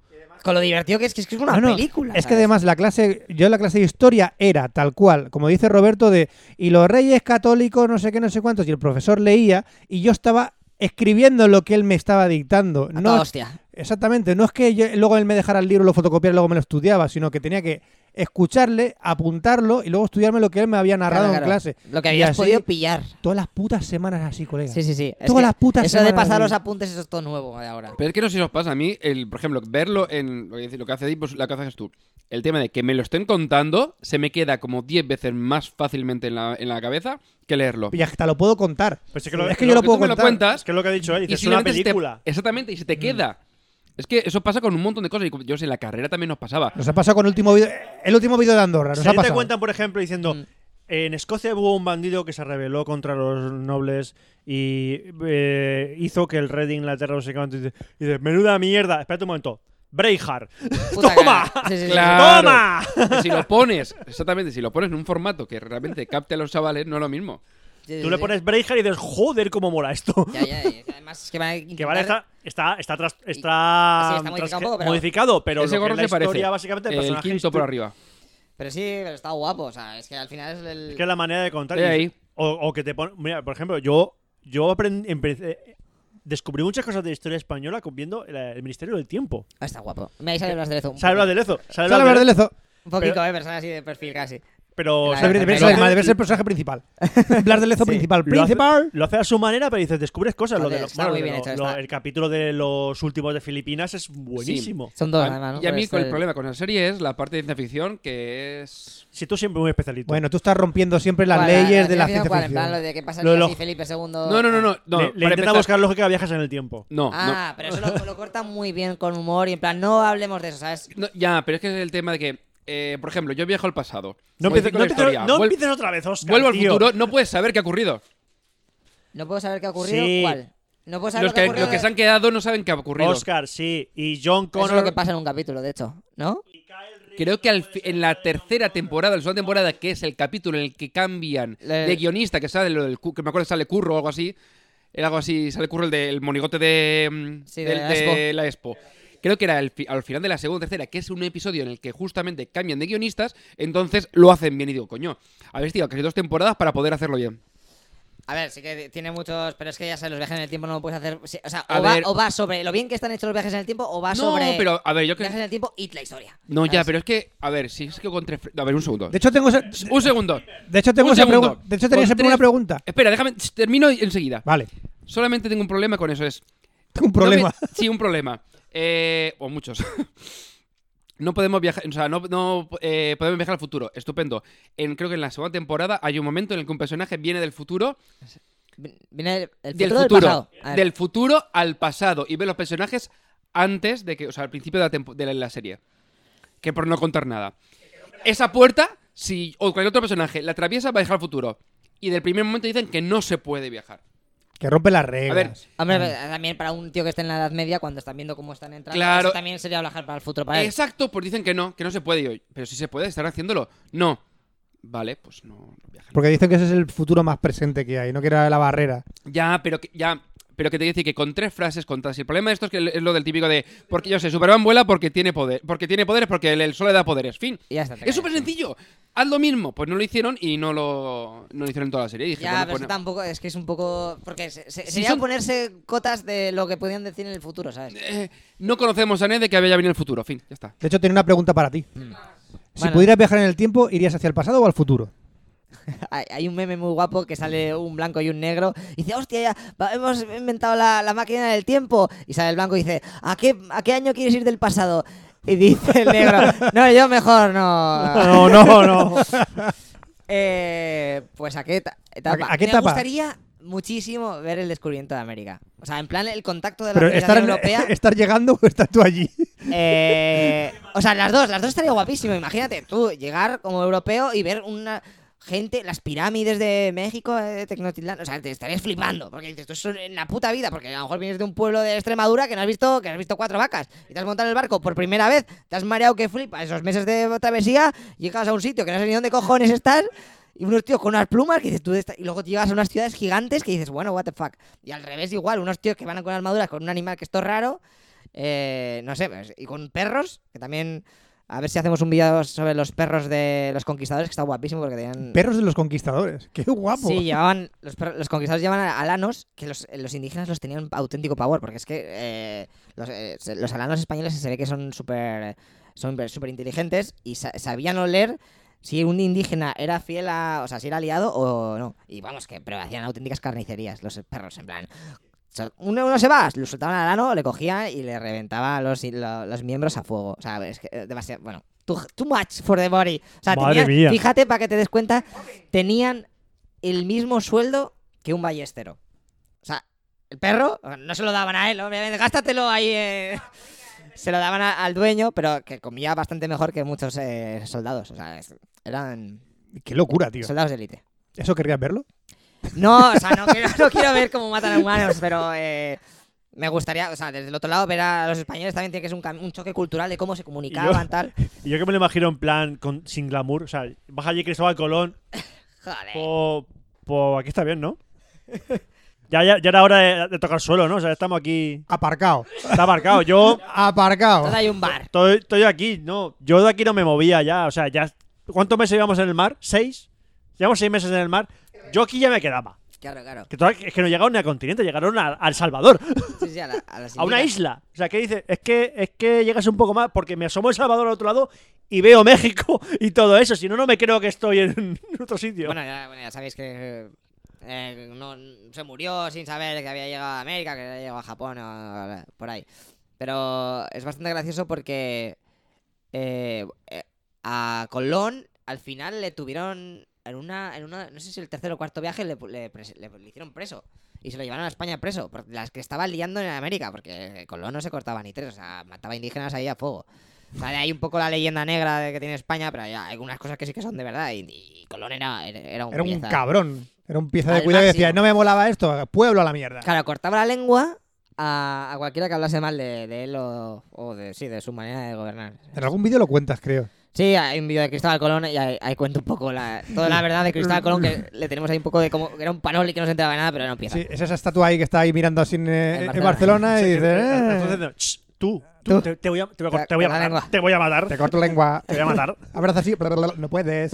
Speaker 4: Con lo divertido que es que es, que es una
Speaker 2: Ah, No, no,
Speaker 4: película.
Speaker 2: Es que
Speaker 4: ¿sabes?
Speaker 2: además la clase, yo en la clase de historia era tal cual, como dice Roberto, de y los reyes católicos, no sé qué, no sé cuántos, y el profesor leía y yo estaba escribiendo lo que él me estaba dictando.
Speaker 4: A
Speaker 2: No,
Speaker 4: toda
Speaker 2: es-
Speaker 4: hostia.
Speaker 2: exactamente, no es que yo- luego él me dejara el libro, lo fotocopiara y luego me lo estudiaba, sino que tenía que escucharle, apuntarlo y luego estudiarme lo que él me había narrado
Speaker 4: Claro,
Speaker 2: en
Speaker 4: claro.
Speaker 2: clase.
Speaker 4: Lo que
Speaker 2: Y
Speaker 4: habías
Speaker 2: así,
Speaker 4: podido pillar.
Speaker 2: Todas las putas semanas así, colega.
Speaker 4: Sí, sí, sí. Es
Speaker 2: Todas
Speaker 4: que
Speaker 2: las putas
Speaker 4: Eso de
Speaker 2: semanas
Speaker 4: pasar
Speaker 2: de-
Speaker 4: los apuntes, eso es todo nuevo de ahora.
Speaker 3: Pero es que no sé si os pasa a mí, el, por ejemplo, verlo en lo que dice- lo que hace Deep, pues la que haces tú. El tema de que me lo estén contando se me queda como 10 veces más fácilmente en la, en la cabeza que leerlo.
Speaker 2: Y hasta lo puedo contar.
Speaker 1: Pues es
Speaker 2: Sí,
Speaker 1: que lo-
Speaker 2: es que
Speaker 1: lo
Speaker 2: yo lo
Speaker 3: que
Speaker 2: puedo
Speaker 3: tú me lo
Speaker 2: contar.
Speaker 3: cuentas
Speaker 1: Es que es lo que ha dicho él, dice, es una
Speaker 3: simplemente se te-
Speaker 1: película. Mm.
Speaker 3: exactamente, y se te queda. Es que eso pasa con un montón de cosas. Y como- yo sé, en la carrera también nos pasaba.
Speaker 2: Nos ha pasado con el último vídeo, el último vídeo de Andorra. Nos
Speaker 1: Si
Speaker 2: ha
Speaker 1: a ti te
Speaker 2: pasado.
Speaker 1: cuentan, por ejemplo, diciendo,
Speaker 4: Mm.
Speaker 1: en Escocia hubo un bandido que se rebeló contra los nobles y eh, hizo que el rey de Inglaterra, no sé qué, y dice, y dice, menuda mierda, espérate un momento, Braveheart,
Speaker 4: Puta
Speaker 1: ¡Toma!
Speaker 4: cara. Sí, sí, sí, sí.
Speaker 3: Claro.
Speaker 1: ¡toma!
Speaker 3: si lo pones, exactamente, si lo pones en un formato que realmente capte a los chavales, no es lo mismo.
Speaker 4: Sí, sí,
Speaker 1: Tú le
Speaker 4: sí.
Speaker 1: pones Braveheart y dices, joder, cómo mola esto.
Speaker 4: Ya, ya, y Además, es que van a
Speaker 1: Que vale,
Speaker 4: intentar-
Speaker 1: está, está, está, tras- está,
Speaker 4: sí, está modificado un poco, pero-
Speaker 1: modificado, pero lo
Speaker 3: Ese
Speaker 1: que
Speaker 3: gorro
Speaker 1: es la
Speaker 3: se
Speaker 1: historia,
Speaker 3: parece.
Speaker 1: básicamente, el,
Speaker 3: el
Speaker 1: personaje este
Speaker 3: quinto
Speaker 1: es,
Speaker 3: por arriba.
Speaker 4: Pero sí, pero está guapo. O sea, es que al final es el.
Speaker 1: es que es la manera de contar.
Speaker 3: De ahí.
Speaker 1: O, o que te pone. Mira, por ejemplo, yo, yo aprendí, empecé- descubrí muchas cosas de historia española viendo el, el Ministerio del Tiempo.
Speaker 4: Ah, está guapo. Me vais a hablar de eso. Un,
Speaker 1: Sale
Speaker 4: poco.
Speaker 1: hablar de Lezo. Sale
Speaker 2: Sale
Speaker 1: hablar de Lezo.
Speaker 2: Lezo.
Speaker 4: un poquito,
Speaker 1: pero-
Speaker 4: eh, persona así de perfil casi.
Speaker 1: Pero
Speaker 4: Claro,
Speaker 1: o sea,
Speaker 2: Debe,
Speaker 4: Debe-
Speaker 2: debe
Speaker 4: debe
Speaker 2: ser,
Speaker 4: ser-
Speaker 2: además, debe ser el personaje principal. Blas de Lezo
Speaker 4: Sí.
Speaker 2: principal.
Speaker 1: Lo hace-
Speaker 2: Principal.
Speaker 1: lo hace a su manera, pero dices, descubres cosas. Lo de
Speaker 4: Joder,
Speaker 1: lo-
Speaker 4: está
Speaker 1: bueno,
Speaker 4: muy
Speaker 1: lo de
Speaker 4: bien
Speaker 1: lo-
Speaker 4: hecho,
Speaker 1: lo-
Speaker 4: está.
Speaker 1: el capítulo de los últimos de Filipinas es buenísimo.
Speaker 4: Son dos,
Speaker 3: A-
Speaker 4: además, ¿no?
Speaker 3: y a mí
Speaker 4: Pues,
Speaker 3: el
Speaker 4: eh,
Speaker 3: problema con la serie es la parte de ciencia ficción que es...
Speaker 1: Si tú siempre muy especialito.
Speaker 2: Bueno, tú estás rompiendo siempre las
Speaker 4: ¿cuál?
Speaker 2: leyes de la
Speaker 4: ficción,
Speaker 2: ciencia
Speaker 4: ¿cuál? En plan, lo
Speaker 2: ficción.
Speaker 4: de qué pasa
Speaker 1: Lo de
Speaker 4: si
Speaker 1: los-
Speaker 4: Felipe II.
Speaker 3: No, no, no, no.
Speaker 1: Le-
Speaker 3: no
Speaker 1: le,
Speaker 3: para
Speaker 1: intenta
Speaker 3: empezar-
Speaker 1: buscar lógica viajes en el tiempo.
Speaker 3: No,
Speaker 4: Ah, pero eso lo, lo cortan muy bien con humor y en plan, no hablemos de eso, ¿sabes?
Speaker 3: no, no, Ya, pero es que es el tema de que, eh, por ejemplo, yo viajo al pasado.
Speaker 1: No,
Speaker 3: modifico
Speaker 1: empieces, no
Speaker 3: la
Speaker 1: empieces-
Speaker 3: historia,
Speaker 1: no
Speaker 3: vuel-
Speaker 1: empieces otra vez, Oscar.
Speaker 3: Vuelvo al
Speaker 1: tío.
Speaker 3: futuro, no puedes saber qué ha ocurrido.
Speaker 4: No puedo saber qué ha ocurrido.
Speaker 1: Sí.
Speaker 4: ¿Cuál? No puedo saber
Speaker 3: Los
Speaker 4: lo que ha
Speaker 3: que,
Speaker 4: ocurrido.
Speaker 3: los que se han quedado no saben qué ha ocurrido.
Speaker 1: Oscar, sí. Y John
Speaker 4: Eso
Speaker 1: Connor.
Speaker 4: es lo que pasa en un capítulo, de hecho, ¿no?
Speaker 3: Creo que al fi- en la tercera temporada, la segunda temporada, que es el capítulo en el que cambian
Speaker 4: Le-
Speaker 3: de guionista, que sale lo del cu- que me acuerdo sale curro o algo así. Era algo así, sale curro el del monigote de, mm,
Speaker 4: Sí,
Speaker 3: del-
Speaker 4: de la
Speaker 3: la Expo. Creo que era el fi- al final de la segunda tercera, que es un episodio en el que justamente cambian de guionistas, entonces lo hacen bien y digo, coño, habéis tirado casi dos temporadas para poder hacerlo bien.
Speaker 4: A ver, sí que tiene muchos, pero es que ya sabes, los viajes en el tiempo no lo puedes hacer. sí, O sea,
Speaker 3: A
Speaker 4: o va,
Speaker 3: ver.
Speaker 4: o va sobre lo bien que están hechos los viajes en el tiempo, o va
Speaker 3: No,
Speaker 4: sobre
Speaker 3: pero a ver, yo creo
Speaker 4: viajes en el tiempo y la historia.
Speaker 3: No, ya,
Speaker 4: ¿sabes?
Speaker 3: pero es que, a ver, si es que con tres... fre- A ver, un segundo.
Speaker 2: De hecho, tengo esa-
Speaker 3: un segundo.
Speaker 2: de hecho, tengo
Speaker 3: un
Speaker 2: esa
Speaker 3: segundo.
Speaker 2: pregunta. De hecho, tenía
Speaker 3: Con
Speaker 2: esa
Speaker 3: tres-
Speaker 2: una pregunta.
Speaker 3: Espera, déjame, termino y- enseguida.
Speaker 2: Vale.
Speaker 3: Solamente tengo un problema con eso, es...
Speaker 2: Tengo un
Speaker 3: no me-
Speaker 2: problema.
Speaker 3: sí, un problema. Eh, o muchos. No podemos viajar, o sea, no, no, eh, podemos viajar al futuro. Estupendo. En, creo que en la segunda temporada hay un momento en el que un personaje viene del futuro,
Speaker 4: Vi- Viene el, el
Speaker 3: del
Speaker 4: futuro, del
Speaker 3: futuro,
Speaker 4: pasado. A ver,
Speaker 3: del futuro al pasado y ve los personajes antes de que, o sea, al principio de la, tempo- de la- la serie. Que por no contar nada. Esa puerta, si o cualquier otro personaje la atraviesa, va a viajar al futuro. Y del primer momento dicen que no se puede viajar.
Speaker 2: Que rompe las
Speaker 3: A
Speaker 2: reglas.
Speaker 3: ver,
Speaker 4: Hombre, pero también para un tío que esté en la Edad Media, cuando están viendo cómo están entrando,
Speaker 3: Claro.
Speaker 4: eso también sería viajar para el futuro para él.
Speaker 3: Exacto, pues dicen que no, que no se puede. Y yo, pero si se puede, están haciéndolo. No. Vale, pues no, no viajan.
Speaker 2: Porque dicen que ese es el futuro más presente que hay, no que era la barrera.
Speaker 3: Ya, pero que, ya. pero que te dice que con tres frases contadas. Y el problema de esto es que es lo del típico de, porque yo sé, Superman vuela porque tiene poder, porque tiene poderes, porque el, el sol le da poderes. Fin.
Speaker 4: Y ya está. te
Speaker 3: Es súper
Speaker 4: callas.
Speaker 3: sencillo. Haz lo mismo. Pues no lo hicieron y no lo, no lo hicieron en toda la serie. Y dije, bueno,
Speaker 4: Ya, pero
Speaker 3: pues
Speaker 4: eso
Speaker 3: no.
Speaker 4: tampoco, es que es un poco. Porque se, se-
Speaker 3: Si
Speaker 4: sería
Speaker 3: son-
Speaker 4: ponerse cotas de lo que podían decir en el futuro, ¿sabes?
Speaker 3: Eh, no conocemos a Ned de que había venido el futuro. Fin, ya está.
Speaker 2: De hecho, tenía una pregunta para ti.
Speaker 3: Mm.
Speaker 2: Si
Speaker 4: Bueno.
Speaker 2: pudieras viajar en el tiempo, ¿irías hacia el pasado o al futuro?
Speaker 4: Hay, hay un meme muy guapo que sale un blanco y un negro. Y dice, hostia, ya va- hemos inventado la, la máquina del tiempo. Y sale el blanco y dice, ¿a qué, ¿a qué año quieres ir del pasado? Y dice el negro, no, yo mejor no.
Speaker 1: No, no, no.
Speaker 4: Eh, pues a qué eta- etapa.
Speaker 2: ¿A qué
Speaker 4: Me
Speaker 2: etapa?
Speaker 4: gustaría muchísimo ver el descubrimiento de América. O sea, en plan el contacto de la
Speaker 2: Pero
Speaker 4: Unión
Speaker 2: estar, en-
Speaker 4: Europea.
Speaker 2: estar llegando o estás tú allí.
Speaker 4: Eh, o sea, las dos, las dos estaría guapísimo. Imagínate tú llegar como europeo y ver una gente, las pirámides de México, eh, de Tecnotitlán. O sea, te estarías flipando. Porque dices, tú eso en la puta vida. Porque a lo mejor vienes de un pueblo de Extremadura que no has visto, que no has visto cuatro vacas. Y te has montado en el barco por primera vez, te has mareado que flipa. Esos meses de travesía, llegas a un sitio que no sé ni dónde cojones estás. Y unos tíos con unas plumas que dices tú. de esta- Y luego llegas a unas ciudades gigantes que dices, bueno, what the fuck. Y al revés, igual, unos tíos que van con armaduras con un animal que esto es raro. Eh, no sé, pues, y con perros, que también. A ver si hacemos un vídeo sobre los perros de los conquistadores, que está guapísimo porque tenían.
Speaker 2: Perros de los conquistadores. Qué guapo.
Speaker 4: Sí, llevaban. Los, perros- los conquistadores llevaban a- alanos, que los, eh, los indígenas los tenían auténtico pavor, porque es que eh, los, eh, se- los alanos españoles se ve que son súper. Son súper inteligentes y sa- sabían oler si un indígena era fiel a. O sea, si era aliado o no. Y vamos, que pero hacían auténticas carnicerías los perros, en plan. Sol- Uno, uno se va, lo soltaban al ano, le cogía y le reventaba los, lo- los miembros a fuego. O sea, es que eh, demasiado. Bueno, too, too much for the body. O sea,
Speaker 1: Madre
Speaker 4: tenían-
Speaker 1: mía.
Speaker 4: fíjate para que te des cuenta, tenían el mismo sueldo que un ballestero. O sea, el perro eh, no se lo daban a él, obviamente, gástatelo ahí. eh. Se lo daban a- al dueño, pero que comía bastante mejor que muchos eh, soldados. O sea, es- eran
Speaker 2: Qué locura, tío.
Speaker 4: soldados de élite.
Speaker 2: ¿Eso querrías verlo?
Speaker 4: No, o sea, no quiero, no quiero ver cómo matan a humanos, pero eh, me gustaría, o sea, desde el otro lado ver a los españoles también tiene que ser un, cam- un choque cultural de cómo se comunicaban, tal.
Speaker 1: Y yo que me lo imagino en plan con, sin glamour. O sea, baja allí Cristóbal Colón.
Speaker 4: Joder.
Speaker 1: Pues aquí está bien, ¿no? Ya, ya, ya era hora de, de tocar suelo, ¿no? O sea, estamos aquí.
Speaker 2: Aparcado.
Speaker 1: Está marcado. Yo
Speaker 2: Aparcado.
Speaker 4: Entonces hay un bar.
Speaker 1: estoy, estoy aquí, ¿no? Yo de aquí no me movía ya. O sea, ya. ¿Cuántos meses llevamos en el mar? ¿Seis? Llevamos seis meses en el mar. Yo aquí ya me quedaba.
Speaker 4: Claro, claro.
Speaker 1: Que total, es que no llegaron ni al continente, llegaron a, a El Salvador,
Speaker 4: Sí, sí, a, la- a las
Speaker 1: a una
Speaker 4: islas.
Speaker 1: isla. O sea, ¿qué dices? Es que, es que llegas un poco más, porque me asomo a El Salvador al otro lado y veo México y todo eso. Si no, no me creo que estoy en otro sitio.
Speaker 4: Bueno, ya, bueno, ya sabéis que eh, no, se murió sin saber que había llegado a América, que había llegado a Japón o a- por ahí. Pero es bastante gracioso porque eh, eh, a Colón al final le tuvieron en una, en una, no sé si el tercer o cuarto viaje le, pu- le pres- le- le hicieron preso. Y se lo llevaron a España preso, por las que estaba liando en América, porque Colón no se cortaba ni tres, o sea, mataba indígenas ahí a fuego. O sea, de ahí un poco la leyenda negra de que tiene España, pero hay algunas cosas que sí que son de verdad. Y, y Colón era, era, un
Speaker 2: Era un
Speaker 4: pieza.
Speaker 2: cabrón. Era un pieza de
Speaker 4: Al
Speaker 2: cuidado que decía,
Speaker 4: máximo.
Speaker 2: no me molaba esto, pueblo a la mierda.
Speaker 4: Claro, cortaba la lengua a, a cualquiera que hablase mal de, de él o, o de, sí, de su manera de gobernar.
Speaker 2: En algún vídeo lo cuentas, creo.
Speaker 4: Sí, hay un vídeo de Cristóbal Colón y ahí, ahí cuento un poco la, toda la verdad de Cristóbal Colón, que le tenemos ahí un poco de como que era un panoli que no se enteraba de nada, pero no empieza.
Speaker 2: Sí, es esa estatua ahí que está ahí mirando así en, eh,
Speaker 4: En
Speaker 2: en Barcelona,
Speaker 1: Sí,
Speaker 2: y
Speaker 1: que-
Speaker 2: dice, "Eh,
Speaker 1: entonces, no, ch, tú, tú,
Speaker 4: Tú.
Speaker 1: Te, te voy a, te voy a-
Speaker 4: Te-
Speaker 1: te voy a
Speaker 4: te la
Speaker 1: matar.
Speaker 4: lengua.
Speaker 1: Te voy a matar.
Speaker 2: te corto lengua,
Speaker 1: Te voy a matar.
Speaker 2: abraza así, bla, bla, bla, no puedes.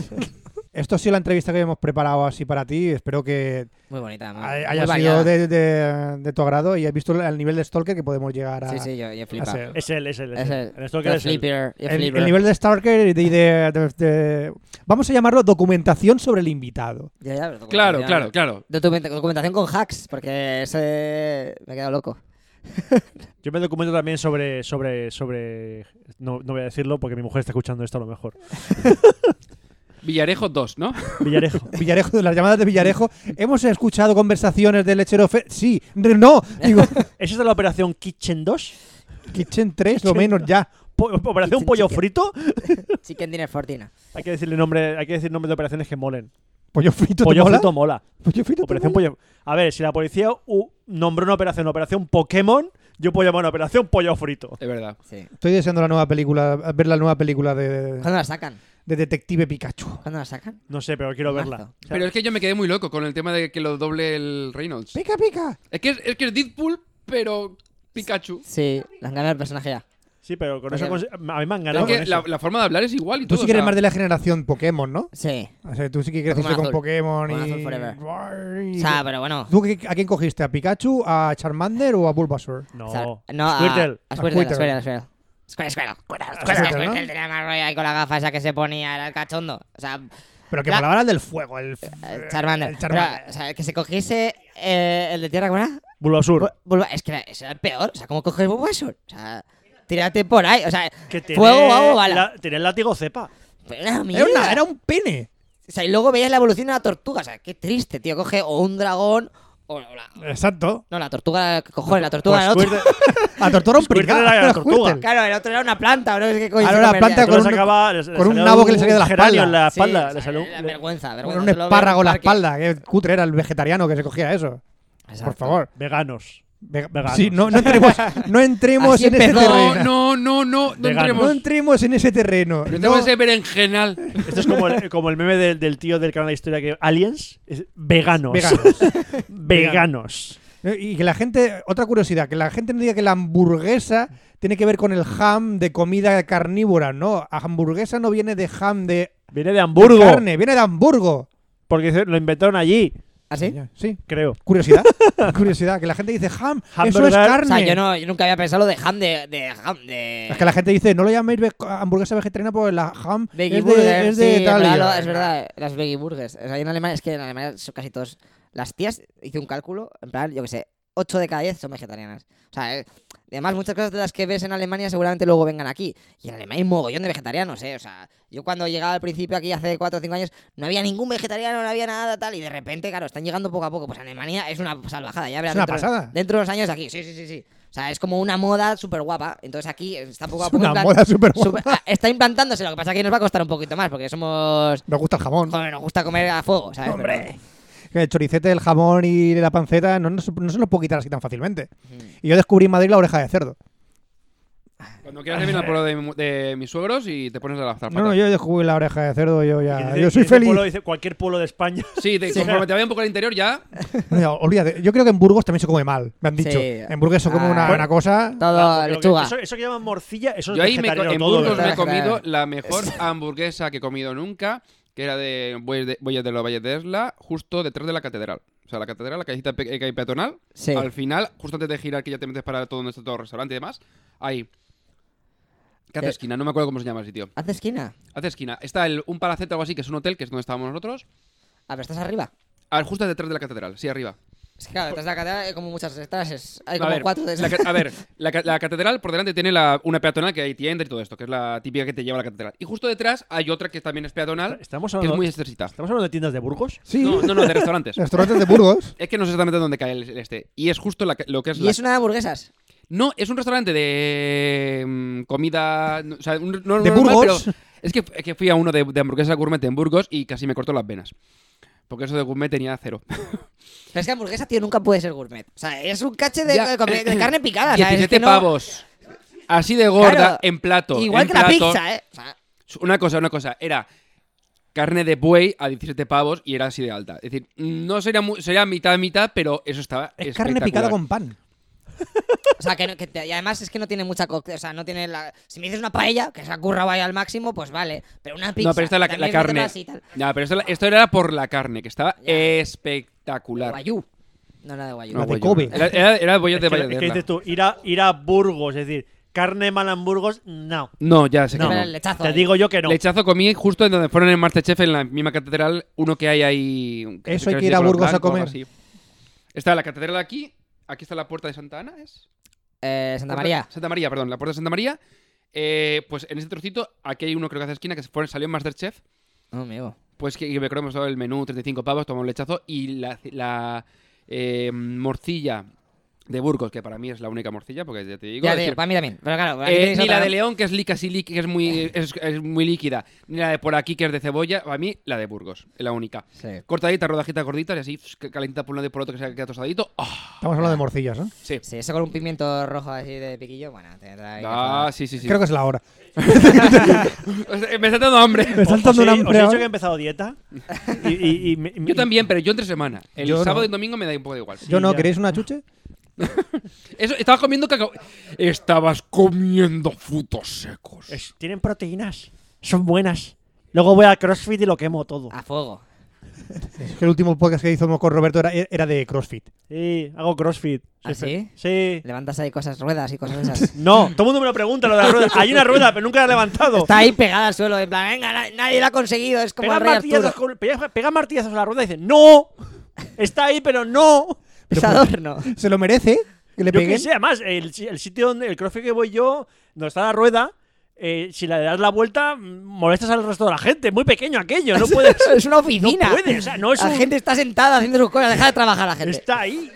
Speaker 2: Esto ha sido la entrevista que hemos preparado así para ti. Espero que
Speaker 4: Muy bonita, muy, Ah, muy
Speaker 2: hay- haya
Speaker 4: variada.
Speaker 2: sido de, de- de tu agrado y has visto el nivel de stalker que podemos llegar a,
Speaker 4: Sí, sí, yo, yo
Speaker 2: a
Speaker 4: flipa.
Speaker 2: ser.
Speaker 1: Es él, es él. Es
Speaker 4: Es
Speaker 1: él.
Speaker 4: el,
Speaker 1: En esto que
Speaker 4: yo
Speaker 1: es él.
Speaker 4: flipper, yo
Speaker 2: El,
Speaker 4: flipper.
Speaker 2: el nivel de stalker y de, de- de- de- Vamos a llamarlo documentación sobre el invitado.
Speaker 4: Ya, ya, pero
Speaker 3: Claro, claro,
Speaker 4: documentación-
Speaker 3: claro.
Speaker 4: documenta- Documentación con hacks, porque ese me he quedado loco.
Speaker 1: Yo me documento también sobre. sobre, sobre no, no voy a decirlo porque mi mujer está escuchando esto a lo mejor.
Speaker 3: Villarejo 2, ¿no?
Speaker 1: Villarejo.
Speaker 2: Villarejo, las llamadas de Villarejo. Hemos escuchado conversaciones de lechero. Fe- sí, re- no, digo,
Speaker 1: ¿Es esta la operación Kitchen 2?
Speaker 2: Kitchen 3, lo menos ya.
Speaker 1: Po- ¿Operación
Speaker 4: Kitchen
Speaker 1: Pollo
Speaker 4: Chicken.
Speaker 1: Frito?
Speaker 4: Chicken Dinner Fortina.
Speaker 1: Hay que decirle nombre, hay que decir nombres de operaciones que molen.
Speaker 2: Pollo frito, ¿te
Speaker 1: Pollo
Speaker 2: mola?
Speaker 1: Frito mola.
Speaker 2: Pollo frito, ¿te
Speaker 1: Operación
Speaker 2: mola?
Speaker 1: Pollo. A ver, si la policía uh, nombró una operación Operación Pokémon, yo puedo llamar a una operación Pollo Frito.
Speaker 3: Es verdad.
Speaker 4: Sí.
Speaker 2: Estoy deseando la nueva película, ver la nueva película de.
Speaker 4: ¿Cuándo la sacan?
Speaker 2: de Detective Pikachu.
Speaker 4: ¿Cuándo la sacan?
Speaker 1: No sé, pero quiero verla.
Speaker 4: Marzo.
Speaker 1: O sea,
Speaker 3: Pero es que yo me quedé muy loco con el tema de que lo doble el Reynolds.
Speaker 2: ¡Pica, pica!
Speaker 3: Es que es, es que es Deadpool, pero Pikachu.
Speaker 4: Sí, las ganas del personaje ya.
Speaker 1: Sí, pero con eso.
Speaker 4: Pero-
Speaker 1: consi- A mí me han
Speaker 3: Pero
Speaker 1: ganado.
Speaker 3: es que
Speaker 1: con
Speaker 3: la,
Speaker 1: eso.
Speaker 3: la forma de hablar es igual y
Speaker 2: Tú
Speaker 3: todo.
Speaker 2: sí que eres
Speaker 3: o sea,
Speaker 2: más de la generación Pokémon, ¿no?
Speaker 4: Sí.
Speaker 2: O sea, tú sí que creciste
Speaker 4: Pokémon
Speaker 2: con
Speaker 4: azul.
Speaker 2: Pokémon
Speaker 4: Pokémon
Speaker 2: y...
Speaker 4: azul forever.
Speaker 2: Buah, y-
Speaker 4: O sea, pero bueno.
Speaker 2: ¿Tú qué- a quién cogiste? ¿A Pikachu, a Charmander o a Bulbasaur?
Speaker 1: No.
Speaker 4: o sea, no,
Speaker 3: ah.
Speaker 4: a-
Speaker 1: Squirtle.
Speaker 2: A
Speaker 4: A Squirtle, a Squirtle, a Squirtle. Squirtle, Squirtle, Squirtle, Squirtle,
Speaker 2: Squirtle, ¿no?
Speaker 4: Squirtle tenía más rollo ahí con la gafa esa que se ponía, era el cachondo. O sea,
Speaker 2: Pero que
Speaker 4: La- Eh,
Speaker 2: palabra del fuego, el... f-
Speaker 4: el Charmander.
Speaker 2: El Charmander.
Speaker 4: Pero, o sea, que se cogiese eh, el de tierra, ¿cómo era?
Speaker 1: Bulbasur.
Speaker 4: Bu- Bulba- es que era- eso era el peor. O sea, ¿cómo coges Bulbasaur? O sea, tírate por ahí. O sea,
Speaker 1: Que tiene
Speaker 4: fuego, agua, bala.
Speaker 1: la- Tiene el látigo cepa.
Speaker 4: Pero era una
Speaker 2: Era, una-
Speaker 4: mierda.
Speaker 2: era un pene.
Speaker 4: O sea, y luego veías la evolución de la tortuga. O sea, qué triste, tío. Coge o un dragón o la... la-
Speaker 2: Exacto.
Speaker 4: No, la tortuga, ¿qué cojones? La tortuga era
Speaker 1: Pues
Speaker 4: otro.
Speaker 1: Squirtle-
Speaker 2: La tortuga era un
Speaker 1: Squirtle
Speaker 2: pringao,
Speaker 1: era la
Speaker 2: era
Speaker 1: tortuga.
Speaker 2: Squirtle.
Speaker 4: Claro, el otro era una planta, ¿no? Es que coño,
Speaker 2: Ah,
Speaker 4: se
Speaker 2: era una
Speaker 4: comería.
Speaker 2: planta
Speaker 1: Tú
Speaker 2: con
Speaker 1: le
Speaker 2: un-
Speaker 1: sacaba- le- le
Speaker 2: con un
Speaker 1: salía
Speaker 2: nabo que le salía de la
Speaker 1: geranio en la
Speaker 4: Sí,
Speaker 1: espalda.
Speaker 4: o
Speaker 1: le
Speaker 4: sea,
Speaker 1: salió un-
Speaker 4: era
Speaker 1: le-
Speaker 4: vergüenza,
Speaker 2: Con
Speaker 4: vergüenza.
Speaker 2: un
Speaker 4: Tú lo ves en
Speaker 2: espárrago en la
Speaker 4: parque.
Speaker 2: espalda. Qué cutre era el vegetariano que se cogía eso.
Speaker 4: Exacto.
Speaker 2: Por favor.
Speaker 1: Veganos.
Speaker 2: Ve-
Speaker 1: Veganos.
Speaker 2: Sí, no, no entremos, no entremos
Speaker 4: Así
Speaker 2: en ese
Speaker 4: empezó.
Speaker 2: terreno.
Speaker 3: No, no,
Speaker 2: No,
Speaker 3: no, no, no
Speaker 1: Veganos.
Speaker 3: entremos.
Speaker 2: entremos en ese terreno.
Speaker 3: No
Speaker 2: No,
Speaker 3: entremos ese berenjenal.
Speaker 1: Esto Este es como el, como el meme del, del tío del canal de historia que. Aliens. es veganos.
Speaker 2: veganos.
Speaker 1: veganos.
Speaker 2: Y que la gente, otra curiosidad, que la gente no diga que la hamburguesa tiene que ver con el ham de comida carnívora, no, a hamburguesa no viene de ham de
Speaker 1: Viene de Hamburgo.
Speaker 2: carne, viene de Hamburgo.
Speaker 1: Porque se- lo inventaron allí,
Speaker 4: ¿Ah, sí?
Speaker 2: Sí.
Speaker 1: creo.
Speaker 2: Curiosidad, curiosidad, que la gente dice ham, eso
Speaker 1: Hamburger.
Speaker 2: es
Speaker 4: O
Speaker 2: carne.
Speaker 4: sea, yo, no, yo nunca había pensado lo de ham de... de ham de...
Speaker 2: Es que la gente dice, no lo llaméis ve- hamburguesa vegetariana porque la ham
Speaker 4: Veggie
Speaker 2: es
Speaker 4: burger,
Speaker 2: de, es de
Speaker 4: sí,
Speaker 2: tal. y
Speaker 4: claro,
Speaker 2: yo,
Speaker 4: es verdad, las veggie burgers. O sea, ahí en Alemania, es que en Alemania son casi todos... Las tías, hice un cálculo, en plan, yo que sé, 8 de cada 10 son vegetarianas. O sea, eh, además muchas cosas de las que ves en Alemania seguramente luego vengan aquí. Y en Alemania hay un mogollón de vegetarianos, ¿eh? O sea, yo cuando llegaba al principio aquí hace 4 o 5 años, no había ningún vegetariano, no había nada tal, y de repente, claro, están llegando poco a poco. Pues Alemania es una salvajada, ya
Speaker 2: Es
Speaker 4: verás.
Speaker 2: una
Speaker 4: dentro-
Speaker 2: pasada.
Speaker 4: Dentro de unos años aquí, sí, sí, sí, sí. O sea, es como una moda súper guapa. Entonces aquí está poco a
Speaker 2: Es
Speaker 4: poco... en
Speaker 2: una
Speaker 4: plan-
Speaker 2: moda súper guapa.
Speaker 4: Super- ah, está implantándose, lo que pasa es que nos va a costar un poquito más, porque somos...
Speaker 2: Nos gusta el jamón.
Speaker 4: Joder, nos gusta comer a fuego, ¿sabes?
Speaker 2: Hombre. El choricete, el jamón y la panceta no, no se no se los puedo quitar así tan fácilmente.
Speaker 4: Pero- Mm.
Speaker 2: Y yo descubrí en Madrid la oreja de cerdo.
Speaker 3: Cuando quieras te viene al pueblo de, mi- de mis suegros y te pones a la
Speaker 2: No, no, yo descubrí la oreja de cerdo, yo
Speaker 1: Y
Speaker 2: ya.
Speaker 1: dice-
Speaker 2: Yo soy
Speaker 1: y dice
Speaker 2: feliz.
Speaker 1: pueblo- dice cualquier pueblo de España.
Speaker 3: Sí, te, conforme te vaya un poco al interior ya.
Speaker 2: Mira, olvídate, yo creo que en Burgos también se come mal, me han dicho.
Speaker 4: Sí.
Speaker 2: En Burgos se come
Speaker 4: Ah.
Speaker 2: una, una cosa.
Speaker 4: Todo
Speaker 1: Porque lo que-
Speaker 4: lechuga.
Speaker 1: eso, eso que llaman morcilla, eso es
Speaker 3: Yo ahí me, co-
Speaker 1: vegetariano
Speaker 3: en
Speaker 1: todo,
Speaker 3: Burgos me he
Speaker 1: ¿verdad?
Speaker 4: ¿verdad?
Speaker 3: comido la mejor hamburguesa que he comido nunca, que era de Bueyes de, Bueyes de los Valles de Esla, justo detrás de la catedral. O sea, la catedral, la callecita pe- eh, que hay peatonal.
Speaker 4: Sí.
Speaker 3: Al final, justo antes de girar, que ya te metes para todo donde está todo el restaurante y demás, ahí. ¿Qué hace
Speaker 4: Eh.
Speaker 3: esquina? No me acuerdo cómo se llama el sitio.
Speaker 4: Haz de esquina.
Speaker 3: Hace esquina. Está el, un palacete o algo así, que es un hotel, que es donde estábamos nosotros.
Speaker 4: Ah, pero estás arriba.
Speaker 3: A ver, justo detrás de la catedral, sí, arriba.
Speaker 4: Es que claro, detrás de la catedral hay como muchas estrellas. Hay
Speaker 3: a
Speaker 4: como
Speaker 3: ver,
Speaker 4: cuatro de
Speaker 3: la,
Speaker 4: esas.
Speaker 3: ca- a ver, la, ca- la catedral por delante tiene la- una peatonal que hay tienda y todo esto, que es la típica que te lleva a la catedral. Y justo detrás hay otra que también es peatonal,
Speaker 1: Estamos
Speaker 3: que es
Speaker 1: hablando,
Speaker 3: muy estrechita.
Speaker 1: estamos hablando de tiendas de Burgos.
Speaker 2: Sí,
Speaker 3: No, no, no, de restaurantes.
Speaker 2: restaurantes de Burgos.
Speaker 3: Es que no sé exactamente dónde cae el el este. Y es justo la que- lo que es
Speaker 4: Y
Speaker 3: la...
Speaker 4: es una de hamburguesas.
Speaker 3: No, es un restaurante de mm, comida... no, O sea, un- no
Speaker 2: ¿De
Speaker 3: normal,
Speaker 2: Burgos?
Speaker 3: pero es que, es que fui a uno de, de hamburguesa gourmet en Burgos y casi me cortó las venas. Porque eso de gourmet tenía cero.
Speaker 4: Pero es que hamburguesa, tío, nunca puede ser gourmet. O sea, es un cache de,
Speaker 3: Ya.
Speaker 4: de comer- de carne picada. ¿sabes?
Speaker 3: 17
Speaker 4: Es que no-
Speaker 3: pavos. Así de gorda,
Speaker 4: Claro.
Speaker 3: en plato.
Speaker 4: Igual
Speaker 3: en
Speaker 4: que
Speaker 3: plato.
Speaker 4: la pizza, ¿eh? O sea,
Speaker 3: Una cosa, una cosa. Era carne de buey a 17 pavos y era así de alta. Es decir, no sería, mu- sería mitad, mitad, pero eso estaba
Speaker 2: Es carne picada
Speaker 3: espectacular.
Speaker 2: con pan.
Speaker 4: o sea, que, no- que te- y además es que no tiene mucha. co- O sea, no tiene la. Si me dices una paella, que se ha currado ahí al máximo, pues vale. Pero una pizza.
Speaker 3: No, pero esta es la, la
Speaker 4: también
Speaker 3: carne.
Speaker 4: métetela así y tal.
Speaker 3: No, pero esto, esto era por la carne, que estaba
Speaker 4: Ya.
Speaker 3: espectacular.
Speaker 4: Guayú. No la de Guayú.
Speaker 3: No,
Speaker 2: La de
Speaker 3: guayú.
Speaker 2: Kobe.
Speaker 3: Ah, Era, era, era el bollo
Speaker 1: Es
Speaker 3: de
Speaker 1: que-
Speaker 3: Valle
Speaker 1: es
Speaker 3: de
Speaker 1: que
Speaker 3: Erla.
Speaker 1: dices tú, ir a, ir a Burgos, es decir, carne mala en Burgos, no.
Speaker 3: No, ya sé
Speaker 1: No.
Speaker 3: que
Speaker 4: Pero
Speaker 3: no.
Speaker 4: el lechazo.
Speaker 1: Te
Speaker 4: ahí.
Speaker 1: digo yo que no.
Speaker 3: Lechazo comí justo en donde fueron en Masterchef, en la misma catedral, uno que hay ahí. que
Speaker 2: Eso hay
Speaker 3: creo
Speaker 2: que ir
Speaker 3: de
Speaker 2: a
Speaker 3: color
Speaker 2: Burgos a
Speaker 3: blanco o algo
Speaker 2: comer.
Speaker 3: así. Está la catedral aquí, aquí está la puerta de Santa Ana, ¿es?
Speaker 4: Eh, Santa
Speaker 3: Puerta-
Speaker 4: María.
Speaker 3: Santa María, perdón, la puerta de Santa María. Eh, pues en este trocito, aquí hay uno creo que hace esquina que se fue, salió en Masterchef.
Speaker 4: No, amigo.
Speaker 3: Pues que, que me creo que hemos dado el menú, 35 pavos, tomamos un lechazo y la, la, eh, morcilla de Burgos, que para mí es la única morcilla, porque ya te digo.
Speaker 4: Ya,
Speaker 3: es
Speaker 4: te digo,
Speaker 3: decir,
Speaker 4: para mí también. Pero claro, aquí
Speaker 3: eh,
Speaker 4: tenéis
Speaker 3: ni
Speaker 4: otra,
Speaker 3: la de
Speaker 4: ¿no?
Speaker 3: León, que es li- casi li- que es muy, eh, es, es muy líquida, ni la de por aquí, que es de cebolla, a mí la de Burgos, es la única.
Speaker 4: Sí.
Speaker 3: Cortadita, rodajita gordita, y así pf, calentita por un lado y por otro que se queda tostadito. ¡Ah!
Speaker 2: Estamos hablando de morcillas, ¿no?
Speaker 3: Sí.
Speaker 4: Sí, eso con un pimiento rojo así de piquillo, bueno, tendrá ahí que
Speaker 3: Ah, sí, sí, sí.
Speaker 2: Creo que es la hora.
Speaker 3: O sea, Me está dando hambre.
Speaker 2: Me están
Speaker 1: Os he-
Speaker 2: dando una
Speaker 1: os he
Speaker 2: hambre.
Speaker 1: dicho
Speaker 2: ahora.
Speaker 1: que he empezado dieta. Y, y- y me- me-
Speaker 3: Yo también, pero yo entre semana. El
Speaker 2: Yo no.
Speaker 3: sábado y domingo me da un poco de igual.
Speaker 2: Yo no,
Speaker 1: ya.
Speaker 2: ¿queréis una chuche?
Speaker 3: Eso, estabas comiendo cacao. Estabas comiendo frutos secos.
Speaker 1: Es- tienen proteínas. Son buenas. Luego voy a CrossFit y lo quemo todo.
Speaker 4: A fuego.
Speaker 2: Es que el último podcast que hicimos con Roberto era, era de CrossFit.
Speaker 1: Sí, hago CrossFit.
Speaker 4: ¿Ah,
Speaker 1: Soy fe-
Speaker 4: sí?
Speaker 1: Sí.
Speaker 4: Levantas ahí cosas, ruedas y cosas esas.
Speaker 1: No, todo el mundo me lo pregunta lo de la rueda. Hay una rueda, pero nunca la he levantado.
Speaker 4: Está ahí pegada al suelo, en plan, venga, na- nadie la ha conseguido, es como
Speaker 1: Pega
Speaker 4: el rey Arturo.
Speaker 1: martillazos, con- pega- pega martillazos a la rueda y dice, ¡No! Está ahí, pero no.
Speaker 4: Es
Speaker 2: Pero-
Speaker 4: adorno.
Speaker 2: ¿Se lo merece? ¿Que le
Speaker 1: Yo qué
Speaker 2: peguen?
Speaker 1: sé, además, el, si- el sitio donde, el crossfit que voy yo, donde está la rueda, eh, si le das la vuelta, mm, molestas al resto de la gente. Muy pequeño aquello, no puedes.
Speaker 4: es una oficina.
Speaker 1: No puede, o sea, no es
Speaker 4: la
Speaker 1: un-
Speaker 4: gente está sentada haciendo sus cosas, deja de trabajar la gente.
Speaker 1: está ahí.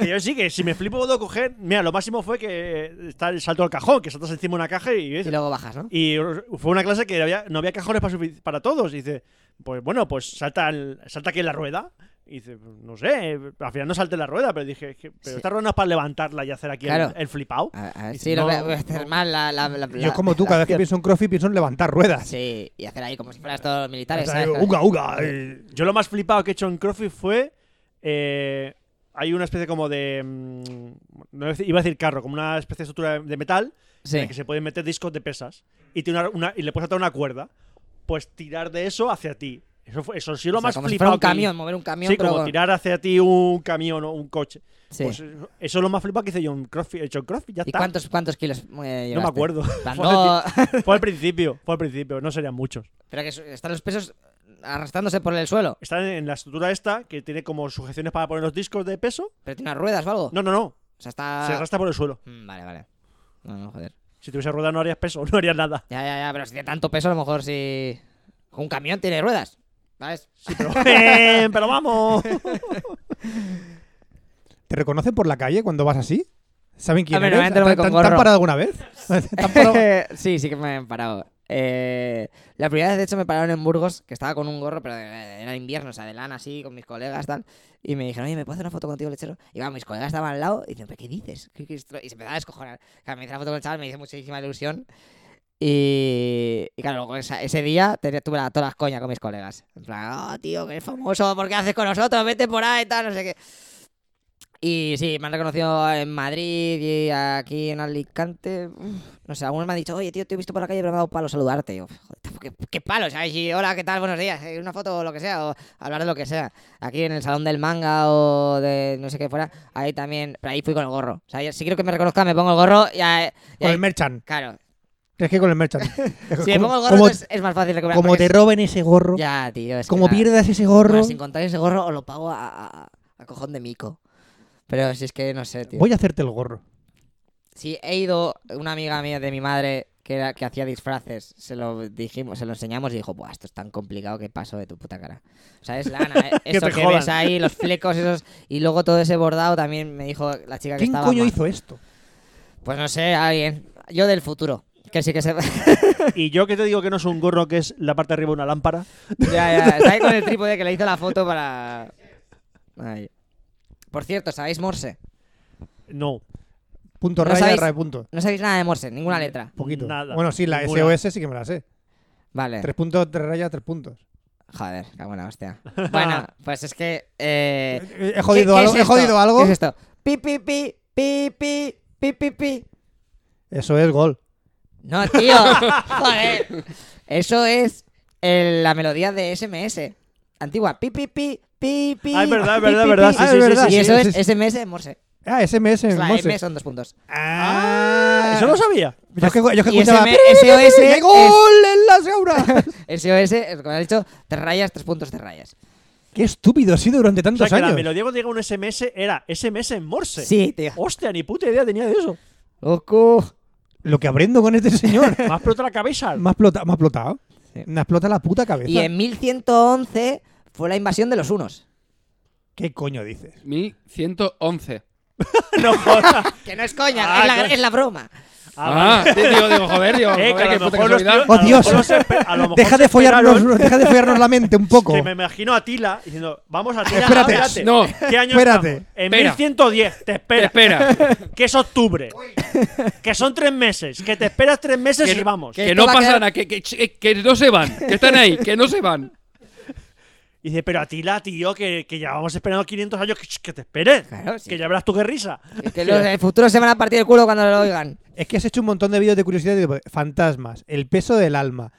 Speaker 1: Que yo sí que si me flipo puedo coger. Mira, lo máximo fue que está el salto al cajón, que saltas encima de una caja y.
Speaker 4: Y luego bajas, ¿no?
Speaker 1: Y fue una clase que había- no había cajones para, sufic- para todos. Y dice, pues bueno, pues salta, al- salta aquí en la rueda. Y dice, pues, no sé, al final no salté en la rueda, pero dije, "Es que- pero
Speaker 4: Sí.
Speaker 1: esta rueda no es para levantarla y hacer aquí el-
Speaker 4: Claro.
Speaker 1: el, flipao.
Speaker 4: A- a-
Speaker 1: Dice,
Speaker 4: sí, lo
Speaker 1: no,
Speaker 4: voy a voy a hacer
Speaker 1: no.
Speaker 4: mal la, la, la-
Speaker 2: Yo
Speaker 4: la-
Speaker 2: como tú,
Speaker 4: la
Speaker 2: cada vez que
Speaker 4: acción.
Speaker 2: pienso en CrossFit pienso en levantar ruedas.
Speaker 4: Sí, y hacer ahí como si fueras todos los
Speaker 2: O
Speaker 4: militares.
Speaker 2: sea,
Speaker 4: ¿sabes?
Speaker 2: uga, uga. eh.
Speaker 1: Yo lo más flipado que he hecho en CrossFit fue. eh, hay una especie como de. mm, no iba a decir- iba a decir carro, como una especie de estructura de metal en la
Speaker 4: Sí.
Speaker 1: que se pueden meter discos de pesas. Y, tiene una- una- y le puedes atar una cuerda. Pues tirar de eso hacia ti. Eso, fue, eso sí lo
Speaker 4: O sea,
Speaker 1: más
Speaker 4: como si fuera
Speaker 1: flipado.
Speaker 4: un
Speaker 1: que-
Speaker 4: camión, mover un camión,
Speaker 1: sí,
Speaker 4: pero
Speaker 1: como
Speaker 4: con-
Speaker 1: tirar hacia ti un camión o un coche.
Speaker 4: Sí.
Speaker 1: Pues eso eso es lo más flipado que hice yo en CrossFit. He hecho en CrossFit, ya
Speaker 4: ¿Y
Speaker 1: está.
Speaker 4: cuántos, cuántos kilos eh,
Speaker 1: no me
Speaker 4: llevaste?
Speaker 1: acuerdo.
Speaker 4: En plan,
Speaker 1: Fue
Speaker 4: no-
Speaker 1: Fue al principio, fue al principio, no serían muchos.
Speaker 4: pero que su- están los pesos arrastrándose por el suelo.
Speaker 1: Están en la estructura esta que tiene como sujeciones para poner los discos de peso.
Speaker 4: ¿Pero tiene unas ruedas o algo?
Speaker 1: No, no, no.
Speaker 4: O sea, está...
Speaker 1: Se arrastra por el suelo.
Speaker 4: Mm, Vale, vale. No, no, joder.
Speaker 1: Si tuviese rueda no harías peso, no harías nada.
Speaker 4: Ya, ya, ya, pero si tiene tanto peso, a lo mejor si... Un camión tiene ruedas, ¿sabes?
Speaker 1: Sí, pero, ¡Eh, pero vamos.
Speaker 2: ¿Te reconocen por la calle cuando vas así? ¿Saben quién
Speaker 4: A ver,
Speaker 2: eres?
Speaker 4: normalmente no voy
Speaker 2: ¿Te-
Speaker 4: con
Speaker 2: te- te han
Speaker 4: gorro.
Speaker 2: parado alguna vez? ¿Te han parado?
Speaker 4: sí, sí que me han parado. Eh, la primera vez, de hecho, me pararon en Burgos, que estaba con un gorro, pero eh, era invierno, o sea, de lana así, con mis colegas, tal. Y me dijeron, oye, ¿me puedo hacer una foto contigo, lechero? Y vamos, mis colegas estaban al lado y dicen, ¿pero qué dices? ¿Qué- qué estro-?" y se empezaba a descojonar. Claro, me hice la foto con el chaval, me hizo muchísima ilusión. Y, y claro, luego esa- ese día tenía- tuve la- todas las coñas con mis colegas. En plan, oh, tío, que eres famoso, ¿por qué haces con nosotros? Vete por ahí, tal, no sé qué. Y sí, me han reconocido en Madrid y aquí en Alicante. Uf, No sé, algunos me han dicho, oye, tío, te he visto por la calle, pero me ha dado palo saludarte. Y yo, joder, tampoco- ¿qué, qué palo, ¿sabes? Y, hola, ¿qué tal? Buenos días. eh, Una foto o lo que sea, o hablar de lo que sea. Aquí en el salón del manga o de no sé qué fuera, ahí también, pero ahí fui con el gorro. O sea, yo, si quiero que me reconozcan, me pongo el gorro y, ahí- y
Speaker 2: Con
Speaker 4: ahí-
Speaker 2: el merchan.
Speaker 4: Claro,
Speaker 2: Es que con el merchan.
Speaker 4: si me pongo el gorro
Speaker 2: como,
Speaker 4: entonces es más fácil recuperar.
Speaker 2: como
Speaker 4: porque
Speaker 2: te
Speaker 4: es-
Speaker 2: roben ese gorro,
Speaker 4: Ya, tío, es que
Speaker 2: como
Speaker 4: nada.
Speaker 2: pierdas ese gorro,
Speaker 4: Ahora, sin contar ese gorro, os lo pago a, a- a cojón de mico. Pero si es que no sé, tío.
Speaker 2: voy a hacerte el gorro.
Speaker 4: Sí, he ido, una amiga mía de mi madre que, era, que hacía disfraces, se lo dijimos, se lo enseñamos y dijo, Buah, esto es tan complicado que paso de tu puta cara. O sea, es lana, eh, eso
Speaker 1: te
Speaker 4: que
Speaker 1: jodan.
Speaker 4: ves ahí, los flecos esos, y luego todo ese bordado también me dijo la chica que
Speaker 2: ¿Quién
Speaker 4: estaba...
Speaker 2: coño
Speaker 4: ma-
Speaker 2: hizo esto?
Speaker 4: Pues no sé, alguien. Yo del futuro. Que sí que se...
Speaker 1: Y yo que te digo que no es un gorro, que es la parte de arriba de una lámpara.
Speaker 4: Ya, ya, está ahí con el trípode que le hizo la foto para. Ahí. Por cierto, ¿sabéis Morse?
Speaker 1: No. Ah,
Speaker 2: Punto
Speaker 4: ¿No
Speaker 2: raya,
Speaker 4: sabéis?
Speaker 2: raya, punto.
Speaker 4: No sabéis nada de Morse, ninguna letra.
Speaker 2: Poquito.
Speaker 1: Nada,
Speaker 2: bueno, sí, la
Speaker 1: ninguna.
Speaker 2: SOS sí que me la sé.
Speaker 4: Eh. Vale.
Speaker 2: Tres puntos, tres rayas, tres puntos.
Speaker 4: Joder, qué buena hostia. Bueno, pues es que. eh,
Speaker 2: Eh, He jodido
Speaker 4: ¿qué- qué
Speaker 2: algo.
Speaker 4: es
Speaker 2: he
Speaker 4: esto?
Speaker 2: jodido algo.
Speaker 4: ¿Qué es esto? Pi, pi, pi, pi, pi, pi, pi, pi.
Speaker 2: Eso es gol.
Speaker 4: No, tío. Joder. Eso es eh, la melodía de SMS. Antigua. Pi, pi, pi, pi, pi.
Speaker 1: Ah, es verdad, es
Speaker 4: pi,
Speaker 1: verdad,
Speaker 4: pi,
Speaker 1: es verdad. Sí,
Speaker 2: Ah, es
Speaker 4: pi.
Speaker 1: sí, sí,
Speaker 2: verdad.
Speaker 1: sí,
Speaker 4: Y
Speaker 1: sí.
Speaker 4: eso
Speaker 2: sí,
Speaker 4: es
Speaker 2: sí.
Speaker 4: SMS de Morse.
Speaker 2: Ah, SMS en
Speaker 4: Es la
Speaker 2: Morse.
Speaker 4: M son dos puntos.
Speaker 2: Ah,
Speaker 1: Eso no sabía.
Speaker 2: Yo es que, yo es que
Speaker 4: Y
Speaker 2: escuchaba.
Speaker 4: SM SOS
Speaker 2: ¡Qué
Speaker 4: es-
Speaker 2: gol en las auras!
Speaker 4: SOS, como has dicho, tres rayas, tres puntos, tres rayas.
Speaker 2: ¡Qué estúpido ha sido durante
Speaker 1: O sea,
Speaker 2: tantos
Speaker 1: que la
Speaker 2: años!
Speaker 1: melodía cuando llega un SMS era SMS en Morse.
Speaker 4: Sí, tío.
Speaker 1: Hostia, ni puta idea tenía de eso.
Speaker 4: Goku.
Speaker 2: Lo que aprendo con este señor.
Speaker 1: Me has explotado la cabeza.
Speaker 2: me ha explotado. Me ha explotado.
Speaker 4: Sí.
Speaker 2: Me ha explotado la puta cabeza.
Speaker 4: Y en 1111 fue la invasión de los unos.
Speaker 2: ¿Qué coño dices?
Speaker 3: 1111.
Speaker 1: no jodas.
Speaker 4: Que no es coña,
Speaker 1: Ah,
Speaker 4: es, la,
Speaker 1: claro.
Speaker 4: es la broma.
Speaker 3: Ah, sí, digo, digo, joder, digo,
Speaker 1: Eh,
Speaker 3: joder,
Speaker 1: que a
Speaker 3: qué
Speaker 1: lo
Speaker 3: puta
Speaker 1: mejor los
Speaker 3: casualidad.
Speaker 1: tíos- a
Speaker 2: ¡Oh,
Speaker 1: lo
Speaker 2: Dios!
Speaker 1: mejor se espe- a lo mejor
Speaker 2: Deja
Speaker 1: se
Speaker 2: de, follarnos,
Speaker 1: esperaron
Speaker 2: deja de follarnos la mente un poco.
Speaker 1: Que me imagino a Tila diciendo, vamos a Tila,
Speaker 2: Espérate.
Speaker 1: espérate.
Speaker 3: No.
Speaker 1: ¿Qué año
Speaker 2: Espérate.
Speaker 1: estamos? En
Speaker 3: Espera.
Speaker 1: 1110, te espera.
Speaker 3: Espera,
Speaker 1: Que es octubre. que son tres meses. Que te esperas tres meses
Speaker 3: Que-
Speaker 1: y vamos.
Speaker 3: que
Speaker 4: esto
Speaker 3: no
Speaker 4: va a
Speaker 3: pasa
Speaker 4: quedar-
Speaker 3: nada, que, que, que no se van, que están ahí, que no se van.
Speaker 1: Y dice, pero a Tila, tío, que, que ya vamos esperando 500 años, que, que te esperes.
Speaker 4: Claro, sí.
Speaker 1: Que ya verás tú qué risa.
Speaker 4: Que los de futuro se van a partir el culo cuando lo oigan.
Speaker 2: Es que has hecho un montón de vídeos de curiosidad de fantasmas, el peso del alma,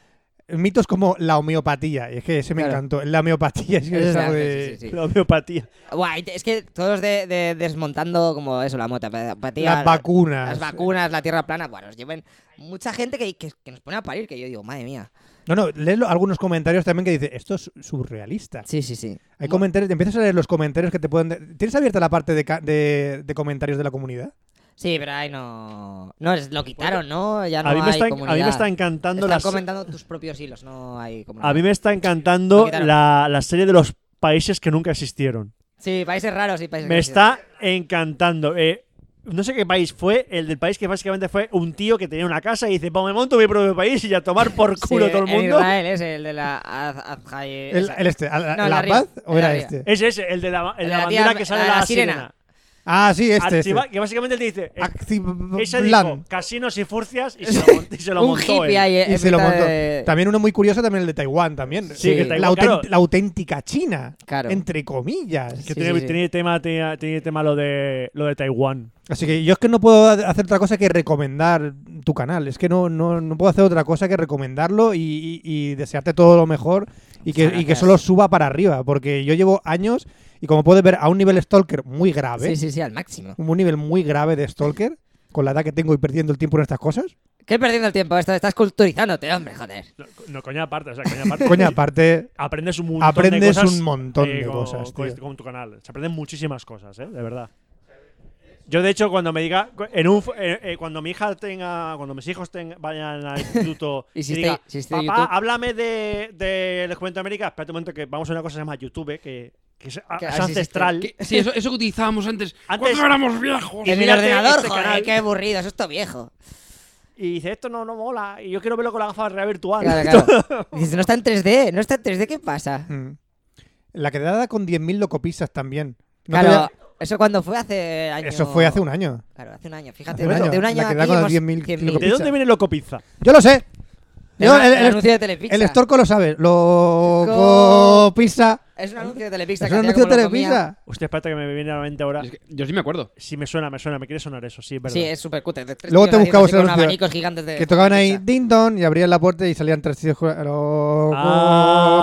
Speaker 2: mitos como la homeopatía. Y es que ese me
Speaker 4: Claro.
Speaker 2: encantó. La homeopatía es que
Speaker 4: Eso
Speaker 2: es
Speaker 4: se
Speaker 2: algo
Speaker 4: hace,
Speaker 2: de-
Speaker 4: sí, sí, sí.
Speaker 1: La homeopatía.
Speaker 4: Buah, y te- es que todos de, de- desmontando como eso, la motopatía.
Speaker 2: Las vacunas.
Speaker 4: Las vacunas, la tierra plana, bueno, nos llevan mucha gente que, que- que nos pone a parir, que yo digo, madre mía.
Speaker 2: No, no, lees lo- algunos comentarios también que dice esto es surrealista.
Speaker 4: Sí, sí, sí.
Speaker 2: Hay comentarios, te empiezas a leer los comentarios que te pueden... ¿Tienes abierta la parte de, ca- de- de comentarios de la comunidad?
Speaker 4: Sí, pero ahí no. No, es- lo quitaron, ¿no? Ya no
Speaker 1: a, mí me
Speaker 4: hay
Speaker 1: está, a mí
Speaker 4: comunidad.
Speaker 1: me está encantando
Speaker 4: Están
Speaker 1: las-
Speaker 4: comentando tus propios hilos, no hay comunidad.
Speaker 1: A mí me está
Speaker 4: Lo
Speaker 1: encantando
Speaker 4: quitaron.
Speaker 1: la, la serie de los países que nunca existieron.
Speaker 4: Sí, países raros y países
Speaker 1: Me está
Speaker 4: graciosos.
Speaker 1: encantando. Eh, no sé qué país fue, el del país que básicamente fue un tío que tenía una casa y dice, pues me monto mi propio país y a tomar por
Speaker 4: Sí,
Speaker 1: culo todo el mundo.
Speaker 4: Israel es el de la Az- Azjai-
Speaker 2: ¿El,
Speaker 4: esa.
Speaker 2: el este? ¿Al- ¿La
Speaker 4: No, la
Speaker 2: paz
Speaker 4: ría,
Speaker 2: o
Speaker 4: la
Speaker 2: era
Speaker 4: ría.
Speaker 2: este?
Speaker 1: Ese es el de la, el de
Speaker 4: La
Speaker 1: la
Speaker 4: tía-
Speaker 1: bandera que sale
Speaker 4: la-
Speaker 1: la,
Speaker 4: la sirena.
Speaker 1: sirena.
Speaker 2: Ah, sí, este. este.
Speaker 1: Activa- Que básicamente él te dice, eh, ella dijo
Speaker 2: Activlan.
Speaker 1: casinos y furcias y se lo, mon- y se lo
Speaker 4: Un
Speaker 1: montó. él.
Speaker 4: hippie ahí. eh,
Speaker 2: Y
Speaker 4: en
Speaker 2: se lo
Speaker 4: mitad
Speaker 2: montó.
Speaker 4: de-
Speaker 2: También uno muy curioso, también el de Taiwán también.
Speaker 4: Sí, que
Speaker 2: La
Speaker 1: Taiwán,
Speaker 2: autént- la,
Speaker 1: claro.
Speaker 2: auténtica China.
Speaker 4: Claro.
Speaker 2: Entre comillas.
Speaker 1: Que
Speaker 4: Sí,
Speaker 1: tiene,
Speaker 4: sí, sí.
Speaker 1: tiene tema, tenía- tiene tema lo de, lo de Taiwán.
Speaker 2: Así que yo es que no puedo ha- hacer otra cosa que recomendar tu canal. Es que no, no, no puedo hacer otra cosa que recomendarlo y, y- y desearte todo lo mejor y que,
Speaker 4: Muchas
Speaker 2: y que
Speaker 4: gracias.
Speaker 2: solo suba para arriba. Porque yo llevo años y como puedes ver, a un nivel stalker muy grave.
Speaker 4: Sí, sí, sí, al máximo.
Speaker 2: Un nivel muy grave de stalker. Con la edad que tengo y perdiendo el tiempo en estas cosas.
Speaker 4: ¿Qué perdiendo el tiempo? Esto, estás culturizándote, hombre, joder.
Speaker 1: No, co- no, coña aparte, o sea, coña aparte.
Speaker 2: Coña, aparte,
Speaker 1: aprendes un montón de
Speaker 2: aprendes
Speaker 1: cosas.
Speaker 2: un montón
Speaker 1: eh,
Speaker 2: de
Speaker 1: con-
Speaker 2: cosas.
Speaker 1: Con,
Speaker 2: tío.
Speaker 1: con tu canal. Se aprenden muchísimas cosas, ¿eh? De verdad. Yo, de hecho, cuando me diga. cu- En un, fu- eh, eh, cuando mi hija tenga. Cuando mis hijos tenga- vayan al instituto. y
Speaker 4: Hiciste-
Speaker 1: diga,
Speaker 4: hiciste
Speaker 1: Papá,
Speaker 4: YouTube".
Speaker 1: háblame de, de los cuentos de América. Espérate un momento, que vamos a una cosa que se llama YouTube, que, que es, a-
Speaker 4: Que
Speaker 1: es
Speaker 4: así se
Speaker 1: ancestral.
Speaker 3: Que- sí, eso, eso que utilizábamos antes,
Speaker 1: Antes-
Speaker 3: cuando éramos viejos.
Speaker 1: Y
Speaker 4: En el
Speaker 1: mírate
Speaker 4: ordenador,
Speaker 1: este
Speaker 4: joder,
Speaker 1: canal.
Speaker 4: qué aburrido, eso es todo viejo.
Speaker 1: Y dice, esto no, no mola. Y yo quiero verlo con la gafa de realidad virtual.
Speaker 4: Claro, claro. Dices, no está en 3D, no está en 3D, ¿qué pasa?
Speaker 2: Mm. La quedada con 10.000 locopisas también. No te
Speaker 4: Claro,
Speaker 2: voy
Speaker 4: eso cuando fue hace
Speaker 2: a-
Speaker 4: año.
Speaker 2: Eso fue hace un año.
Speaker 4: Claro, hace un año, fíjate.
Speaker 2: un año,
Speaker 4: de un año
Speaker 2: la
Speaker 4: aquí
Speaker 2: quedada con los
Speaker 4: hemos
Speaker 2: 10.000
Speaker 1: ¿De
Speaker 4: 100.000.
Speaker 2: kilocopizas.
Speaker 1: dónde viene Locopizza?
Speaker 2: Yo lo sé. Yo,
Speaker 4: el,
Speaker 2: el, el-
Speaker 4: anuncio de Telepizza.
Speaker 2: el Storco lo sabe. Locopisa.
Speaker 4: Es un anuncio de Telepizza.
Speaker 2: ¿Eh? Es
Speaker 4: que
Speaker 2: un
Speaker 4: hacía
Speaker 2: anuncio de
Speaker 4: como lo comía.
Speaker 2: Telepisa.
Speaker 1: Hostia, espérate que me viene a la mente ahora.
Speaker 3: Es que yo sí me acuerdo.
Speaker 1: Sí, me suena, me suena. Me quiere sonar eso, sí, es verdad.
Speaker 4: Sí, es súper cutre. de tres
Speaker 2: Luego
Speaker 4: tíos
Speaker 2: te
Speaker 4: haciendo
Speaker 2: buscabas
Speaker 4: así
Speaker 2: el
Speaker 4: con
Speaker 2: anuncio.
Speaker 4: abanicos gigantes de
Speaker 2: Que tocaban ahí
Speaker 4: Telepizza.
Speaker 2: ding dong y abrían la puerta y salían tres tíos. con-
Speaker 1: Ah,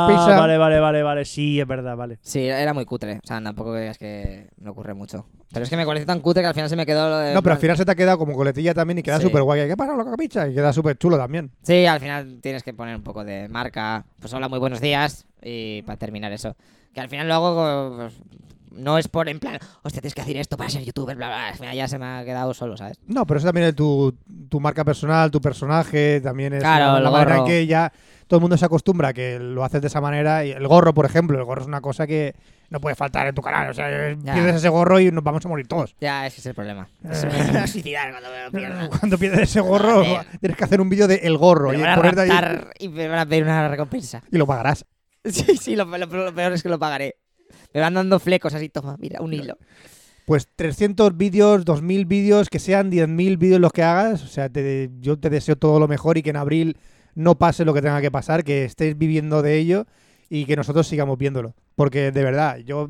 Speaker 2: Locopisa.
Speaker 1: Vale, vale, vale, vale. Sí, es verdad, vale.
Speaker 4: Sí, era muy cutre. O sea, tampoco creas que me ocurre mucho. Pero es que me pareció tan cutre que al final se me quedó lo de.
Speaker 2: No, pero al final se te ha quedado como coletilla también y queda
Speaker 4: Sí.
Speaker 2: súper guay. ¿Qué pasa, Locopisa? Y queda súper chulo también.
Speaker 4: Sí, al final tienes que poner un poco de marca. Pues hola, muy buenos días. Y para terminar eso. Que al final luego pues, no es por en plan, hostia, tienes que hacer esto para ser youtuber, bla, bla. bla. Al final ya se me ha quedado solo, ¿sabes?
Speaker 2: No, pero eso también es tu, tu marca personal, tu personaje, también es
Speaker 4: Claro,
Speaker 2: una-
Speaker 4: el
Speaker 2: la manera en
Speaker 4: gorro.
Speaker 2: que ya todo el mundo se acostumbra a que lo haces de esa manera. Y el gorro, por ejemplo, el gorro es una cosa que no puede faltar en tu canal. O sea, es-
Speaker 4: Ya.
Speaker 2: pierdes ese gorro y nos vamos a morir todos.
Speaker 4: Ya, ese es el problema. Se me va a suicidar cuando me lo pierda.
Speaker 2: Cuando pierdes ese gorro,
Speaker 4: Joder.
Speaker 2: tienes que hacer un vídeo de el gorro
Speaker 4: Me
Speaker 2: y
Speaker 4: van a
Speaker 2: ponerte ahí-
Speaker 4: raptar y me van a pedir una recompensa.
Speaker 2: y lo pagarás.
Speaker 4: Sí, sí, lo, lo- lo peor es que lo pagaré. Me van dando flecos así, toma, mira, un hilo.
Speaker 2: Pues 300 vídeos, 2.000 vídeos, que sean 10.000 vídeos los que hagas. O sea, te- yo te deseo todo lo mejor y que en abril no pase lo que tenga que pasar, que estés viviendo de ello y que nosotros sigamos viéndolo. Porque de verdad, yo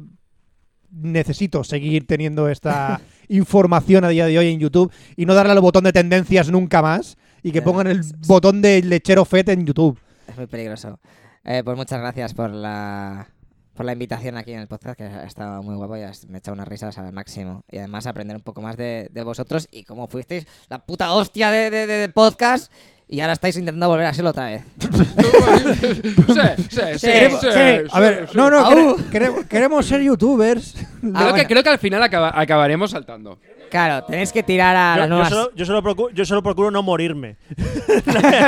Speaker 2: necesito seguir teniendo esta información a día de hoy en YouTube y no darle al botón de tendencias nunca más y que
Speaker 4: Ya.
Speaker 2: pongan el botón de lechero fete en YouTube.
Speaker 4: Es muy peligroso. Eh, pues muchas gracias por la, por la invitación aquí en el podcast, que ha estado muy guapo y has- me he echado unas risas al máximo. Y además aprender un poco más de, de vosotros y cómo fuisteis la puta hostia de, de- de- de podcast y ahora estáis intentando volver a serlo otra vez.
Speaker 3: sí, sí, sí,
Speaker 4: Sí,
Speaker 3: sí,
Speaker 2: a ver,
Speaker 3: sí,
Speaker 2: no, no,
Speaker 4: Au.
Speaker 2: quere- quere- queremos ser youtubers.
Speaker 3: Creo,
Speaker 4: Ah,
Speaker 3: que,
Speaker 4: bueno.
Speaker 3: creo que al final acaba- acabaremos saltando.
Speaker 4: Claro, tenéis que tirar a
Speaker 1: Yo,
Speaker 4: las
Speaker 1: yo
Speaker 4: nuevas.
Speaker 1: solo, yo solo procu- yo solo procuro no morirme.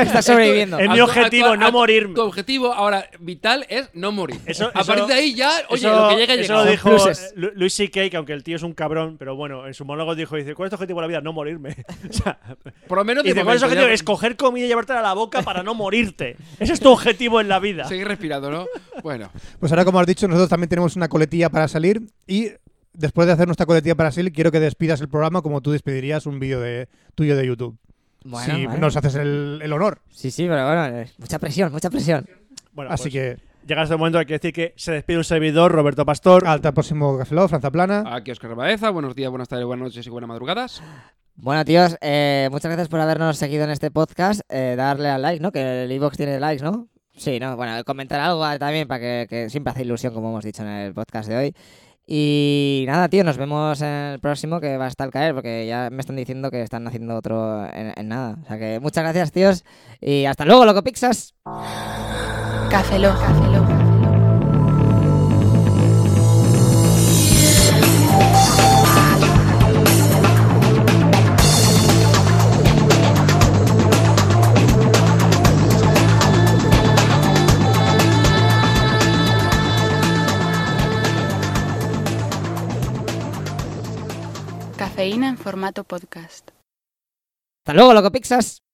Speaker 4: Estás sobreviviendo. Ah,
Speaker 1: Es mi
Speaker 3: Actu-
Speaker 1: objetivo,
Speaker 3: actu-
Speaker 1: no
Speaker 3: actu-
Speaker 1: morirme.
Speaker 3: Tu objetivo ahora vital es no morir.
Speaker 1: Eso-
Speaker 3: a
Speaker 1: eso-
Speaker 3: partir de ahí ya, oye,
Speaker 1: eso,
Speaker 3: lo que llega,
Speaker 1: eso
Speaker 3: llega.
Speaker 1: lo
Speaker 4: Son
Speaker 1: dijo
Speaker 4: pluses.
Speaker 1: eh, Lu- Luis C.K., que aunque el tío es un cabrón, pero bueno, en su monólogo dijo, dice, ¿cuál es tu objetivo de la vida? No morirme. O sea,
Speaker 3: Por lo menos de
Speaker 1: dice, ¿cuál es tu
Speaker 3: momento,
Speaker 1: objetivo?
Speaker 3: ya-
Speaker 1: Es coger comida y llevártela a la boca para no morirte. Ese es tu objetivo en la vida.
Speaker 3: Seguir respirando, ¿no? Bueno,
Speaker 2: Pues ahora, como has dicho, nosotros también tenemos una coletilla para salir y después de hacer nuestra coletilla para salir, quiero que despidas el programa como tú despedirías un vídeo de, tuyo de YouTube.
Speaker 4: Bueno,
Speaker 2: si
Speaker 4: vale.
Speaker 2: nos haces el, el honor.
Speaker 4: Sí, sí, pero bueno, eh, mucha presión, mucha presión.
Speaker 1: Bueno,
Speaker 2: Así
Speaker 1: pues,
Speaker 2: que,
Speaker 1: Llega este momento, hay que decir que se despide un servidor, Roberto Pastor.
Speaker 2: hasta el próximo Café Lock, Franza Plana.
Speaker 3: aquí Oscar Baeza. Buenos días, buenas tardes, buenas noches y buenas madrugadas.
Speaker 4: Bueno, tíos, eh, muchas gracias por habernos seguido en este podcast. eh, darle al like, ¿no? Que el iBox tiene likes, ¿no? Sí, ¿no? Bueno, comentar algo ah, también para que, que siempre hace ilusión, como hemos dicho en el podcast de hoy. Y nada, tío, nos vemos en el próximo que va a estar caer, porque ya me están diciendo que están haciendo otro en, en nada. O sea que muchas gracias, tíos, y hasta luego, loco Pixas.
Speaker 5: Café Lock. Café Lock.
Speaker 6: Cafeína en formato podcast.
Speaker 4: Hasta luego, loco Pixas.